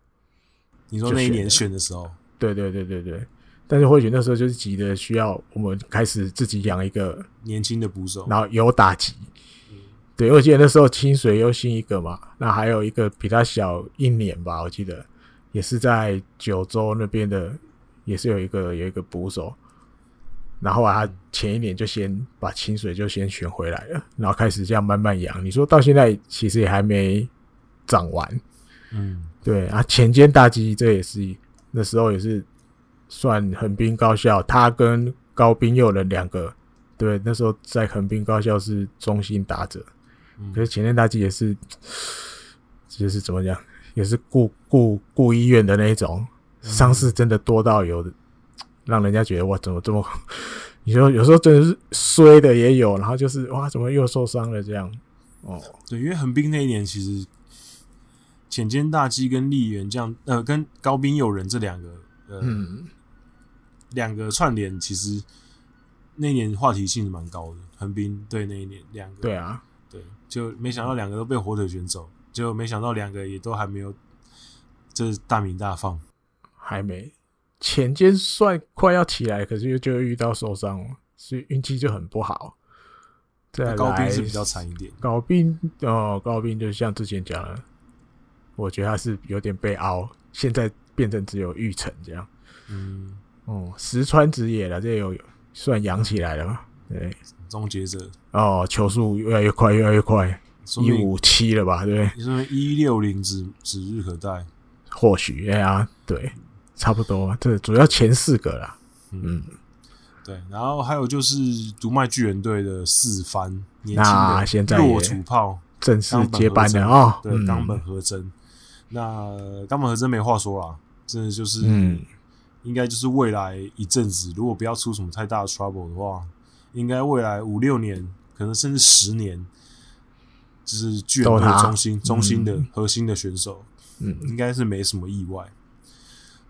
Speaker 2: 你说
Speaker 1: 就
Speaker 2: 那一
Speaker 1: 选
Speaker 2: 年
Speaker 1: 了
Speaker 2: 选的时候，
Speaker 1: 对对对对对。但是或许那时候就是急的需要我们开始自己养一个
Speaker 2: 年轻的捕手，
Speaker 1: 然后有打击。对，我记得那时候清水优新一个嘛，那还有一个比他小一年吧，我记得也是在九州那边的，也是有一个有一个捕手。然后啊，他前一年就先把清水就先选回来了，然后开始这样慢慢养。你说到现在其实也还没长完，
Speaker 2: 嗯，
Speaker 1: 对啊，前间大吉这也是那时候也是算横滨高校，他跟高滨佑人两个，对，那时候在横滨高校是中心打者，
Speaker 2: 嗯
Speaker 1: 可是前间大吉也是，就是怎么讲，也是顾顾顾医院的那一种，伤势真的多到有的，让人家觉得哇，怎么这么， 你说有时候真的是衰的也有，然后就是哇，怎么又受伤了这样，哦，
Speaker 2: 对，因为横滨那一年其实浅间大基跟立原这样，呃，跟高滨友人这两个，呃，
Speaker 1: 嗯，
Speaker 2: 两个串联，其实那一年话题性蛮高的。横滨对那一年两个，
Speaker 1: 对啊，
Speaker 2: 对，就没想到两个都被火腿选走，就没想到两个也都还没有，这、大名大放。
Speaker 1: 还没，前肩算快要起来，可是又就遇到受伤了，所以运气就很不好。再来
Speaker 2: 那高滨是比较惨一点，
Speaker 1: 高斌哦，高斌就像之前讲的，我觉得他是有点被凹，现在变成只有玉成这样。
Speaker 2: 嗯，
Speaker 1: 哦、石川直也了，这有算养起来了吧？对，
Speaker 2: 终结者
Speaker 1: 哦，球速越来越快，越来越快，
Speaker 2: 说
Speaker 1: 一
Speaker 2: 明
Speaker 1: 五七了吧？对不对，
Speaker 2: 说明一六零指指日可待。
Speaker 1: 或许哎呀，对，差不多，这主要前四个啦。嗯，
Speaker 2: 对，然后还有就是独卖巨人队的四番年轻
Speaker 1: 那
Speaker 2: 的
Speaker 1: 现在也
Speaker 2: 弱主炮，
Speaker 1: 正式接班的啊、哦，
Speaker 2: 对，冈
Speaker 1: 嗯
Speaker 2: 本和真。那冈本和真没话说啦，真的就是，
Speaker 1: 嗯，
Speaker 2: 应该就是未来一阵子，如果不要出什么太大的 trouble 的话，应该未来五六年，可能甚至十年，就是巨人
Speaker 1: 都
Speaker 2: 队
Speaker 1: 他
Speaker 2: 中心中心的
Speaker 1: 嗯
Speaker 2: 核心的选手，
Speaker 1: 嗯，
Speaker 2: 应该是没什么意外。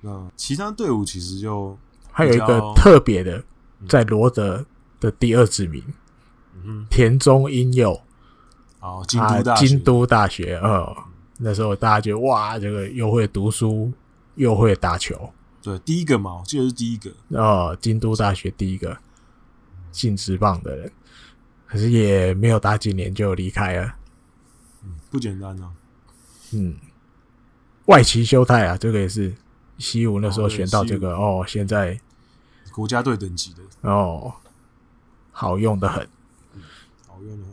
Speaker 2: 那其他队伍其实就，
Speaker 1: 还有一
Speaker 2: 比
Speaker 1: 个
Speaker 2: 较
Speaker 1: 特别的
Speaker 2: 嗯，
Speaker 1: 在罗德的第二指名
Speaker 2: 嗯
Speaker 1: 田中英佑
Speaker 2: 哼，好，京
Speaker 1: 啊
Speaker 2: 都大，学，
Speaker 1: 京都大学，呃，那时候大家觉得哇，这个又会读书又会打球，
Speaker 2: 对，第一个嘛，我记得是第一个，
Speaker 1: 呃，京都大学第一个进职棒的人，可是也没有打几年就离开了，
Speaker 2: 嗯，不简单啊。
Speaker 1: 嗯，外崎修太啊，这个也是西武那时候
Speaker 2: 哦对
Speaker 1: 选到这
Speaker 2: 西武
Speaker 1: 个哦，现在
Speaker 2: 国家队等级的，
Speaker 1: 哦，好用的很。
Speaker 2: 好用的很。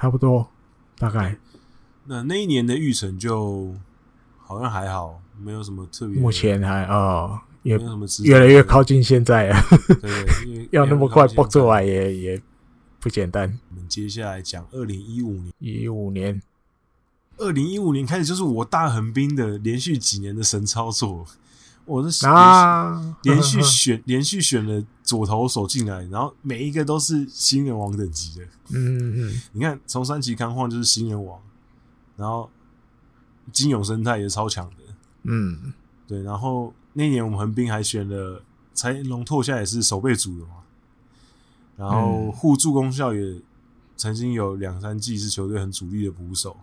Speaker 1: 差不多，大概
Speaker 2: 那那一年的玉成就好像还好，没有什么特别，
Speaker 1: 目前还哦，也
Speaker 2: 没有什么值得
Speaker 1: 越来越靠近现在了，啊
Speaker 2: 对，因为
Speaker 1: 要那么快
Speaker 2: 因为
Speaker 1: 爆出来也也不简单。
Speaker 2: 我们接下来讲二零一五年，
Speaker 1: 一五年，
Speaker 2: 二零一五年开始就是我大横滨的连续几年的神操作，我是
Speaker 1: 啊，
Speaker 2: 连续连续选连续选了左投手进来，然后每一个都是新人王等级的。
Speaker 1: 嗯，嗯嗯，
Speaker 2: 你看，从三崎康晃就是新人王，然后金永生态也超强的，
Speaker 1: 嗯，
Speaker 2: 对，然后那一年我们横滨还选了才龙拓下也是守备组的嘛，然后
Speaker 1: 嗯
Speaker 2: 互助功效也曾经有两三季是球队很主力的捕手，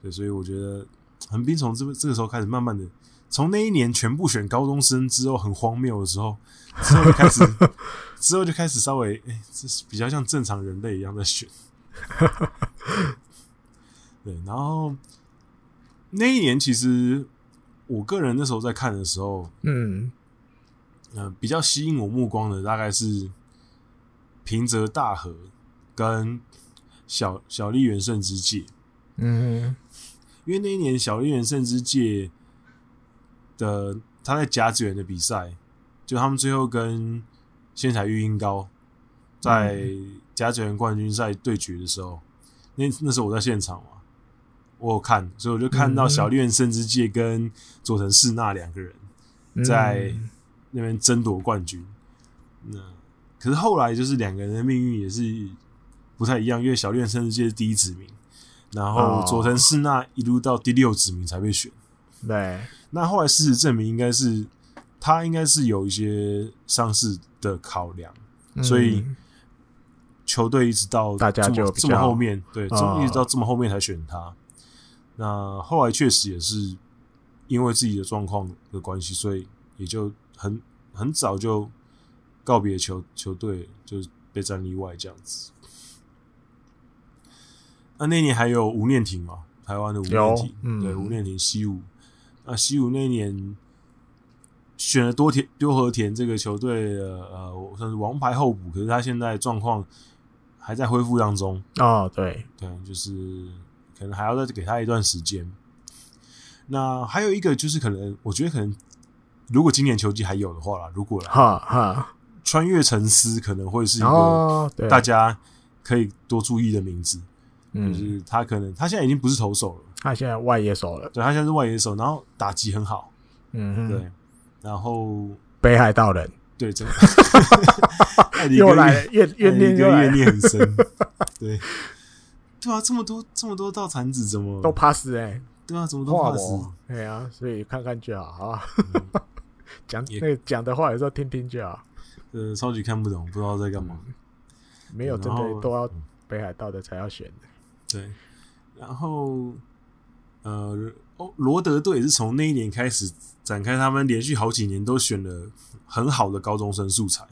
Speaker 2: 对，所以我觉得横滨从这个这个时候开始慢慢的，从那一年全部选高中生之后很荒谬的时候，之后就开始之后就开始稍微哎、这是比较像正常人类一样在选，对，然后那一年其实我个人那时候在看的时候，
Speaker 1: 嗯，
Speaker 2: 呃，比较吸引我目光的大概是平泽大和跟小小笠原胜之介，
Speaker 1: 嗯，
Speaker 2: 因为那一年小笠原胜之介的他在甲子园的比赛，就他们最后跟仙台育英高在甲子园冠军赛对决的时候，那那时候我在现场嘛，我有看，所以我就看到小笠原圣之介跟佐藤世那两个人在
Speaker 1: 嗯
Speaker 2: 那边争夺冠军。那可是后来就是两个人的命运也是不太一样，因为小笠原圣之介是第一指名，然后
Speaker 1: 哦
Speaker 2: 佐藤世那一路到第六指名才被选。
Speaker 1: 对，
Speaker 2: 那后来事实证明，应该是他应该是有一些伤势的考量，
Speaker 1: 嗯
Speaker 2: 所以球队一直到
Speaker 1: 大家
Speaker 2: 这么
Speaker 1: 就比
Speaker 2: 这
Speaker 1: 较
Speaker 2: 么后面，对，这么
Speaker 1: 啊
Speaker 2: 一直到这么后面才选他。那后来确实也是因为自己的状况的关系，所以也就很很早就告别球球队，就是被战例外这样子。那那年还有吴念婷嘛，台湾的吴念婷
Speaker 1: 有，嗯
Speaker 2: 对，吴念婷西武。那西武那年选了多田丢和田这个球队的呃，我算是王牌候补，可是他现在状况还在恢复当中，
Speaker 1: 哦，对，
Speaker 2: 对，啊就是可能还要再给他一段时间。那还有一个就是可能，我觉得可能如果今年球季还有的话啦，如果啦
Speaker 1: 哈哈，
Speaker 2: 穿越沉思可能会是一
Speaker 1: 然
Speaker 2: 个
Speaker 1: 后哦对，
Speaker 2: 大家可以多注意的名字，就
Speaker 1: 嗯，
Speaker 2: 是他可能他现在已经不是投手了，
Speaker 1: 他现在外野手了，
Speaker 2: 对他现在是外野手，然后打击很好，
Speaker 1: 嗯哼，
Speaker 2: 对，然后
Speaker 1: 北海道人
Speaker 2: 对，真的，哎艾迪
Speaker 1: 又
Speaker 2: 哥
Speaker 1: 来了，怨
Speaker 2: 怨
Speaker 1: 怨念又来
Speaker 2: 怨
Speaker 1: 了，
Speaker 2: 念很 深，对，对啊，这么多这么多道残子怎么
Speaker 1: 都 pass 哎，
Speaker 2: 对啊，怎么都
Speaker 1: 话
Speaker 2: pass？
Speaker 1: 我，对啊，所以看看就好啊，
Speaker 2: 嗯
Speaker 1: 讲
Speaker 2: 也
Speaker 1: 那个讲的话有时候听听就好，
Speaker 2: 呃，超级看不懂，不知道在干嘛。
Speaker 1: 没有真
Speaker 2: 然后
Speaker 1: 的都要
Speaker 2: 嗯
Speaker 1: 北海道的才要选的，
Speaker 2: 对，然后呃，哦，罗德队也是从那一年开始展开，他们连续好几年都选了很好的高中生素材。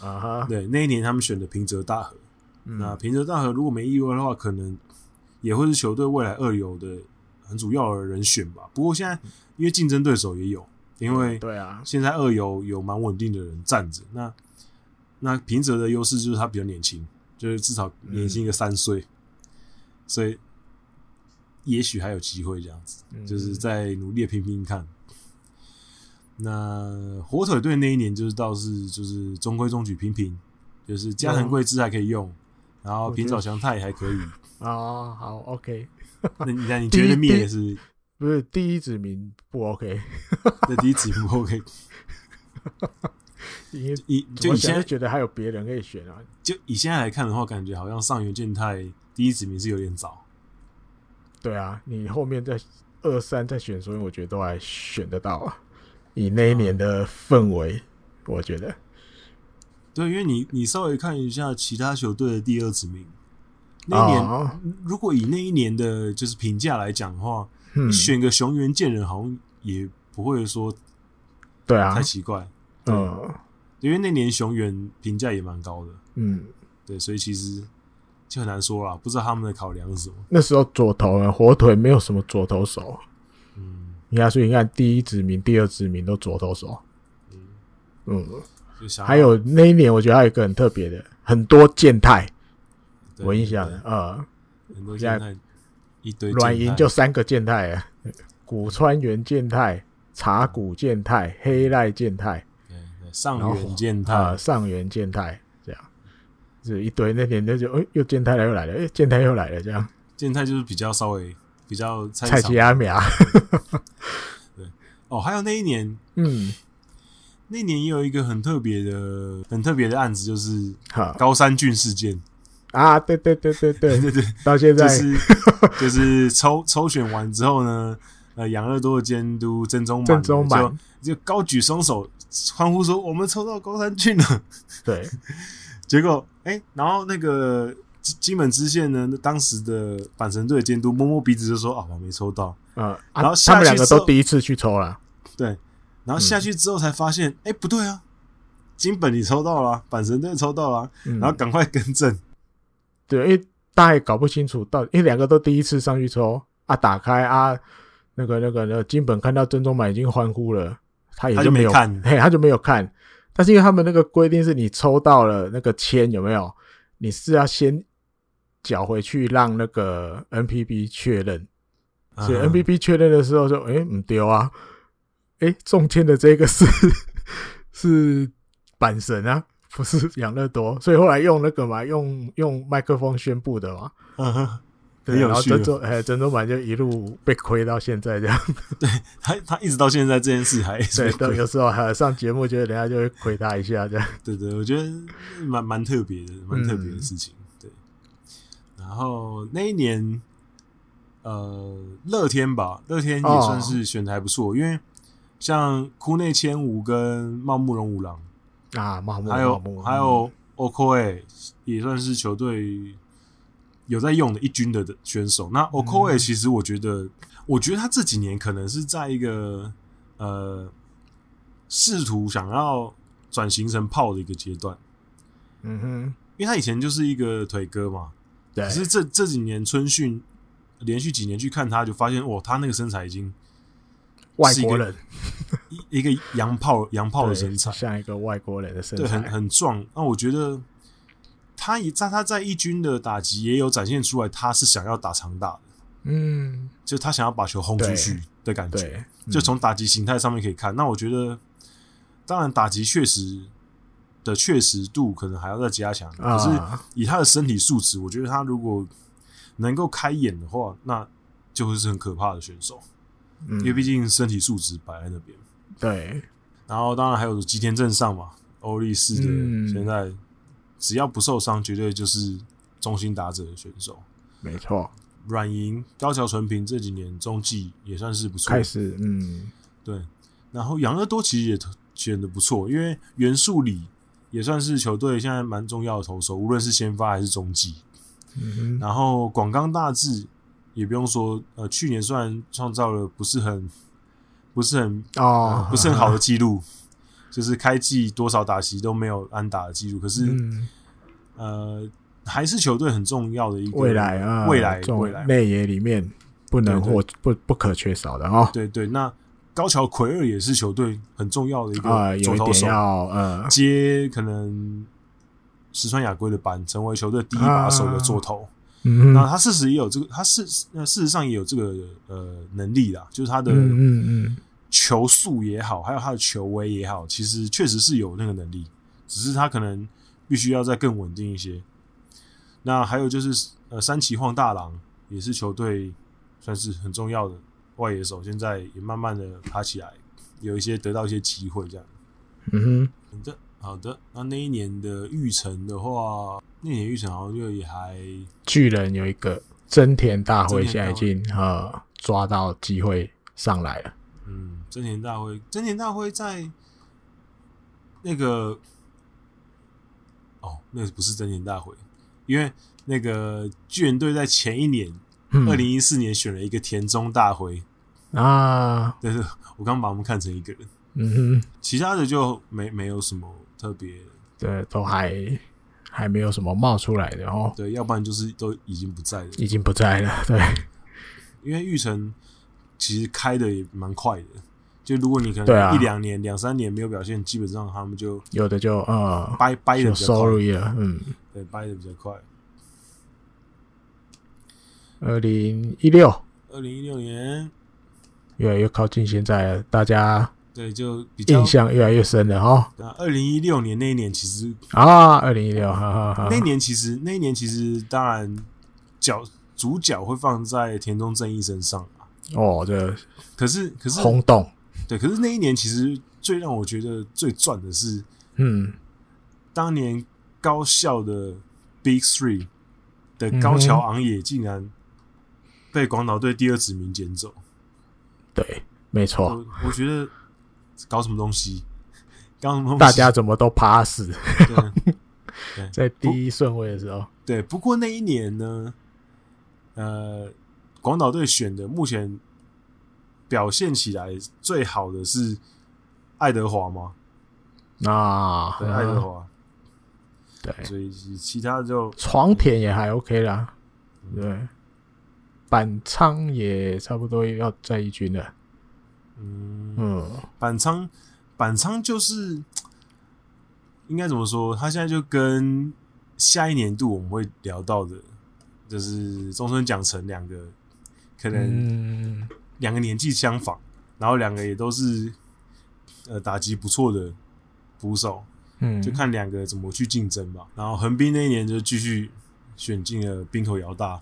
Speaker 1: 啊哈，
Speaker 2: 对，那一年他们选的平泽大河，那
Speaker 1: 嗯
Speaker 2: 平泽大河如果没意外的话，可能也会是球队未来二游的很主要的人选吧。不过现在因为竞争对手也有，因为
Speaker 1: 对啊，
Speaker 2: 现在二游有蛮稳定的人站着，那那平泽的优势就是他比较年轻，就是至少年轻个三岁，
Speaker 1: 嗯
Speaker 2: 所以也许还有机会这样子，
Speaker 1: 嗯
Speaker 2: 就是在努力地拼拼看。那火腿队那一年就是倒是就是中规中矩平平，就是加藤贵之还可以用，
Speaker 1: 嗯
Speaker 2: 然后平沼祥太也还可以。
Speaker 1: 哦，好，OK，
Speaker 2: 那你那你
Speaker 1: 第一
Speaker 2: 觉得灭
Speaker 1: 第
Speaker 2: 也是
Speaker 1: 不是第一指名不 OK，
Speaker 2: 那第一指不 OK？
Speaker 1: 因为
Speaker 2: 以
Speaker 1: 怎
Speaker 2: 就
Speaker 1: 么
Speaker 2: 以现
Speaker 1: 想
Speaker 2: 在
Speaker 1: 就觉得还有别人可以选啊，
Speaker 2: 就以现在来看的话，感觉好像上元健太第一指名是有点早，
Speaker 1: 对啊，你后面再二三再选，所以我觉得都还选得到啊。以那一年的氛围，我觉得
Speaker 2: 对，因为你你稍微看一下其他球队的第二指名，那一年、
Speaker 1: 哦
Speaker 2: 如果以那一年的就是评价来讲的话，
Speaker 1: 嗯，
Speaker 2: 选个熊原健人好像也不会说
Speaker 1: 对啊
Speaker 2: 太，奇怪，
Speaker 1: 嗯
Speaker 2: 因为那年熊原评价也蛮高的，
Speaker 1: 嗯，
Speaker 2: 对，所以其实就很难说啦，不知道他们的考量是什么。
Speaker 1: 那时候左投啊，火腿没有什么左投手，
Speaker 2: 嗯
Speaker 1: 你看，所以你看第一指名、第二指名都左投手，
Speaker 2: 嗯，
Speaker 1: 嗯，
Speaker 2: 就想
Speaker 1: 还有那一年我觉得还有一个很特别的，很多健太，
Speaker 2: 对
Speaker 1: 我印象
Speaker 2: 对
Speaker 1: 呃，
Speaker 2: 很多
Speaker 1: 现在
Speaker 2: 健太一堆
Speaker 1: 软
Speaker 2: 健
Speaker 1: 银
Speaker 2: 太
Speaker 1: 就三个健太啊，古川原健太、茶谷健太、黑赖健太。
Speaker 2: 对对上
Speaker 1: 然后
Speaker 2: 元健太
Speaker 1: 啊，上元健太这样，就是一堆那年就就哎、又健太又来了，哎、健太又来了这样，
Speaker 2: 健太就是比较稍微比较菜
Speaker 1: 蔡
Speaker 2: 场
Speaker 1: 奇阿米啊，
Speaker 2: 哦，还有那一年，
Speaker 1: 嗯，
Speaker 2: 那年也有一个很特别的、很特别的案子，就是
Speaker 1: 好
Speaker 2: 高山郡事件。
Speaker 1: 啊，对对对对对，
Speaker 2: 对对，
Speaker 1: 到现在、
Speaker 2: 就是 就是抽抽选完之后呢，呃，养乐多的监督郑宗满
Speaker 1: 郑宗 满
Speaker 2: 就就高举双手欢呼说：“我们抽到高山郡了。
Speaker 1: 对，”
Speaker 2: 结果哎、然后那个金金门支线呢，当时的阪神队的监督摸摸鼻子就说：“啊，我没抽到。”
Speaker 1: 嗯，啊
Speaker 2: 然后
Speaker 1: 他
Speaker 2: 下
Speaker 1: 们
Speaker 2: 去
Speaker 1: 两个
Speaker 2: 之
Speaker 1: 都
Speaker 2: 后
Speaker 1: 第一次去抽了，
Speaker 2: 对，然后
Speaker 1: 嗯
Speaker 2: 下去之后才发现，哎、不对啊，金本你抽到了啊，阪神队抽到了啊，
Speaker 1: 嗯，
Speaker 2: 然后赶快更正。
Speaker 1: 对，因为大家也搞不清楚到底，因为两个都第一次上去抽啊，打开啊，那个那个那个金本看到真宗满已经欢呼了，他也
Speaker 2: 他
Speaker 1: 就
Speaker 2: 就没
Speaker 1: 有
Speaker 2: 看
Speaker 1: 嘿，他就没有看。但是因为他们那个规定是你抽到了那个签有没有，你是要先缴回去让那个 NPB 确认，所以
Speaker 2: 嗯
Speaker 1: NPB 确认的时候就诶唔丢啊，诶中签的这个是是阪神啊，不是养乐多，所以后来用那个嘛，用用麦克风宣布的嘛，
Speaker 2: 嗯哼
Speaker 1: 对，
Speaker 2: 很有
Speaker 1: 然后
Speaker 2: 趣
Speaker 1: 珍
Speaker 2: 哦
Speaker 1: 珠哎，珍珠板就一路被亏到现在这样，
Speaker 2: 他他一直到现在这件事还一直
Speaker 1: 对
Speaker 2: 没，
Speaker 1: 都
Speaker 2: 过
Speaker 1: 有时候还上节目，就人家就会亏他一下这样。
Speaker 2: 对对，我觉得蛮蛮特别的，蛮特别的
Speaker 1: 嗯
Speaker 2: 事情。对，然后那一年，呃，乐天吧，乐天也
Speaker 1: 哦
Speaker 2: 算是选的还不错，因为像库内千吾跟茂木荣五郎，
Speaker 1: 啊，麻木，
Speaker 2: 还
Speaker 1: 麻木
Speaker 2: 有还
Speaker 1: 嗯
Speaker 2: 有 Okoe 也算是球队有在用的一军的选手。那 Okoe
Speaker 1: 嗯
Speaker 2: 其实我觉得，我觉得他这几年可能是在一个呃试图想要转型成炮的一个阶段，
Speaker 1: 嗯哼，
Speaker 2: 因为他以前就是一个腿哥嘛，
Speaker 1: 对
Speaker 2: 可，是这这几年春训连续几年去看他，就发现哇，他那个身材已经
Speaker 1: 外
Speaker 2: 是一
Speaker 1: 国
Speaker 2: 个
Speaker 1: 人
Speaker 2: 一一个洋炮洋炮的
Speaker 1: 对
Speaker 2: 身材，
Speaker 1: 像一个外国人的身
Speaker 2: 对，很啊
Speaker 1: 材，
Speaker 2: 很壮。那我觉得他也在他在一军的打击也有展现出来，他是想要打长打的，
Speaker 1: 嗯，
Speaker 2: 就他想要把球轰出
Speaker 1: 对
Speaker 2: 去的感觉。
Speaker 1: 对，嗯
Speaker 2: 就从打击形态上面可以看。那我觉得，当然打击确实的确实度可能还要再加强，
Speaker 1: 嗯
Speaker 2: 可是
Speaker 1: 啊，
Speaker 2: 以他的身体素质，我觉得他如果能够开眼的话，那就会是很可怕的选手，
Speaker 1: 嗯
Speaker 2: 因为毕竟身体素质摆在那边。
Speaker 1: 对，
Speaker 2: 然后当然还有吉田镇上嘛，欧力士的、
Speaker 1: 嗯
Speaker 2: 现在只要不受伤，绝对就是中心打者的选手。
Speaker 1: 没错，
Speaker 2: 软银、高桥纯平这几年中继也算是不错
Speaker 1: 开，始，嗯，
Speaker 2: 对。然后养乐多其实也选的不错，因为袁树里也算是球队现在蛮重要的投手，无论是先发还是中继。
Speaker 1: 嗯哼，
Speaker 2: 然后广冈大志也不用说，呃，去年虽然创造了不是很不是很
Speaker 1: 哦
Speaker 2: 呃，不是很好的记录，就是开季多少打席都没有安打的记录。可是、
Speaker 1: 嗯，
Speaker 2: 呃，还是球队很重要的一个
Speaker 1: 未来啊，
Speaker 2: 未来
Speaker 1: 这种
Speaker 2: 未来
Speaker 1: 内野里面不能
Speaker 2: 对对
Speaker 1: 或不不可缺少的哦，
Speaker 2: 对对，那高桥奎尔也是球队很重要的一
Speaker 1: 啊，
Speaker 2: 个
Speaker 1: 有
Speaker 2: 左
Speaker 1: 一
Speaker 2: 投
Speaker 1: 点
Speaker 2: 手，
Speaker 1: 要呃，
Speaker 2: 接可能石川雅圭的班，成为球队第一把手的左投。
Speaker 1: 啊嗯
Speaker 2: 那
Speaker 1: 哼，
Speaker 2: 他事实也有这个，他事呃事实上也有这个呃能力啦，就是他的
Speaker 1: 嗯嗯嗯，
Speaker 2: 球速也好，还有他的球威也好，其实确实是有那个能力，只是他可能必须要再更稳定一些。那还有就是呃，三崎晃大郎也是球队算是很重要的外野手，现在也慢慢的爬起来，有一些得到一些机会这样。
Speaker 1: 嗯哼。
Speaker 2: 好的，好的。那那一年的玉成的话，那年玉成好像就也还
Speaker 1: 巨人有一个真田大辉，现
Speaker 2: 真田
Speaker 1: 在
Speaker 2: 大
Speaker 1: 已
Speaker 2: 辉
Speaker 1: 经呃抓到机会上来了。
Speaker 2: 嗯，真田大辉，真田大辉在那个哦，那个不是真田大辉，因为那个巨人队在前一年，
Speaker 1: 嗯
Speaker 2: 二零一四年选了一个田中大辉，
Speaker 1: 啊，
Speaker 2: 但是我刚把他们看成一个人，
Speaker 1: 嗯哼，
Speaker 2: 其他的就没没有什么特别，
Speaker 1: 这都还还没有什么冒出来的哦，
Speaker 2: 对，要不然就是都已经不在了，
Speaker 1: 已经不在了。对，
Speaker 2: 因为玉成其实开的也蛮快的，就如果你可
Speaker 1: 对啊
Speaker 2: 能一两年、两、三年没有表现，基本上他们就
Speaker 1: 有的就呃
Speaker 2: 掰掰的
Speaker 1: 有
Speaker 2: 比较快
Speaker 1: 收，入了。嗯，
Speaker 2: 对，掰的比较快。
Speaker 1: 二零一六
Speaker 2: 二零一六年，
Speaker 1: 越来越靠近现在了，大家
Speaker 2: 对，就比较啊
Speaker 1: 印。象越来越深了哦。
Speaker 2: 二零一六年那一年，其实、
Speaker 1: 啊，二零一六，哈哈哈
Speaker 2: 那一。年其实那一年其实当然角主角会放在田中正义身上啊。
Speaker 1: 哦，这
Speaker 2: 可是可是
Speaker 1: 轰动，
Speaker 2: 对，可是那一年其实最让我觉得最赚的是
Speaker 1: 嗯，
Speaker 2: 当年高校的 Big Three
Speaker 1: 嗯
Speaker 2: 的高桥昂也竟然被广岛队第二指名捡走。
Speaker 1: 对，没错，
Speaker 2: 我我觉得搞什么东西，搞什么东西？
Speaker 1: 大家怎么都趴 死
Speaker 2: 对
Speaker 1: 在第一顺位的时候，
Speaker 2: 对，不过那一年呢，呃，广岛队选的目前表现起来最好的是爱德华嘛，
Speaker 1: 啊，
Speaker 2: 对，爱哎德华，
Speaker 1: 对，
Speaker 2: 所以其他就
Speaker 1: 床田也还 OK 啦，
Speaker 2: 嗯
Speaker 1: 对，板仓也差不多要在一军了，
Speaker 2: 嗯，
Speaker 1: 嗯，
Speaker 2: 板仓板仓就是应该怎么说？他现在就跟下一年度我们会聊到的，就是中村奖成两个可能
Speaker 1: 嗯，
Speaker 2: 两个年纪相仿，然后两个也都是呃打击不错的捕手，
Speaker 1: 嗯，
Speaker 2: 就看两个怎么去竞争吧。然后横滨那一年就继续选进了滨口遥大，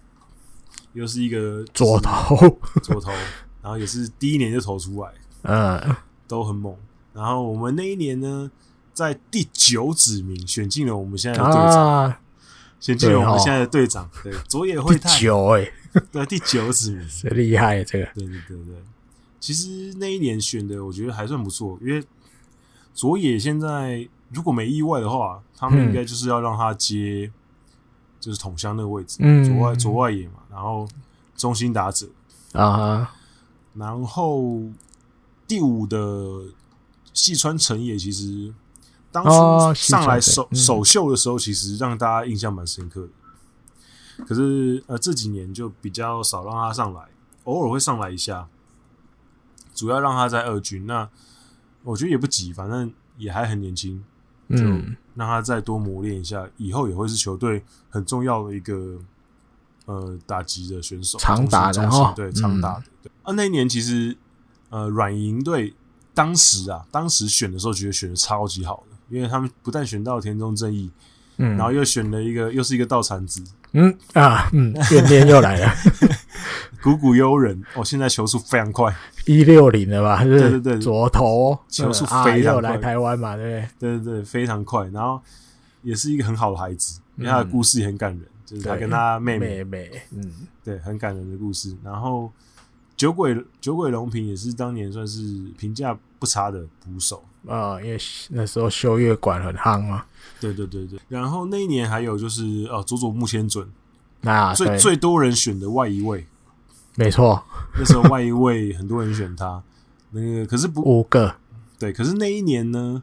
Speaker 2: 又是一个
Speaker 1: 左投，
Speaker 2: 左投，然后也是第一年就投出来，
Speaker 1: 嗯，
Speaker 2: 都很猛。然后我们那一年呢，在第九指名选进了我们现在的队长，
Speaker 1: 啊，
Speaker 2: 选进了我
Speaker 1: 对
Speaker 2: 们
Speaker 1: 哦
Speaker 2: 现在的队长，对，佐野惠
Speaker 1: 第
Speaker 2: 太，
Speaker 1: 九哎，
Speaker 2: 对，第九指名，
Speaker 1: 这厉害这个，
Speaker 2: 对对对对，其实那一年选的我觉得还算不错，因为佐野现在如果没意外的话，他们
Speaker 1: 嗯
Speaker 2: 应该就是要让他接就是桶箱那个位置，
Speaker 1: 嗯
Speaker 2: 左外左外野嘛，然后中心打者，
Speaker 1: 啊哈，
Speaker 2: 然后第五的细川成也其实。当
Speaker 1: 哦
Speaker 2: 初
Speaker 1: 细川
Speaker 2: 上来
Speaker 1: 成
Speaker 2: 首、
Speaker 1: 嗯
Speaker 2: 首秀的时候，其实让大家印象蛮深刻的。可是呃，这几年就比较少让他上来，偶尔会上来一下，主要让他在二军。那我觉得也不急，反正也还很年轻，
Speaker 1: 嗯，
Speaker 2: 让他再多磨练一下，以后也会是球队很重要的一个呃打击的选手，
Speaker 1: 长
Speaker 2: 中心
Speaker 1: 打的
Speaker 2: 中心
Speaker 1: 哦
Speaker 2: 对，
Speaker 1: 嗯
Speaker 2: 长打的。对啊，那一年其实呃软银队当时啊，当时选的时候觉得选的超级好的，因为他们不但选到田中正义，
Speaker 1: 嗯，
Speaker 2: 然后又选了一个又是一个道产子
Speaker 1: 嗯啊，嗯，怨念又来了，
Speaker 2: 古谷悠人，哦，现在球速非常快，
Speaker 1: 一六零了吧？对
Speaker 2: 对对对
Speaker 1: 左投
Speaker 2: 球速
Speaker 1: 嗯啊
Speaker 2: 非常
Speaker 1: 又来
Speaker 2: 快
Speaker 1: 台湾嘛，对不对？
Speaker 2: 对对对，非常快，然后也是一个很好的孩子，因为他的
Speaker 1: 嗯
Speaker 2: 故事也很感人，就是他
Speaker 1: 对
Speaker 2: 跟他妹
Speaker 1: 妹
Speaker 2: 妹
Speaker 1: 妹，嗯，
Speaker 2: 对，很感人的故事。然后酒鬼酒鬼龙平也是当年算是评价不差的捕手。
Speaker 1: 啊，因为那时候修乐馆很夯嘛，
Speaker 2: 对对对对。然后那一年还有就是呃佐佐木千准，
Speaker 1: 那
Speaker 2: 最
Speaker 1: 啊对
Speaker 2: 最多人选的外一位，
Speaker 1: 没错，
Speaker 2: 那时候外一位很多人选他。那个可是不
Speaker 1: 五个，
Speaker 2: 对，可是那一年呢，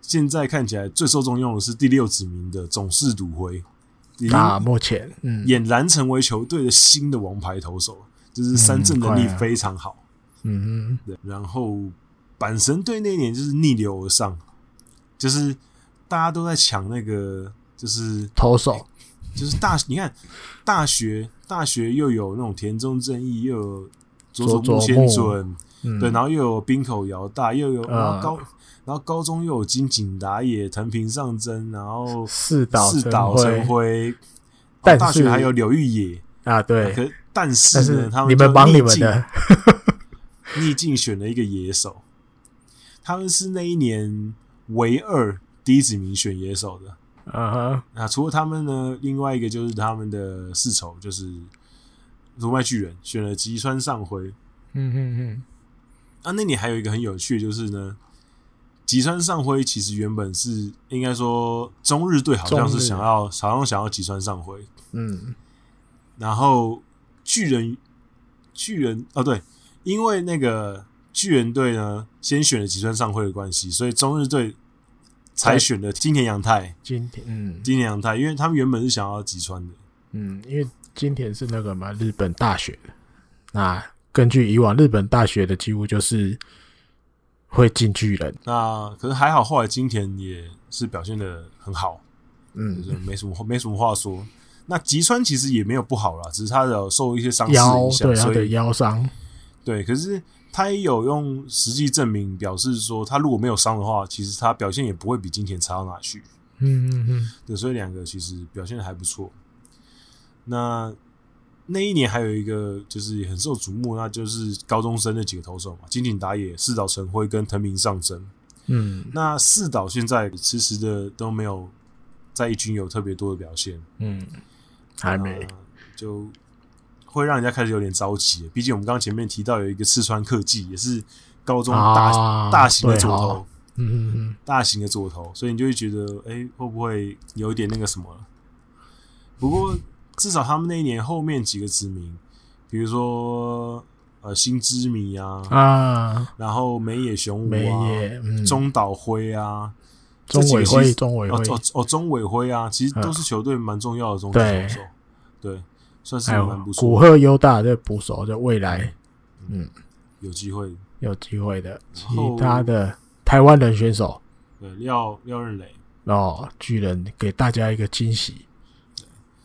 Speaker 2: 现在看起来最受重用的是第六指名的总是赌辉，已经
Speaker 1: 那目前嗯
Speaker 2: 俨然成为球队的新的王牌投手，就是三振能力
Speaker 1: 快啊
Speaker 2: 非常好。
Speaker 1: 嗯
Speaker 2: 对，然后阪神队那一年就是逆流而上，就是大家都在抢那个，就是
Speaker 1: 投手，
Speaker 2: 就是大，你看大学大学又有那种田中正义，又有佐
Speaker 1: 佐
Speaker 2: 佐木
Speaker 1: 佐
Speaker 2: 千
Speaker 1: 木
Speaker 2: 准，
Speaker 1: 嗯，
Speaker 2: 对，然后又有滨口遥大，又有然后
Speaker 1: 嗯
Speaker 2: 高，然后高中又有金井打野、藤平上真，然后
Speaker 1: 四岛
Speaker 2: 四岛
Speaker 1: 成
Speaker 2: 成辉，然
Speaker 1: 但
Speaker 2: 后大
Speaker 1: 是
Speaker 2: 学还有柳玉野，
Speaker 1: 啊，对，
Speaker 2: 可但
Speaker 1: 但
Speaker 2: 是
Speaker 1: 是
Speaker 2: 呢，他们
Speaker 1: 你
Speaker 2: 就
Speaker 1: 们忙
Speaker 2: 逆
Speaker 1: 你们
Speaker 2: 境
Speaker 1: 的，
Speaker 2: 逆境选了一个野手，他们是那一年唯二第一指名选野手的。
Speaker 1: 啊哈，
Speaker 2: 那除了他们呢，另外一个就是他们的世仇，就是如麦巨人选了吉川上辉。
Speaker 1: 嗯嗯
Speaker 2: 啊，那年还有一个很有趣，就是呢，吉川上辉其实原本是应该说中日队好像
Speaker 1: 中
Speaker 2: 是
Speaker 1: 日
Speaker 2: 想要，好像想要吉川上辉，
Speaker 1: 嗯
Speaker 2: 然后巨人巨人哦对，因为那个巨人队呢先选了吉川上会的关系，所以中日队才
Speaker 1: 对
Speaker 2: 选了金田洋太。
Speaker 1: 嗯，今天嗯
Speaker 2: 金田洋太，因为他们原本是想要吉川的，
Speaker 1: 嗯，因为今田是那个嘛日本大学的，那根据以往日本大学的几乎就是会进巨人，
Speaker 2: 那可是还好，后来金田也是表现的很好，就
Speaker 1: 嗯，
Speaker 2: 是没什么没什么话 说。那吉川其实也没有不好啦，只是他有受一些伤势
Speaker 1: 腰
Speaker 2: 影响，
Speaker 1: 对他
Speaker 2: 所
Speaker 1: 的
Speaker 2: 以
Speaker 1: 腰伤，
Speaker 2: 对，可是他也有用实际证明表示说，他如果没有伤的话，其实他表现也不会比金田差到哪去。
Speaker 1: 嗯嗯嗯，
Speaker 2: 对，所以两个其实表现的还不错。那那一年还有一个就是也很受瞩目，那就是高中生那几个投手嘛，金井打野、四岛成辉跟藤明上真。
Speaker 1: 嗯
Speaker 2: 那四岛现在迟迟的都没有在一军有特别多的表现，
Speaker 1: 嗯，还没
Speaker 2: 那，就会让人家开始有点着急。毕竟我们刚刚前面提到有一个四川克技，也是高中大、
Speaker 1: 啊
Speaker 2: 大型的
Speaker 1: 对
Speaker 2: 左
Speaker 1: 哦
Speaker 2: 投，
Speaker 1: 嗯嗯嗯，
Speaker 2: 大型的左投，所以你就会觉得，哎、会不会有一点那个什么了？不过至少他们那一年后面几个殖民，比如说呃新之迷啊，
Speaker 1: 啊，
Speaker 2: 然后美野雄武
Speaker 1: 美
Speaker 2: 啊，
Speaker 1: 野，嗯，
Speaker 2: 中岛辉啊，
Speaker 1: 中
Speaker 2: 这几
Speaker 1: 委
Speaker 2: 个其
Speaker 1: 会，
Speaker 2: 实
Speaker 1: 中委
Speaker 2: 哦
Speaker 1: 会，
Speaker 2: 哦哦中尾辉啊，其实
Speaker 1: 嗯
Speaker 2: 都是球队蛮重要的中继投手，对，算是
Speaker 1: 还有
Speaker 2: 蛮不
Speaker 1: 哎古
Speaker 2: 错的，
Speaker 1: 贺优大的捕手，就未来
Speaker 2: 有机会。
Speaker 1: 有机会的，其
Speaker 2: 后
Speaker 1: 他的台湾人选手。
Speaker 2: 对，廖廖任磊，
Speaker 1: 哦，巨人给大家一个惊喜，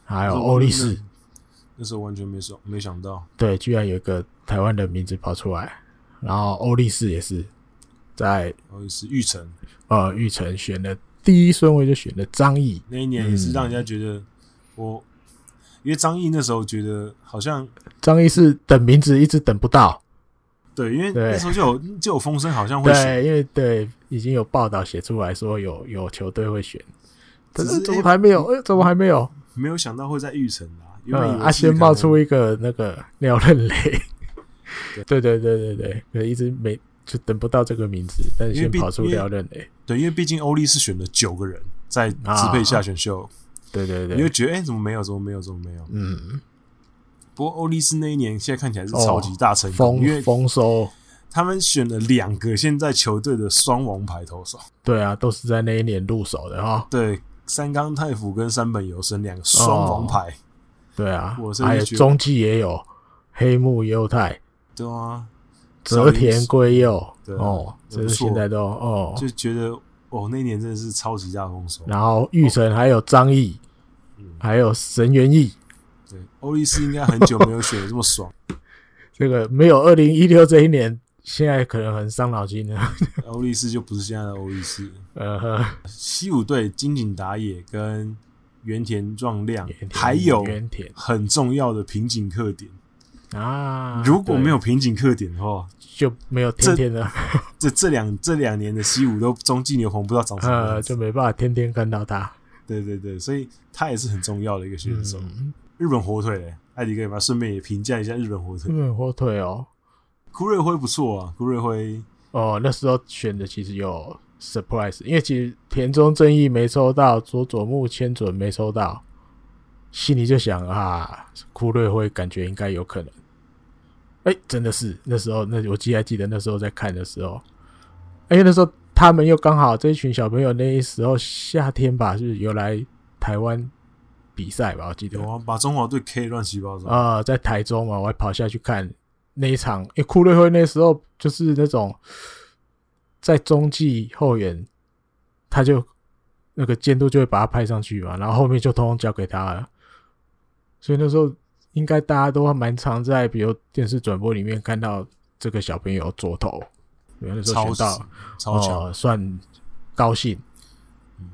Speaker 1: 还有
Speaker 2: 可是
Speaker 1: 欧
Speaker 2: 我
Speaker 1: 力
Speaker 2: 真的
Speaker 1: 士，
Speaker 2: 那时候完全没想没想到，
Speaker 1: 对，居然有一个台湾的名字跑出来，然后欧力士也是在
Speaker 2: 然后是玉成
Speaker 1: 呃玉城选的第一顺位就选的张毅，嗯
Speaker 2: 那一年也是让人家觉得我，因为张毅那时候觉得好像
Speaker 1: 张毅是等名字一直等不到，
Speaker 2: 对，因为
Speaker 1: 对
Speaker 2: 那时候就有就有风声，好像会选，
Speaker 1: 对，因为对已经有报道写出来说有有球队会选，可
Speaker 2: 只
Speaker 1: 是
Speaker 2: 是
Speaker 1: 怎么还没有？哎，怎么还没有？
Speaker 2: 没有想到会在玉城啊，因为
Speaker 1: 嗯，啊，先冒出一个那个廖任磊， 对对对对对，可能一直没就等不到这个名字，但是
Speaker 2: 因为
Speaker 1: 先
Speaker 2: 毕
Speaker 1: 跑出
Speaker 2: 因为
Speaker 1: 廖任磊，
Speaker 2: 对，因为毕竟欧力是选了九个人在支配下选秀，
Speaker 1: 对啊对
Speaker 2: 你会
Speaker 1: 对，
Speaker 2: 觉得哎、怎么没有，怎么没有，怎么没有？
Speaker 1: 嗯，
Speaker 2: 不过欧力士那一年现在看起来
Speaker 1: 哦
Speaker 2: 是超级大成功，
Speaker 1: 丰
Speaker 2: 因为
Speaker 1: 丰收，
Speaker 2: 他们选了两个现在球队的双王牌投手，
Speaker 1: 对啊，都是在那一年入手的哈，
Speaker 2: 对，三冈太辅跟山本由生两个双
Speaker 1: 哦
Speaker 2: 王牌，
Speaker 1: 对啊
Speaker 2: 我，甚至
Speaker 1: 还有
Speaker 2: 觉得
Speaker 1: 中继也有黑木优太、
Speaker 2: 对啊，少
Speaker 1: 泽
Speaker 2: 林
Speaker 1: 田
Speaker 2: 寺
Speaker 1: 圭佑，
Speaker 2: 对啊
Speaker 1: 哦，
Speaker 2: 也
Speaker 1: 这
Speaker 2: 不
Speaker 1: 是
Speaker 2: 错
Speaker 1: 现在都哦，
Speaker 2: 就觉得哦，那一年真的是超级大丰收。
Speaker 1: 然后玉神还有张毅，
Speaker 2: 哦嗯，
Speaker 1: 还有神原毅，
Speaker 2: 对，欧力士应该很久没有选的这 么爽，
Speaker 1: 这个没有二零一六这一年，现在可能很伤脑筋了，
Speaker 2: 欧力士就不是现在的欧力士。
Speaker 1: 呃呵。
Speaker 2: 西武队金井打野跟原田壮亮，还有
Speaker 1: 原田
Speaker 2: 很重要的瓶颈克点。
Speaker 1: 啊，
Speaker 2: 如果没有
Speaker 1: 对
Speaker 2: 瓶颈克点的话，
Speaker 1: 就没有天天的，
Speaker 2: 这这两这两年的西武都中继牛棚不知道长什么
Speaker 1: 呃，
Speaker 2: 样
Speaker 1: 就
Speaker 2: 子。
Speaker 1: 没办法天天看到他。
Speaker 2: 对对对，所以他也是很重要的一个选手。
Speaker 1: 嗯，
Speaker 2: 日本火腿嘞，艾迪哥，要顺便也评价一下日本火
Speaker 1: 日
Speaker 2: 腿。
Speaker 1: 本火腿哦，
Speaker 2: 枯瑞辉不错啊，枯瑞辉
Speaker 1: 哦，那时候选的其实有 surprise，因为其实田中正义没抽到，佐佐木千准没抽到，心里就想啊，库瑞会感觉应该有可能。哎、真的是那时候，那我记得还记得那时候在看的时候，因为那时候他们又刚好这一群小朋友那时候夏天吧，就是有来台湾比赛吧，我记得
Speaker 2: 有啊，把中华队 K 乱七八糟。
Speaker 1: 啊，在台中嘛，我还跑下去看那一场。因为库瑞辉那时候就是那种在中继后援，他就那个监督就会把他派上去嘛，然后后面就通通交给他了。所以那时候应该大家都还蛮常在比如电视转播里面看到这个小朋友左投，因为那时候
Speaker 2: 超
Speaker 1: 选到
Speaker 2: 超强，
Speaker 1: 哦，算高兴
Speaker 2: 嗯。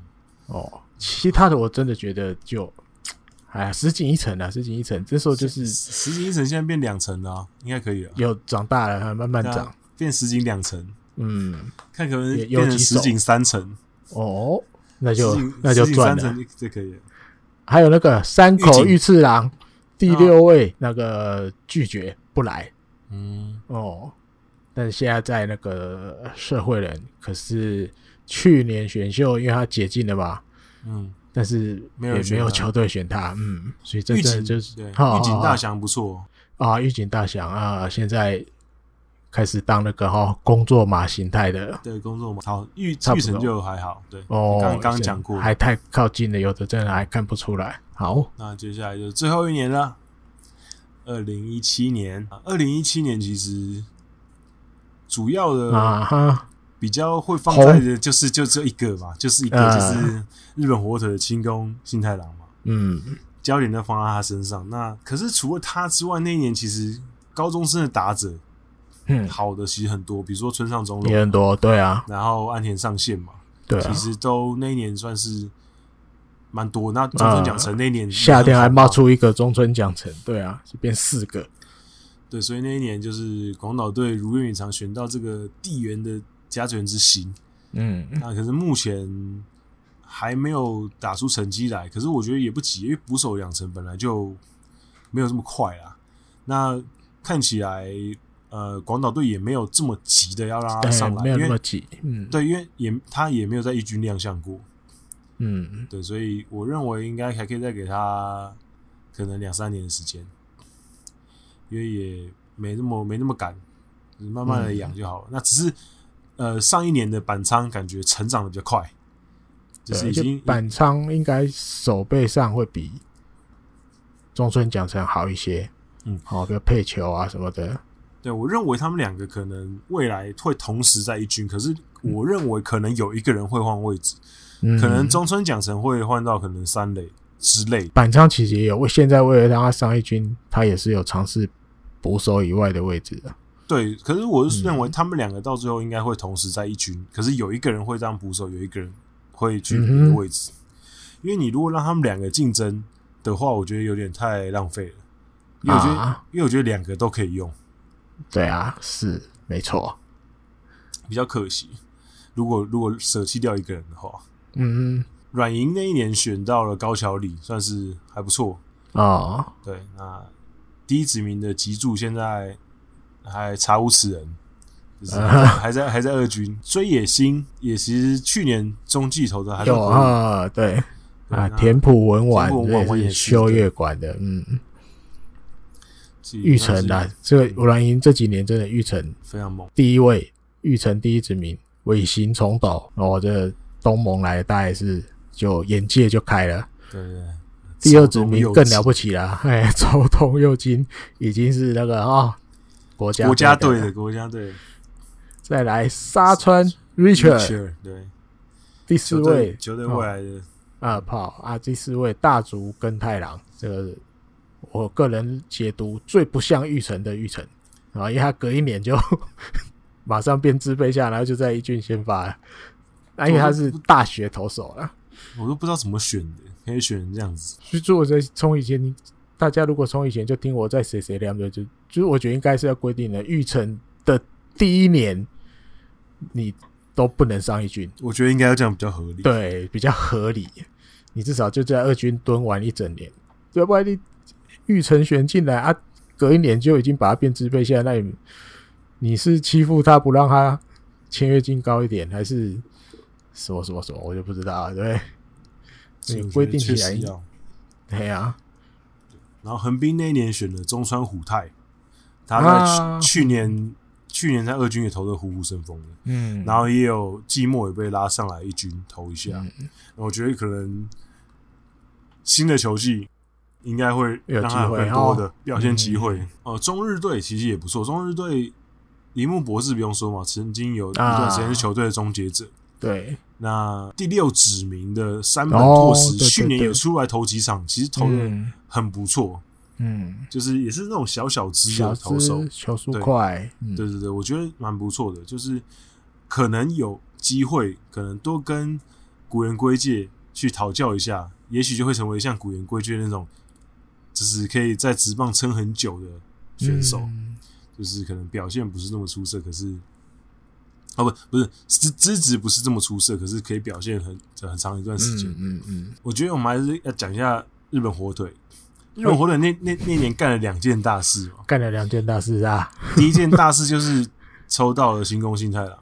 Speaker 1: 哦，其他的我真的觉得就，哎呀，十锦一层啊，十锦一层。这时候就是
Speaker 2: 十井一层现在变两层了啊，应该可以啊，
Speaker 1: 有长大了，还慢慢
Speaker 2: 对啊
Speaker 1: 长。
Speaker 2: 变十井两层，
Speaker 1: 嗯，
Speaker 2: 看可能
Speaker 1: 也有
Speaker 2: 变成
Speaker 1: 几
Speaker 2: 十
Speaker 1: 手
Speaker 2: 井三层，
Speaker 1: 哦，那
Speaker 2: 十
Speaker 1: 就
Speaker 2: 井
Speaker 1: 那就
Speaker 2: 十井
Speaker 1: 赚
Speaker 2: 三
Speaker 1: 了。
Speaker 2: 层就就可以了。
Speaker 1: 还有那个山口
Speaker 2: 玉井
Speaker 1: 玉次郎第
Speaker 2: 啊
Speaker 1: 六位，那个拒绝不来
Speaker 2: 嗯，
Speaker 1: 哦。但是现在在那个社会人，可是去年选秀因为他解禁了嘛，
Speaker 2: 嗯，
Speaker 1: 但是
Speaker 2: 没有
Speaker 1: 也
Speaker 2: 选
Speaker 1: 没有
Speaker 2: 他
Speaker 1: 球队选他，嗯，所以这
Speaker 2: 预
Speaker 1: 真的
Speaker 2: 警
Speaker 1: 就是
Speaker 2: 对，
Speaker 1: 好
Speaker 2: 预警
Speaker 1: 好
Speaker 2: 大
Speaker 1: 好
Speaker 2: 翔不错，
Speaker 1: 啊，预警大响啊，现在开始当那个哈、哦工作马形态的
Speaker 2: 对工作嘛，好预
Speaker 1: 差不
Speaker 2: 预成
Speaker 1: 多
Speaker 2: 就还好，对，
Speaker 1: 哦，
Speaker 2: 刚刚讲过，
Speaker 1: 还太靠近了，有的真的还看不出来。好，
Speaker 2: 那接下来就是最后一年了，二零一七年，二零一七年其实主要的
Speaker 1: 啊哈，
Speaker 2: 比较会放在的就是就这一个嘛，就是一个
Speaker 1: 呃
Speaker 2: 就是日本火腿的清宫幸太郎嘛，
Speaker 1: 嗯，
Speaker 2: 焦点都放在他身上。那可是除了他之外，那一年其实高中生的打者
Speaker 1: 嗯，
Speaker 2: 好的其实很多，比如说村上中
Speaker 1: 也
Speaker 2: 龙，
Speaker 1: 很多，对啊，
Speaker 2: 然后安田上线嘛，
Speaker 1: 对啊
Speaker 2: 其，实都那一年算是蛮多。那中村奖成那一年也
Speaker 1: 嗯夏天
Speaker 2: 很
Speaker 1: 还
Speaker 2: 好
Speaker 1: 冒出一个中村奖城，对啊，就变四个，
Speaker 2: 对，所以那一年就是广岛队如愿以偿选到这个地缘的甲子园之行。
Speaker 1: 嗯，
Speaker 2: 那可是目前还没有打出成绩来，可是我觉得也不急，因为捕手养成本来就没有这么快啦。那看起来，呃，广岛队也没有这么急的要让他
Speaker 1: 哎
Speaker 2: 上，来，
Speaker 1: 没有那
Speaker 2: 因
Speaker 1: 么
Speaker 2: 为
Speaker 1: 挤，嗯，，
Speaker 2: 对，因为也他也没有在一军亮相过，
Speaker 1: 嗯，
Speaker 2: 对，所以我认为应该还可以再给他可能两三年的时间，因为也没那么没那么赶，就是慢
Speaker 1: 嗯
Speaker 2: 慢的养就好了。那只是呃上一年的板仓感觉成长的比较快，就是
Speaker 1: 对，啊
Speaker 2: 已
Speaker 1: 就
Speaker 2: 经
Speaker 1: 板仓应该手背上会比中村奖城好一些，
Speaker 2: 嗯，
Speaker 1: 好、比如配球啊什么的，
Speaker 2: 对我认为他们两个可能未来会同时在一军，可是我认为可能有一个人会换位置，
Speaker 1: 嗯，
Speaker 2: 可能中村奖成会换到可能三垒之类的。
Speaker 1: 板仓其实也有，为现在为了让他上一军，他也是有尝试捕手以外的位置的。
Speaker 2: 对，可是我是
Speaker 1: 嗯
Speaker 2: 认为他们两个到最后应该会同时在一军，可是有一个人会当捕手，有一个人会去别的
Speaker 1: 嗯哼
Speaker 2: 位置，因为你如果让他们两个竞争，的话，我觉得有点太浪费了，因为我觉得，
Speaker 1: 啊，
Speaker 2: 因为我觉得两个都可以用，
Speaker 1: 对啊，是没错。
Speaker 2: 比较可惜。如果如果舍弃掉一个人的话，
Speaker 1: 嗯，
Speaker 2: 软银那一年选到了高桥里，算是还不错。
Speaker 1: 哦，
Speaker 2: 对，那第一指名的吉柱现在还查无此人，就是
Speaker 1: 啊
Speaker 2: 还在还在二军。追野心也其实去年中继投的还是
Speaker 1: 有
Speaker 2: 可以
Speaker 1: 啊，对
Speaker 2: 对
Speaker 1: 啊，
Speaker 2: 那
Speaker 1: 田浦文丸
Speaker 2: 田浦文丸
Speaker 1: 这
Speaker 2: 也
Speaker 1: 也
Speaker 2: 是
Speaker 1: 是修乐馆的，嗯，
Speaker 2: 其实
Speaker 1: 玉成
Speaker 2: 算
Speaker 1: 啊
Speaker 2: 是，
Speaker 1: 这个阮银这几年真的玉成
Speaker 2: 非常猛。
Speaker 1: 第一位，玉成第一指名，尾行重斗，然后这东盟来大概是就眼界就开了。
Speaker 2: 对对对，
Speaker 1: 第二指名更了
Speaker 2: 了
Speaker 1: 不起啦， 哎，周通右京已经是那个啊、哦、国家
Speaker 2: 国家队
Speaker 1: 队
Speaker 2: 的
Speaker 1: 了，
Speaker 2: 国家队
Speaker 1: 再来沙川 Richard
Speaker 2: Richard，对
Speaker 1: 第四
Speaker 2: 球队
Speaker 1: 位
Speaker 2: 球队未来的
Speaker 1: 啊跑啊第四位大竹跟太郎，这个我个人解读最不像玉成的玉成啊，因为他隔一年就 马上变自卑下，然后就在一军先发了，啊，因为他是大学投手了。
Speaker 2: 我都不知道怎么选的，可以选这样子。
Speaker 1: 去做这从以前，大家如果从以前就听我在谁谁亮的，就就是我觉得应该是要规定的，育成的第一年你都不能上一军，
Speaker 2: 我觉得应该要这样比较合理。
Speaker 1: 对，比较合理。你至少就在二军蹲完一整年，要不然你育成选进来啊，隔一年就已经把他变支配下来，那你你是欺负他不让他签约金高一点，还是什么什么什么，我就不知道了，对不对？
Speaker 2: 所以我觉得
Speaker 1: 规定起
Speaker 2: 确
Speaker 1: 来
Speaker 2: 实要。
Speaker 1: 对呀、啊，
Speaker 2: 然后横滨那一年选了中川虎太，他在
Speaker 1: 啊
Speaker 2: 去去年、去年在二军也投的虎虎生风的，
Speaker 1: 嗯
Speaker 2: 然后也有季末也被拉上来一军投一下。
Speaker 1: 嗯
Speaker 2: 那我觉得可能新的球季应该会
Speaker 1: 有
Speaker 2: 让他有
Speaker 1: 机会
Speaker 2: 更多
Speaker 1: 哦嗯
Speaker 2: 的表现机会。哦、中日队其实也不错，中日队铃木博士不用说嘛，曾经有一
Speaker 1: 啊
Speaker 2: 段时间是球队的终结者。
Speaker 1: 对，
Speaker 2: 那第六指名的山本
Speaker 1: 哦
Speaker 2: 拓实，
Speaker 1: 对对
Speaker 2: 去年也
Speaker 1: 对
Speaker 2: 出来投几场，其实投的
Speaker 1: 嗯
Speaker 2: 很不错，
Speaker 1: 嗯，
Speaker 2: 就是也是那种小小只
Speaker 1: 小
Speaker 2: 的投手
Speaker 1: 资。球速
Speaker 2: 对
Speaker 1: 快，嗯
Speaker 2: 对对对，我觉得蛮不错的，就是可能有机会，可能多跟古人归介去讨教一下，也许就会成为像古人归介那种，就是可以在职棒撑很久的选手，
Speaker 1: 嗯
Speaker 2: 就是可能表现不是那么出色，可是。哦不，不是资资质不是这么出色，可是可以表现很很长一段时间。
Speaker 1: 嗯嗯嗯，
Speaker 2: 我觉得我们还是要讲一下日本火腿。
Speaker 1: 哎
Speaker 2: 日本火腿那那那年干了两件大事嘛，
Speaker 1: 干了两件大事啊，
Speaker 2: 第一件大事就是抽到了新宫幸太郎，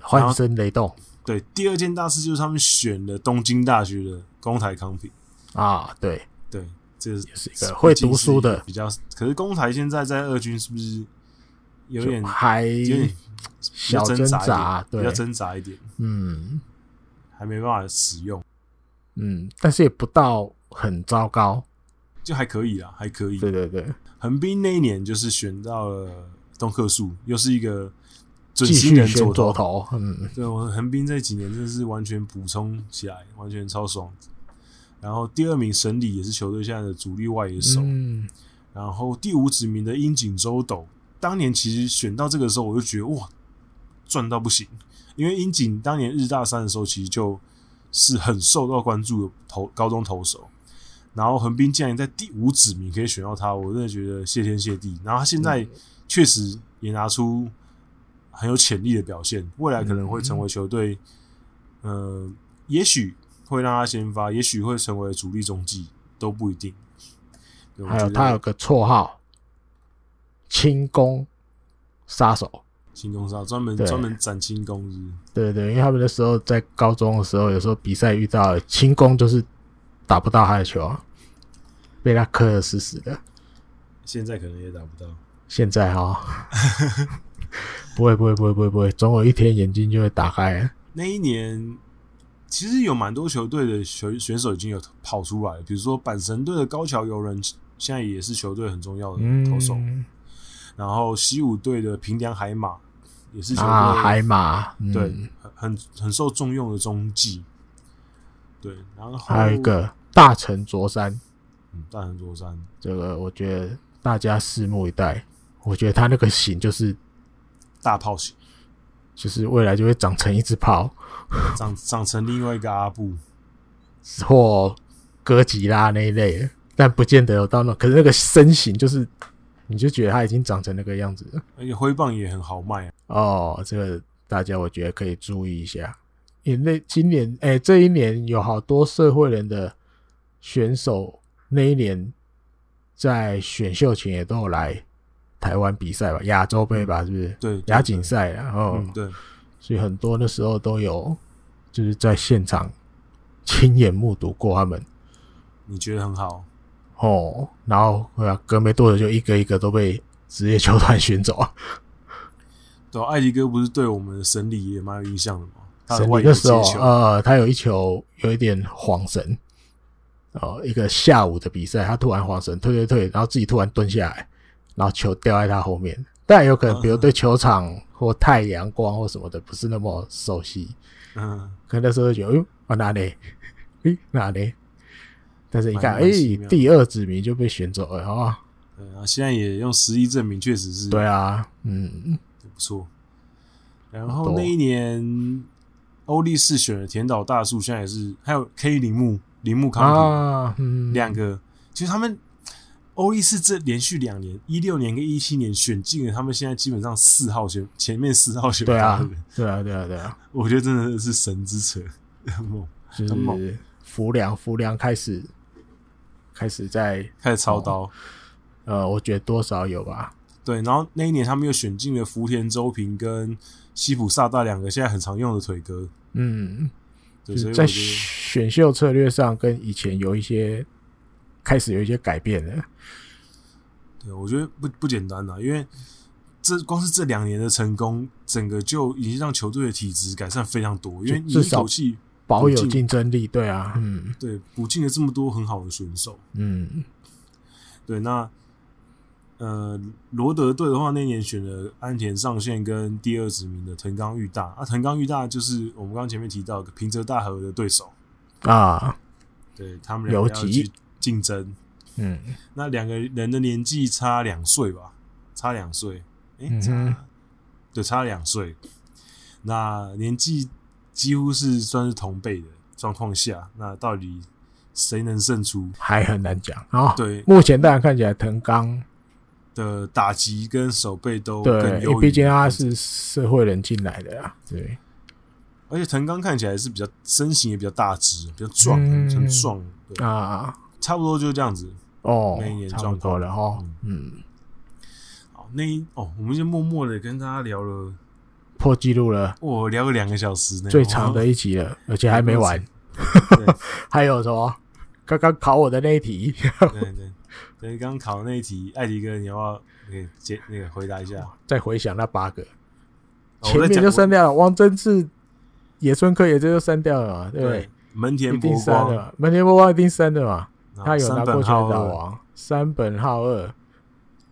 Speaker 1: 欢声雷动
Speaker 2: 对，第二件大事就是他们选了东京大学的宫台康平，
Speaker 1: 啊，对，
Speaker 2: 对，这是
Speaker 1: 也是一个会读书的，
Speaker 2: 毕竟是一个比较。可是宫台现在在二军是不是有 点
Speaker 1: 就还
Speaker 2: 有点比较
Speaker 1: 小
Speaker 2: 挣扎一
Speaker 1: 挣
Speaker 2: 点
Speaker 1: 扎对
Speaker 2: 比较挣扎一点，
Speaker 1: 嗯
Speaker 2: 还没办法使用，
Speaker 1: 嗯，但是也不到很糟糕，
Speaker 2: 就还可以啦，还可以。
Speaker 1: 对对对，
Speaker 2: 横滨那一年就是选到了东克树，又是一个准
Speaker 1: 继
Speaker 2: 新
Speaker 1: 续
Speaker 2: 人
Speaker 1: 选
Speaker 2: 左
Speaker 1: 左
Speaker 2: 投。
Speaker 1: 投，嗯
Speaker 2: 对我横滨这几年真的是完全补充起来，完全超爽。然后第二名神里也是球队现在的主力外野手，
Speaker 1: 嗯，
Speaker 2: 然后第五指名的樱井周斗，当年其实选到这个时候，我就觉得哇，赚到不行，因为樱井当年日大三的时候，其实就是很受到关注的投高中投手。然后横滨竟然在第五指名可以选到他，我真的觉得谢天谢地。然后他现
Speaker 1: 嗯
Speaker 2: 在确实也拿出很有潜力的表现，未来可能会成为球队，
Speaker 1: 嗯
Speaker 2: 呃，也许会让他先发，也许会成为主力中继，都不一定。对我
Speaker 1: 还有
Speaker 2: 觉得
Speaker 1: 他有个绰号，轻功杀手。
Speaker 2: 轻功杀，专门
Speaker 1: 对
Speaker 2: 专门斩轻功是不是
Speaker 1: 对对，因为他们那时候在高中的时候，有时候比赛遇到轻功就是打不到他的球啊，被他磕得死死的。
Speaker 2: 现在可能也打不到。
Speaker 1: 现在哈、哦， 不会不会不会不会不会，总有一天眼睛就会打开了。
Speaker 2: 那一年其实有蛮多球队的球选手已经有跑出来了，比如说阪神队的高桥由人，现在也是球队很重要的
Speaker 1: 嗯，
Speaker 2: 投手。然后西武队的平良海马也是球队、
Speaker 1: 啊，海马，嗯、
Speaker 2: 对，很很很受重用的中继。对，然后
Speaker 1: 还有一个大城卓山，
Speaker 2: 嗯大横卓山，
Speaker 1: 这个我觉得大家拭目以待。我觉得他那个型就是
Speaker 2: 大炮型，
Speaker 1: 就是未来就会长成一只炮
Speaker 2: 长长成另外一个阿布。
Speaker 1: 或哥吉拉那一类的。但不见得有到那，可是那个身形就是，你就觉得他已经长成那个样子了。
Speaker 2: 而且挥棒也很好卖啊。
Speaker 1: 哦，这个大家我觉得可以注意一下，因为那今年哎、这一年有好多社会人的选手，那一年在选秀前也都有来台湾比赛吧，亚洲杯吧，是不是？
Speaker 2: 嗯对，对
Speaker 1: 亚锦，赛啊，哦，
Speaker 2: 嗯，对，
Speaker 1: 所以很多那时候都有就是在现场亲眼目睹过他们
Speaker 2: 你觉得很好，
Speaker 1: 哦，然后对啊，隔没多久就一个一个都被职业球团 选走啊。
Speaker 2: 对啊、艾迪哥不是对我们的神力也蛮有印象的吗？他的
Speaker 1: 神
Speaker 2: 外
Speaker 1: 力
Speaker 2: 野
Speaker 1: 那时
Speaker 2: 接
Speaker 1: 候，
Speaker 2: 球，
Speaker 1: 呃，他有一球有一点晃神，哦，一个下午的比赛，他突然晃神，退退退，然后自己突然蹲下来，然后球掉在他后面。但有可能，比如对球场或太阳光或什么的不是那么熟悉，
Speaker 2: 嗯，
Speaker 1: 可能那时候就觉得，哎呦，啊哪里，诶哪里？但是一看，
Speaker 2: 蛮
Speaker 1: 哎
Speaker 2: 蛮奇妙，的
Speaker 1: 第二指名就被选走了啊、哦！
Speaker 2: 对啊，现在也用实力证明，确实是
Speaker 1: 对啊，嗯，
Speaker 2: 不错。然
Speaker 1: 多
Speaker 2: 后那一年，欧力士选了田岛大树，现在也是还有 K 铃木铃木康
Speaker 1: 啊，嗯
Speaker 2: 平，两个，其实他们欧力士这连续两年，一六年跟一七年选进了，他们现在基本上四号选前面四号选
Speaker 1: 对
Speaker 2: 拔
Speaker 1: 啊
Speaker 2: 的人，
Speaker 1: 对啊，对啊，对啊，
Speaker 2: 我觉得真的是神之扯， 猛
Speaker 1: 就
Speaker 2: 很猛
Speaker 1: 是浮梁，浮梁开始开始在
Speaker 2: 开始操
Speaker 1: 哦
Speaker 2: 刀。
Speaker 1: 呃，我觉得多少有吧。
Speaker 2: 对，然后那一年他们又选进了福田周平跟西普萨大两个现在很常用的腿哥，
Speaker 1: 嗯，
Speaker 2: 对，
Speaker 1: 就
Speaker 2: 所
Speaker 1: 是
Speaker 2: 以我
Speaker 1: 在
Speaker 2: 觉得
Speaker 1: 选秀策略上跟以前有一些开始有一些改变了。
Speaker 2: 对，我觉得不不简单啊啦，因为这光是这两年的成功，整个就已经让球队的体质改善非常多。因为你
Speaker 1: 至
Speaker 2: 一
Speaker 1: 少
Speaker 2: 口气
Speaker 1: 保有
Speaker 2: 补进
Speaker 1: 竞争力，对啊，嗯
Speaker 2: 对补进了这么多很好的选手，
Speaker 1: 嗯，
Speaker 2: 对那呃罗德队的话，那年选了安田上宪跟第二指名的藤冈裕大，啊藤冈裕大就是我们刚刚前面提到的平泽大和的对手，
Speaker 1: 啊，
Speaker 2: 对他们两
Speaker 1: 游
Speaker 2: 个要
Speaker 1: 击
Speaker 2: 去竞争，
Speaker 1: 嗯，
Speaker 2: 那两个人的年纪差两岁吧，差两岁，诶，
Speaker 1: 嗯哼
Speaker 2: 差、对，差两岁。那年纪几乎是算是同辈的状况下，那到底谁能胜出
Speaker 1: 还很难讲啊。
Speaker 2: 对
Speaker 1: 目前当然看起来藤冈
Speaker 2: 的打击跟手背都更
Speaker 1: 对，因
Speaker 2: 优
Speaker 1: 为
Speaker 2: 于
Speaker 1: 毕竟他，是社会人进来的啊，对，
Speaker 2: 而且藤冈看起来是比较身形也比较大只，比较壮，
Speaker 1: 嗯
Speaker 2: 很壮，对，
Speaker 1: 啊，
Speaker 2: 差不多就是这样子。
Speaker 1: 哦
Speaker 2: 那一，年
Speaker 1: 差不多了哦，嗯，
Speaker 2: 好，那一哦，我们就默默的跟大家聊了，
Speaker 1: 破纪录了，
Speaker 2: 我、聊了两个小时呢，哦
Speaker 1: 最长的一集了，而且还没完，
Speaker 2: 对。
Speaker 1: 还有什么？刚刚考我的那一题，
Speaker 2: 对对对，刚考那一题，艾迪哥，你要不要那个接那个回答一下？哦
Speaker 1: 再回想那八个，
Speaker 2: 我
Speaker 1: 前
Speaker 2: 在
Speaker 1: 面
Speaker 2: 讲
Speaker 1: 就
Speaker 2: 我
Speaker 1: 删掉了，汪真志、野村克也这就删掉了嘛，对不
Speaker 2: 对
Speaker 1: 对？
Speaker 2: 门
Speaker 1: 一
Speaker 2: 田
Speaker 1: 定
Speaker 2: 博
Speaker 1: 删
Speaker 2: 光
Speaker 1: 的，嘛，门田波光一定删的嘛，
Speaker 2: 然后
Speaker 1: 他有拿
Speaker 2: 山
Speaker 1: 过
Speaker 2: 本
Speaker 1: 全
Speaker 2: 浩
Speaker 1: 岛
Speaker 2: 二
Speaker 1: 王，三本浩二。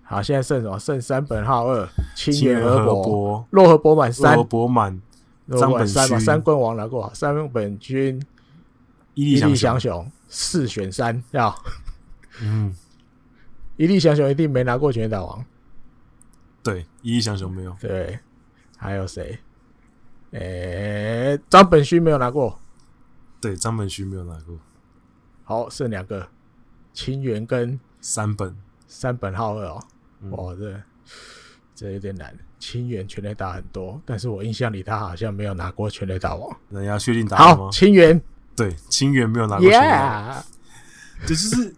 Speaker 1: 好，现在剩什么？剩三本浩二、清
Speaker 2: 清
Speaker 1: 源
Speaker 2: 源
Speaker 1: 和
Speaker 2: 和
Speaker 1: 博、
Speaker 2: 博、
Speaker 1: 洛河博满三
Speaker 2: 罗、博满、
Speaker 1: 洛河博满
Speaker 2: 张本
Speaker 1: 三嘛，
Speaker 2: 勋
Speaker 1: 三冠王拿过，三本君、
Speaker 2: 伊
Speaker 1: 一力
Speaker 2: 力
Speaker 1: 降
Speaker 2: 祥，
Speaker 1: 雄四选三，要
Speaker 2: 嗯，
Speaker 1: 一力降雄一定没拿过全岛王，
Speaker 2: 对，伊力祥雄没有，
Speaker 1: 对，还有谁？诶、张本勋没有拿过，
Speaker 2: 对，张本勋没有拿过，
Speaker 1: 好，剩两个，清源跟
Speaker 2: 三本，
Speaker 1: 三本浩二哦，
Speaker 2: 嗯
Speaker 1: 哇，这这有点难。清源全垒打很多，但是我印象里他好像没有拿过全垒打王。
Speaker 2: 那你要确定答案吗
Speaker 1: 好，？清源
Speaker 2: 对，清源没有拿过全垒打，
Speaker 1: ，Yeah，
Speaker 2: 这就是，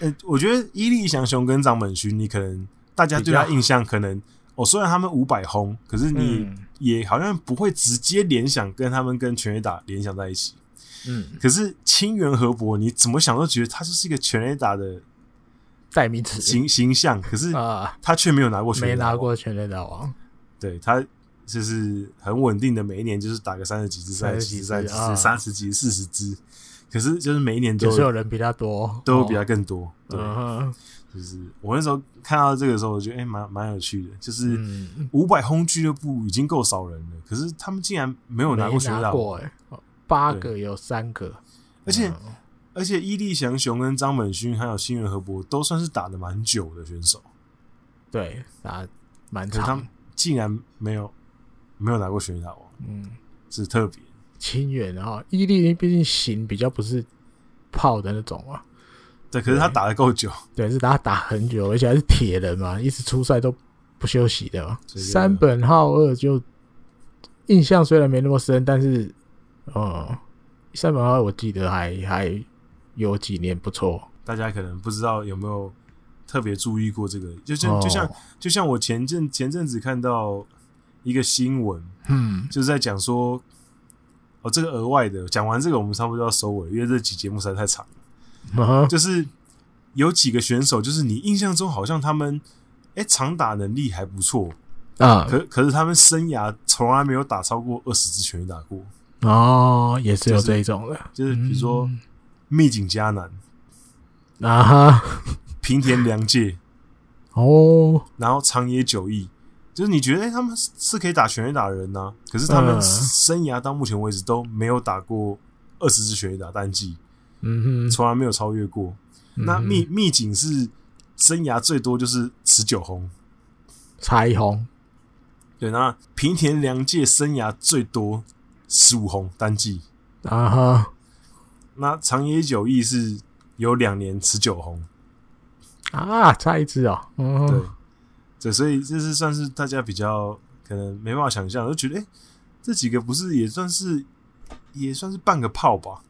Speaker 2: 呃，我觉得伊力祥雄跟张本勋，你可能大家对他
Speaker 1: 比较
Speaker 2: 印象可能。哦，虽然他们五百轰，可是你
Speaker 1: 嗯
Speaker 2: 也好像不会直接联想跟他们跟全垒打联想在一起。
Speaker 1: 嗯，
Speaker 2: 可是清源河伯，你怎么想都觉得他就是一个全垒打的
Speaker 1: 代名词
Speaker 2: 形形象，可是
Speaker 1: 啊、
Speaker 2: 他却没有拿过全
Speaker 1: 没
Speaker 2: 垒打
Speaker 1: 拿，过全垒打王，
Speaker 2: 对他就是很稳定的，每一年就是打个三十几支、三十几支、
Speaker 1: 30
Speaker 2: 三
Speaker 1: 几
Speaker 2: 十
Speaker 1: 支啊
Speaker 2: 几支、三十几、四十支，可是就是每一年都
Speaker 1: 只是有人比他多，
Speaker 2: 都比他
Speaker 1: 哦
Speaker 2: 更多。对，
Speaker 1: 嗯哼
Speaker 2: 就是我那时候看到这个时候，我觉得哎，蛮蛮有趣的，就是
Speaker 1: 嗯，
Speaker 2: 五百轰俱乐部已经够少人了，可是他们竟然没有拿
Speaker 1: 没
Speaker 2: 过全垒
Speaker 1: 拿
Speaker 2: 打，
Speaker 1: 过哎、八
Speaker 2: 对
Speaker 1: 个有三个，
Speaker 2: 而且
Speaker 1: 嗯
Speaker 2: 而且伊利祥雄跟张本勋还有新源河伯都算是打的蛮久的选手。
Speaker 1: 对打蛮
Speaker 2: 可是他
Speaker 1: 长
Speaker 2: 们，竟然没有没有拿过全垒打王，
Speaker 1: 嗯，
Speaker 2: 是特别。
Speaker 1: 清远哈，伊利毕竟型比较不是炮的那种啊，
Speaker 2: 对，可是他
Speaker 1: 对
Speaker 2: 打的够久，
Speaker 1: 对，是打打很久，而且还是铁人嘛，一直出赛都不休息的嘛。
Speaker 2: 这个
Speaker 1: 三本浩二就印象虽然没那么深，但是哦，三本浩二我记得还还有几年不错。
Speaker 2: 大家可能不知道有没有特别注意过这个，就像
Speaker 1: 哦
Speaker 2: 就像就像我前阵前阵子看到一个新闻，
Speaker 1: 嗯，
Speaker 2: 就是在讲说，哦，这个额外的，讲完这个我们差不多要收尾，因为这期节目实在太长了。
Speaker 1: 啊
Speaker 2: 就是有几个选手，就是你印象中好像他们，哎、长打能力还不错，
Speaker 1: 啊
Speaker 2: 可可是他们生涯从来没有打超过二十支全垒打过，
Speaker 1: 哦，也是有这一种的，
Speaker 2: 就是比如说
Speaker 1: 嗯
Speaker 2: 密井佳男、
Speaker 1: 啊哈
Speaker 2: 平田良介，
Speaker 1: 哦，
Speaker 2: 然后长野久义，就是你觉得、诶他们是是可以打全垒打的人呐、可是他们
Speaker 1: 嗯
Speaker 2: 生涯到目前为止都没有打过二十支全垒打单季，
Speaker 1: 嗯哼，
Speaker 2: 从来没有超越过。那
Speaker 1: 嗯哼
Speaker 2: 密密井是生涯最多就是十九轰，
Speaker 1: 彩虹
Speaker 2: 对，那平田良介生涯最多十五轰单季，
Speaker 1: 啊哈
Speaker 2: 那长野久义是有两年十九轰，
Speaker 1: 啊，差一只哦，嗯
Speaker 2: 对
Speaker 1: 哼，，
Speaker 2: 对，所以这是算是大家比较可能没办法想象，就觉得哎、诶这几个不是也算是也算是半个炮吧，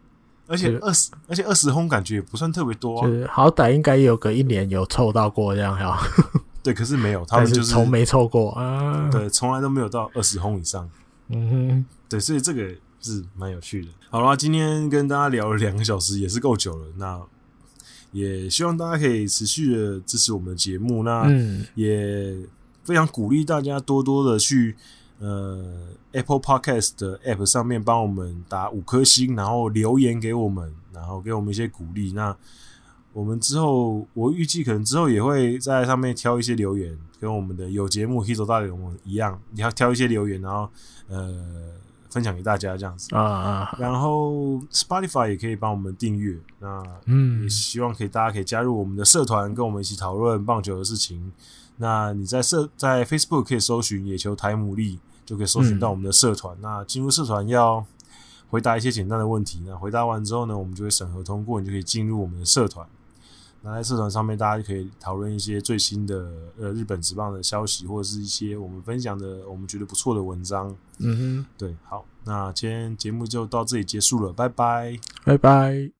Speaker 2: 而且
Speaker 1: 对
Speaker 2: 二十而且二十轰感觉也不算特别多、啊
Speaker 1: 就，是好歹应该有个一年有凑到过这样哈，
Speaker 2: 对，可是没有，他
Speaker 1: 但
Speaker 2: 们
Speaker 1: 是
Speaker 2: 就是
Speaker 1: 从没凑过啊，，
Speaker 2: 对从来都没有到二十轰以上，
Speaker 1: 嗯哼。
Speaker 2: 对，所以这个是蛮有趣的。好啦，今天跟大家聊了两个小时，也是够久了。那也希望大家可以持续的支持我们的节目。那、
Speaker 1: 嗯，
Speaker 2: 也非常鼓励大家多多的去呃 Apple Podcast 的 App 上面帮我们打五颗星，然后留言给我们，然后给我们一些鼓励。那我们之后，我预计可能之后也会在上面挑一些留言，跟我们的有节目《h i t 大联盟》一样，你要挑一些留言，然后呃分享给大家这样子。
Speaker 1: 啊啊，
Speaker 2: 然后 Spotify 也可以帮我们订阅，那
Speaker 1: 嗯
Speaker 2: 也，希望可以大家可以加入我们的社团，跟我们一起讨论棒球的事情。那你在社在 Facebook 可以搜寻野球台姆利，就可以搜寻到我们的社团。那进入社团要回答一些简单的问题，那回答完之后呢，我们就会审核通过，你就可以进入我们的社团。那在社团上面，大家就可以讨论一些最新的呃日本职棒的消息，或者是一些我们分享的我们觉得不错的文章。
Speaker 1: 嗯
Speaker 2: 对，好，那今天节目就到这里结束了，拜拜。
Speaker 1: 哼，拜拜。